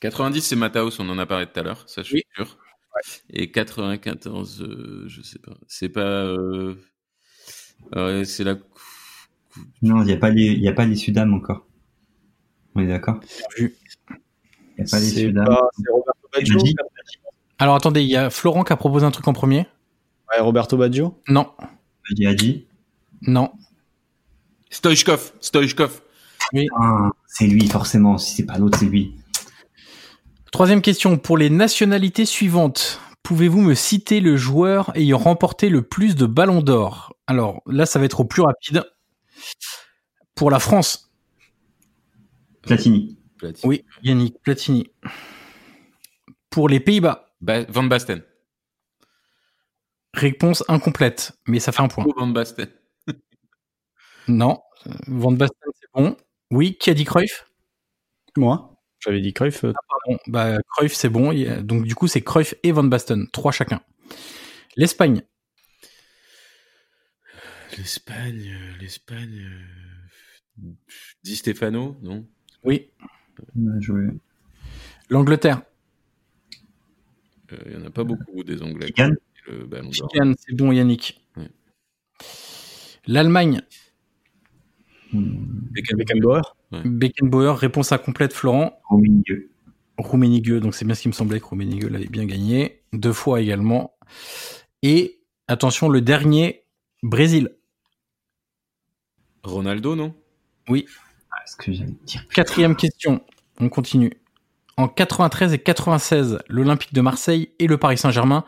S5: 90, c'est Mataos, on en a parlé tout à l'heure, ça je suis sûr. Et 94, euh, je sais pas. C'est pas. euh, euh, c'est la. cou-
S4: Non, il n'y a pas les, il y a pas les Sudam encore. On est d'accord
S3: vu.
S4: Il n'y a pas les
S6: C'est
S4: Sudam.
S6: pas- c'est Roberto Baggio.
S4: Baggio.
S3: Alors attendez, il y a Florent qui a proposé un truc en premier
S6: Ouais, Roberto Baggio.
S3: Non,
S4: J'ai dit.
S3: non.
S5: Stoichkov Stoichkov
S4: Ah, c'est lui, forcément. Si c'est pas l'autre, c'est lui.
S3: Troisième question, pour les nationalités suivantes, pouvez-vous me citer le joueur ayant remporté le plus de ballons d'or Alors là, ça va être au plus rapide. Pour la France,
S4: Platini.
S5: Platini.
S3: oui, Yannick Platini. Pour les Pays-Bas,
S5: Ba- Van Basten.
S3: réponse incomplète, mais ça fait un point.
S5: Oh, Van Basten.
S3: Non, euh, Van Basten, c'est bon. Oui, qui a dit Cruyff
S6: Moi. J'avais dit Cruyff. euh,
S3: Bon, bah, Cruyff, c'est bon. Il y a- Donc, du coup, c'est Cruyff et Van Basten, trois chacun. L'Espagne,
S5: L'Espagne, euh, l'Espagne. euh, Di Stefano, non
S3: oui.
S4: Bien joué.
S3: L'Angleterre,
S5: Euh, Il y en a pas beaucoup des Anglais. qui
S4: Keegan.
S5: ont le ballon d'or.
S3: Chicane, c'est bon, Yannick.
S5: Ouais.
S3: L'Allemagne,
S4: Hum,
S6: Beckenbauer.
S3: Beckenbauer, réponse incomplète, Florent.
S4: Au milieu.
S3: Rouménigueux, donc c'est bien ce qui me semblait que Rouménigueux l'avait bien gagné. Deux fois également. Et, attention, le dernier, Brésil.
S5: Ronaldo, non
S4: Ah, ce que j'allais dire.
S3: Quatrième question, on continue. En 93 et 96, l'Olympique de Marseille et le Paris Saint-Germain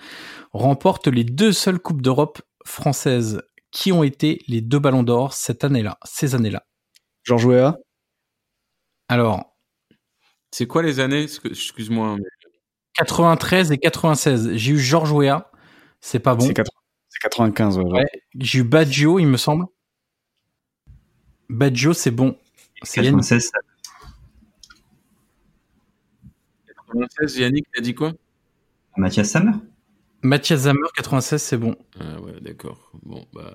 S3: remportent les deux seules Coupes d'Europe françaises. Qui ont été les deux ballons d'or cette année-là, ces années-là
S6: Georges Weah.
S3: Alors,
S5: C'est quoi les années Parce que- Excuse-moi. mais-
S3: 93 et 96, j'ai eu Georges Weah, c'est pas bon.
S6: C'est 80 c'est 95. ouais, genre.
S3: Ouais. J'ai eu Baggio, il me semble. Baggio, c'est bon. C'est Yannick.
S4: 96, ça-
S5: 96, Yannick, t'as dit quoi
S4: Mathias Sammer.
S3: Mathias Zammer, 96, c'est bon.
S5: Ah ouais, d'accord. Bon, bah.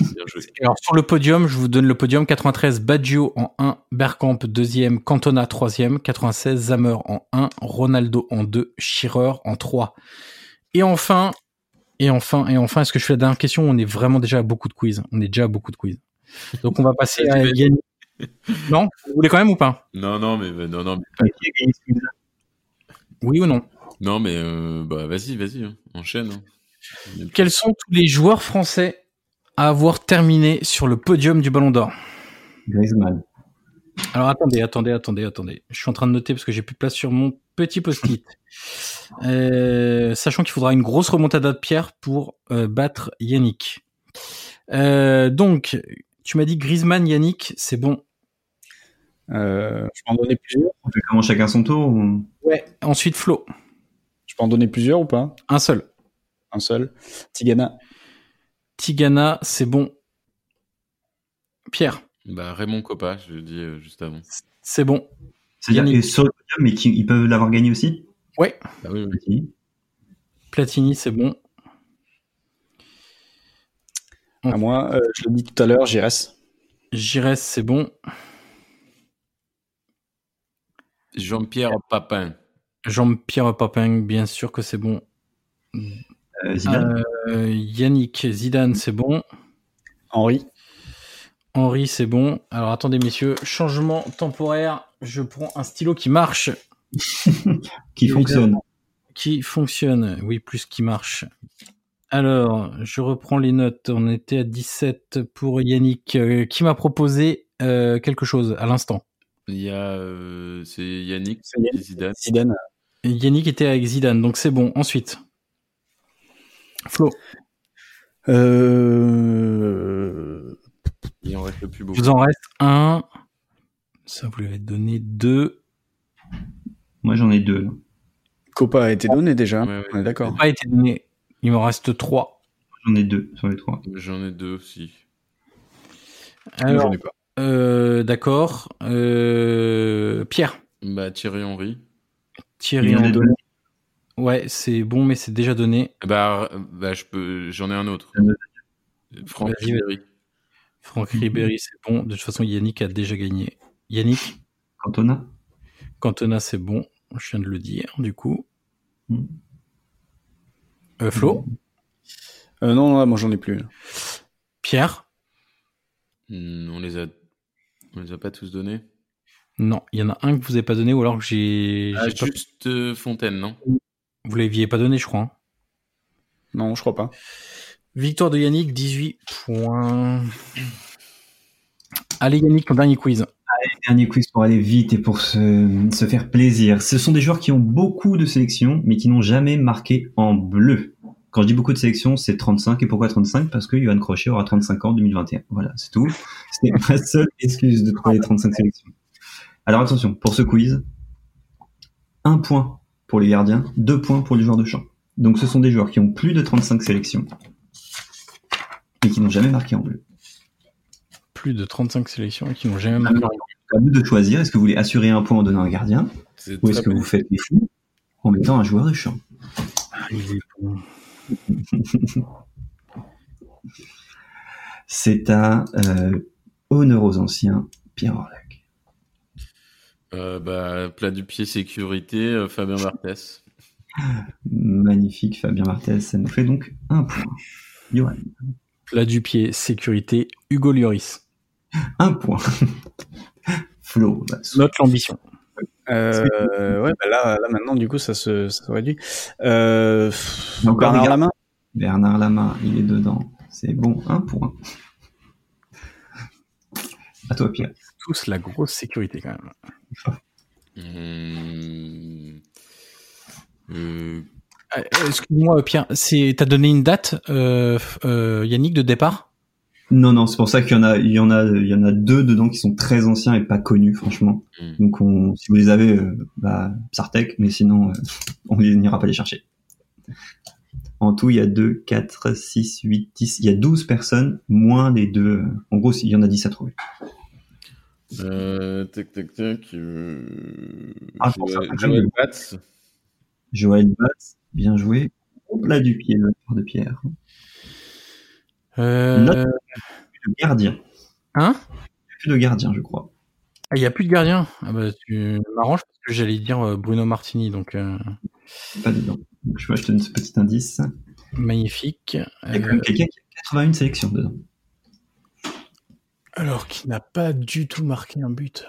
S5: Bien joué.
S3: Alors sur le podium, je vous donne le podium 93 Baggio en 1, Bergkamp 2e, Cantona 3e, 96 Zammer en 1, Ronaldo en 2, Schirrer en 3. Et enfin, et enfin, et enfin, est-ce que je fais la dernière question On est vraiment déjà à beaucoup de quiz. On est déjà à beaucoup de quiz. Donc on va passer à Yannick. Non Vous voulez quand même ou pas
S5: Non, non, mais mais- non, non, mais,
S4: Qui a gagné ce quiz-là
S3: Oui ou non
S5: non, mais euh, bah vas-y, vas-y, hein, enchaîne. hein.
S3: Quels sont tous les joueurs français à avoir terminé sur le podium du Ballon d'Or
S4: Griezmann.
S3: Alors attendez, attendez, attendez, attendez. Je suis en train de noter parce que j'ai plus de place sur mon petit post-it. Euh, sachant qu'il faudra une grosse remontada de Pierre pour euh, battre Yannick. Euh, donc, tu m'as dit Griezmann, Yannick, c'est bon.
S6: Euh, je peux en donner plusieurs.
S4: On fait comment chacun son tour ou-
S3: Ouais. Ensuite Flo,
S6: Je peux en donner plusieurs ou pas
S3: un seul.
S6: Un seul. Tigana.
S3: Tigana, c'est bon. Pierre,
S5: Bah Raymond Coppa, je le dis euh, juste avant.
S3: c'est bon.
S4: C'est-à-dire
S3: Yannick.
S4: que sur le podium, mais qui- ils peuvent l'avoir gagné aussi
S5: Ah oui, oui.
S4: Platini.
S3: Platini, c'est bon.
S6: À moi, euh, je l'ai dit tout à l'heure, Giresse.
S3: Gires, c'est bon.
S5: Jean-Pierre Papin.
S3: Jean-Pierre Papin, bien sûr que c'est bon.
S4: Euh, Zidane.
S3: Euh, Yannick Zidane, c'est bon.
S6: Henri.
S3: Henri, c'est bon. Alors attendez, messieurs, changement temporaire. Je prends un stylo qui marche,
S4: qui
S3: évidemment.
S4: fonctionne.
S3: qui fonctionne. Oui, plus qui marche. Alors, je reprends les notes. On était à 17 pour Yannick, euh, qui m'a proposé euh, quelque chose à l'instant.
S5: Il y a euh, c'est Yannick,
S6: C'est Yannick.
S5: Zidane.
S6: Zidane.
S3: Yannick était avec Zidane, donc c'est bon. Ensuite, Flo,
S6: Euh...
S5: Il en reste le plus beau.
S3: je vous en reste un. Ça, vous l'avez donné deux.
S4: Moi, j'en ai deux. là.
S6: Copa a été donné déjà. hein.
S5: Ouais, ouais.
S6: On est d'accord.
S3: Pas été donné. Il m'en reste trois.
S4: J'en ai deux sur les trois.
S5: J'en ai deux aussi.
S6: Non,
S3: Alors,
S6: j'en ai pas.
S3: Euh, d'accord. Euh, Pierre,
S5: Bah Thierry Henry.
S3: Thierry
S4: Il y en a
S3: Henry.
S4: deux.
S3: Ouais, c'est bon, mais c'est déjà donné.
S5: Bah, r- bah, je peux, j'en ai un autre. Franck
S3: Vas-y, vas-y.
S5: Ribéry.
S3: Franck Ribéry, c'est bon. De toute façon, Yannick a déjà gagné. Yannick,
S4: Cantona.
S3: Cantona, c'est bon. Je viens de le dire, du coup.
S4: Mm.
S3: Euh, Flo,
S6: Euh, non, non, moi j'en ai plus.
S3: Pierre
S5: Hmm, On les a, on les a pas tous donnés.
S3: Non, il y en a un que vous n'avez pas donné, ou alors que j'ai.
S5: Ah,
S3: j'ai pas-
S5: juste euh, Fontaine, non
S3: Vous l'aviez pas donné, je crois. hein.
S6: Non, je crois pas.
S3: Victoire de Yannick, 18 points. Allez, Yannick, ton dernier quiz.
S4: Dernier quiz pour aller vite et pour se, se faire plaisir. Ce sont des joueurs qui ont beaucoup de sélections, mais qui n'ont jamais marqué en bleu. Quand je dis beaucoup de sélections, c'est 35. Et pourquoi 35 Parce que Johan Crochet aura 35 ans en 2021. Voilà, c'est tout. C'était ma seule excuse de trouver les 35 sélections. Alors attention, pour ce quiz, un point pour les gardiens, deux points pour les joueurs de champ. Donc ce sont des joueurs qui ont plus de 35 sélections, mais qui n'ont jamais marqué en bleu.
S3: Plus de 35 sélections qui n'ont jamais marqué.
S4: C'est à vous de choisir, est-ce que vous voulez assurer un point en donnant un gardien
S5: C'est
S4: Ou
S5: très
S4: est-ce que
S5: bien.
S4: vous faites les fous en mettant un joueur de champ
S5: Ah,
S4: C'est un euh, honneur aux anciens, Pierre Orlac.
S5: Euh, bah, plat du pied sécurité, euh, Fabien Barthès.
S4: Magnifique Fabien Martel, ça nous fait donc un point. Johan,
S3: Plat du pied, sécurité, Hugo Lloris.
S4: un point. Flo, bah, sous-
S3: Note l'ambition.
S6: Euh, ouais, bah là, là maintenant, du coup, ça se, ça se réduit. Euh, pff,
S4: Il y a encore
S6: Bernard
S4: des
S6: Lama
S4: Bernard Lama, il est dedans. C'est bon, un point. À toi, Pierre.
S3: Tous la grosse sécurité quand même.
S5: Hmm. Euh,
S3: Euh, Excuse-moi Pierre, c'est t'as donné une date euh, f- euh, Yannick de départ
S4: Non, non, c'est pour ça qu'il y en a, il y en a, il y en a deux dedans qui sont très anciens et pas connus, franchement.
S5: Mm.
S4: Donc, on, si vous les avez, euh, bah, Sartec, mais sinon, euh, on les- n'ira pas les chercher. En tout, il y a 2, 4, 6, 8, 10, il y a 12 personnes, moins les deux. euh, En gros, il y en a 10 à trouver.
S5: euh, tac, tac, tac. Euh,
S4: Ah, je pense
S5: Joël-
S4: à-
S5: Joël Batz.
S4: Joël Batz, bien joué. Au plat du pied, le joueur de Pierre.
S3: euh,
S4: Note. Le gardien.
S3: Hein
S4: Plus de gardien, je crois.
S3: Il n'y a plus de gardien. Ah bah, tu m'arranges parce que j'allais dire euh, Bruno Martini, donc euh,
S4: Pas dedans. Donc, je, vois, je te donne ce petit indice.
S3: magnifique.
S4: Il y a quand
S3: Euh,
S4: même quelqu'un qui a 81 sélections dedans.
S3: alors qu'il n'a pas du tout marqué un but.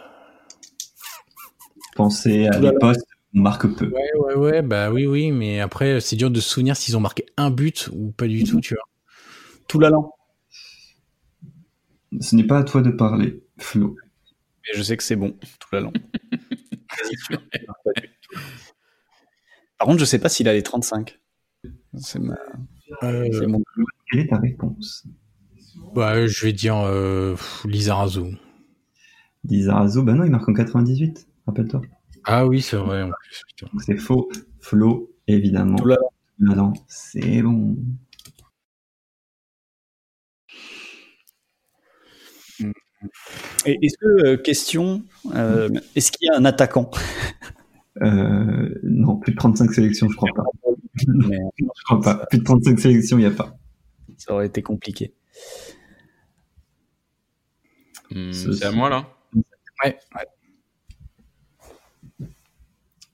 S4: Pensez à
S3: Tout à
S4: des postes où on marque peu.
S3: Ouais, ouais, ouais, bah oui, oui, mais après, c'est dur de se souvenir s'ils ont marqué un but ou pas du tout, tu vois.
S6: Toulalan.
S4: Ce n'est pas à toi de parler, Flo.
S6: Mais je sais que c'est bon, Toulalan. Par contre, je sais pas s'il a les 35. C'est ma- c'est mon-
S4: Quelle est ta réponse
S3: Bah, je vais dire euh, pff, Lizarazu.
S4: Dizarazo, ben non, il marque en 98, rappelle-toi.
S3: Ah oui, c'est vrai. en plus, putain.
S4: Donc c'est faux. Flo, évidemment.
S6: Oula.
S4: Non, non, c'est bon.
S6: Et Est-ce que, euh, question, euh, est-ce qu'il y a un attaquant
S4: Euh, non, plus de 35 sélections, je crois pas.
S6: Mais
S4: Je crois pas. Plus de 35 sélections, il n'y a pas.
S6: Ça aurait été compliqué.
S5: Hmm,
S4: Ce-
S5: c'est à moi, là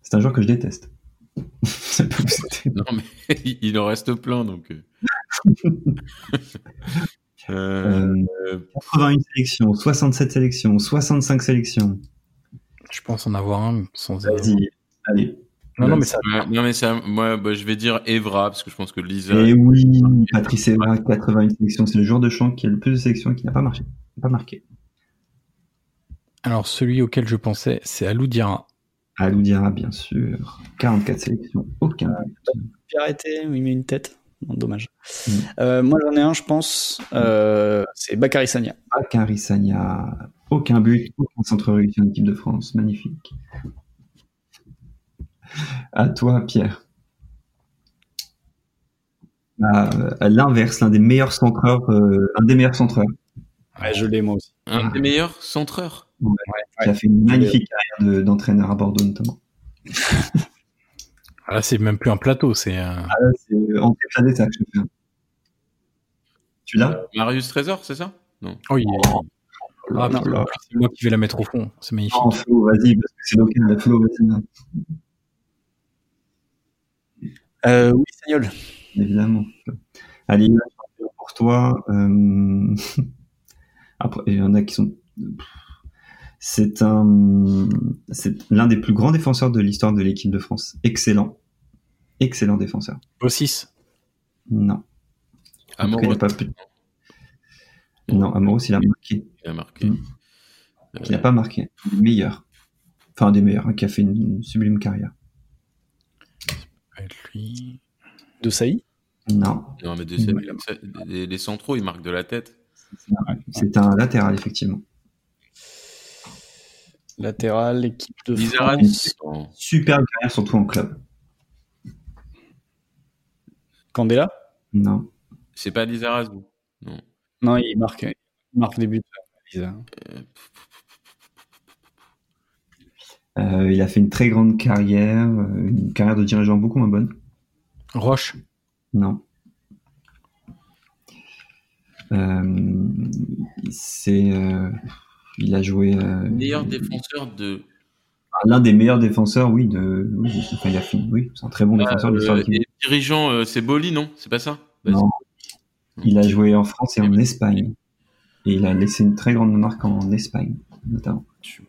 S4: C'est un joueur que je déteste. Ça peut vous aider.
S5: Non, mais il il en reste plein, donc. euh. Euh,
S4: Euh, 81 sélections, 67 sélections, 65 sélections.
S3: Je pense en avoir un sans.
S4: Vas-y, allez.
S3: Non, non, mais ça.
S5: ouais, non, mais ça, moi, bah, je vais dire Evra, parce que je pense que Lisa.
S4: Et oui, Patrice Evra, 81 sélections. C'est le joueur de champ qui a le plus de sélections et qui n'a pas marché. Pas marqué.
S3: Alors, celui auquel je pensais, c'est Alou Diarra.
S4: Alou Diarra, bien sûr. 44 sélections, aucun.
S6: J'ai arrêté, il met une tête. Non, dommage.
S4: Mm.
S6: Euh, moi, j'en ai un, je pense. Euh, c'est Bakary Sagna.
S4: Bakary Sagna, aucun but, aucun centre réussi en équipe de France. Magnifique. À toi, Pierre. À, à l'inverse, l'un des meilleurs centreurs, euh, un des meilleurs centreurs,
S6: Ouais, je l'ai, moi aussi.
S5: Un des meilleurs centreurs.
S4: qui a fait une magnifique carrière de- d'entraîneur à Bordeaux notamment.
S3: Là, Ah, c'est même plus un plateau, c'est un...
S4: Ah, là, c'est en éclat des sacs, je fais. Tu l'as
S5: Marius Trésor, c'est ça Non.
S3: Oh, il est- Ah,
S4: Là,
S3: putain,
S4: là.
S3: c'est moi qui vais la mettre au fond, c'est magnifique.
S4: Non, Flo, vas-y, parce que c'est local, Flo, vas-y,
S6: Euh, oui, Sagnol.
S4: évidemment. Allez, pour toi, euh, après, il y en a qui sont. C'est un, c'est l'un des plus grands défenseurs de l'histoire de l'équipe de France. Excellent, excellent défenseur.
S3: O6.
S4: Non,
S5: Amorot,
S4: il n'a pas pu- Non, Amoros, il a marqué.
S5: il a marqué.
S4: Mm.
S5: Euh,
S4: Il n'a pas marqué. Un des meilleurs. Enfin, un des meilleurs, hein, qui a fait une, une sublime carrière.
S3: Ouais, lui.
S6: De Saï.
S4: Non,
S5: non, mais de-
S4: Mm.
S5: les- les, les centraux, ils marquent de la tête.
S4: c'est un latéral, effectivement.
S6: Latéral, équipe de
S5: Bizarre.
S6: France.
S4: Superbe carrière, surtout en club.
S6: Candela
S4: Non.
S5: C'est pas Lizarazu. Non.
S6: Non, il marque, il marque des buts. Bizarre.
S4: Euh, il a fait une très grande carrière, euh, une carrière de dirigeant beaucoup moins bonne.
S3: Roche.
S4: Non. Euh, c'est, euh, il a joué euh,
S5: Meilleur défenseur de.
S4: l'un des meilleurs défenseurs, oui, de, oui, de- enfin, il a fait, oui, c'est un très bon défenseur de l'histoire. de
S5: Euh,
S4: l'équipe.
S5: et dirigeant, euh, c'est Boli, non C'est pas ça
S4: Non. Il a joué en France et en Espagne, et il a laissé une très grande marque en Espagne, notamment.
S5: Je je suis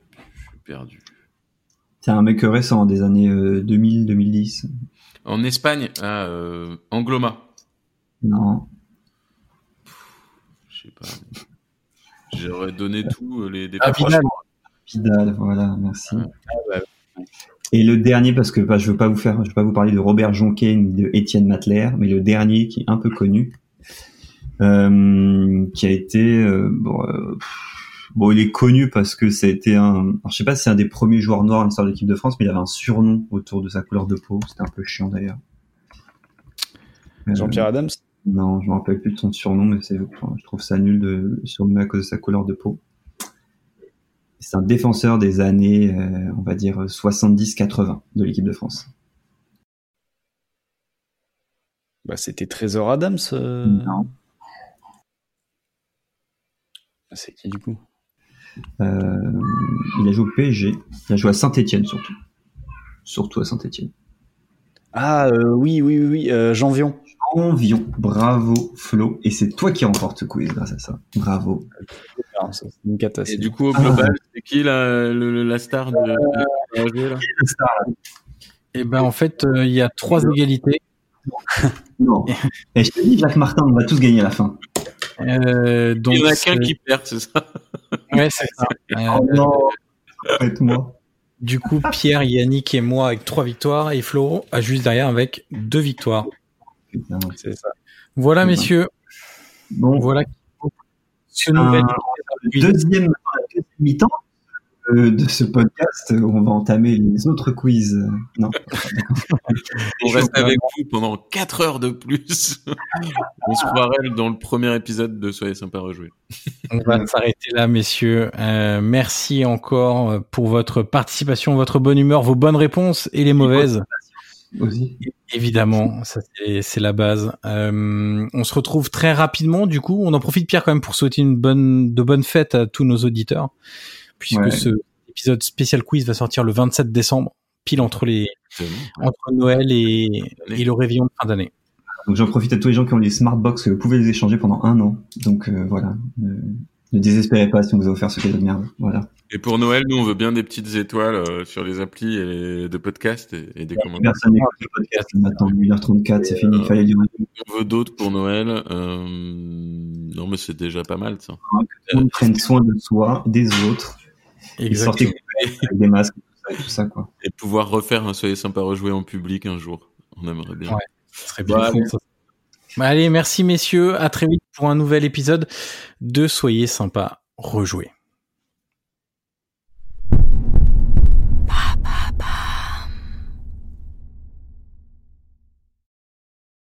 S5: perdu.
S4: C'est un mec récent, des années euh, 2000-2010.
S5: En Espagne, ah, euh, Angloma.
S4: Non,
S5: Je sais pas. J'aurais donné tout euh, les
S3: Ah,
S5: défenseurs.
S3: Vidal.
S4: Vidal, voilà, merci.
S6: bah
S4: Et le dernier, parce que bah, je veux pas vous faire, je veux pas vous parler de Robert Jonquet ni de Étienne Matler, mais le dernier qui est un peu connu, euh, qui a été euh, bon, euh, pff, bon, il est connu parce que ça a été un, alors, je sais pas si c'est un des premiers joueurs noirs de l'histoire de l'équipe de France, mais il avait un surnom autour de sa couleur de peau, c'était un peu chiant d'ailleurs. Euh,
S6: Jean-Pierre Adams.
S4: non, je me rappelle plus de son surnom, mais c'est, enfin, je trouve ça nul de surnommer à cause de sa couleur de peau. C'est un défenseur des années, euh, on va dire, 70-80 de l'équipe de France.
S6: Bah, c'était Trésor Adams. euh,
S4: Non.
S6: C'est qui du coup
S4: Euh, il a joué au PSG, il a joué à Saint-Etienne surtout. Surtout à Saint-Etienne.
S6: Ah euh, oui, oui, oui, oui, euh, Jean Vion.
S4: Envion, bravo Flo, et c'est toi qui remporte ce quiz grâce à ça. Bravo.
S6: Non, Ah, ça, c'est une
S5: Et
S6: catastrophe.
S5: du coup, au global, c'est qui la, le- le- la star de, de PSG, là
S3: Eh ben, en fait, euh, il y a trois égalités.
S4: Non. Et je te dis, Jacques Martin, on va tous gagner à la fin.
S3: Euh, donc,
S5: Il y en a
S3: c'est-
S5: qu'un qui perd, c'est ça
S3: Ouais, c'est ça. Euh,
S4: Oh non, faites-moi.
S3: du coup, Pierre, Yannick et moi avec trois victoires et Florent ah, juste derrière avec deux victoires.
S4: Putain.
S6: C'est ça.
S3: Voilà,
S4: Mhm.
S3: messieurs.
S4: Bon,
S3: Voilà. Ce
S4: Un-
S3: nouvel
S4: deuxième, deuxième mi-temps euh, de ce podcast, euh, on va entamer les autres quiz. Euh, Non.
S5: On reste avec vous pendant 4 heures de plus. On se croirait dans le premier épisode de Soyez sympa rejouer.
S3: On va s'arrêter là, messieurs. Euh, merci encore euh, pour votre participation, votre bonne humeur, vos bonnes réponses et les mauvaises.
S4: Aussi.
S3: Évidemment, ça c'est- c'est la base. Euh, on se retrouve très rapidement. Du coup, on en profite Pierre quand même pour souhaiter une bonne de bonnes fêtes à tous nos auditeurs, puisque
S4: Ouais.
S3: ce épisode spécial quiz va sortir le 27 décembre, pile entre les
S5: C'est bon.
S3: entre Noël et, et le réveillon de fin d'année.
S4: Donc j'en profite à tous les gens qui ont les smartbox que euh, vous pouvez les échanger pendant un an. Donc euh, voilà, ne, ne désespérez pas si on vous a offert ce cadeau de merde. Voilà.
S5: Et pour Noël, nous, on veut bien des petites étoiles euh, sur les applis et les- de podcast et, et des commentaires.
S4: Personne n'écoute le podcast maintenant, 1h34, c'est fini, il fallait du
S5: On veut d'autres pour Noël. euh, Non, mais c'est déjà pas mal, ça.
S4: On prenne soin de soi, des autres, et sortez avec des masques, tout ça, et tout ça quoi.
S5: Et pouvoir refaire un Soyez sympa rejouer en public un jour. On aimerait bien.
S3: Ouais. Ce serait bien
S5: Bah,
S3: fou, ça. Bah, allez, merci messieurs. À très vite pour un nouvel épisode de Soyez sympa, rejouez.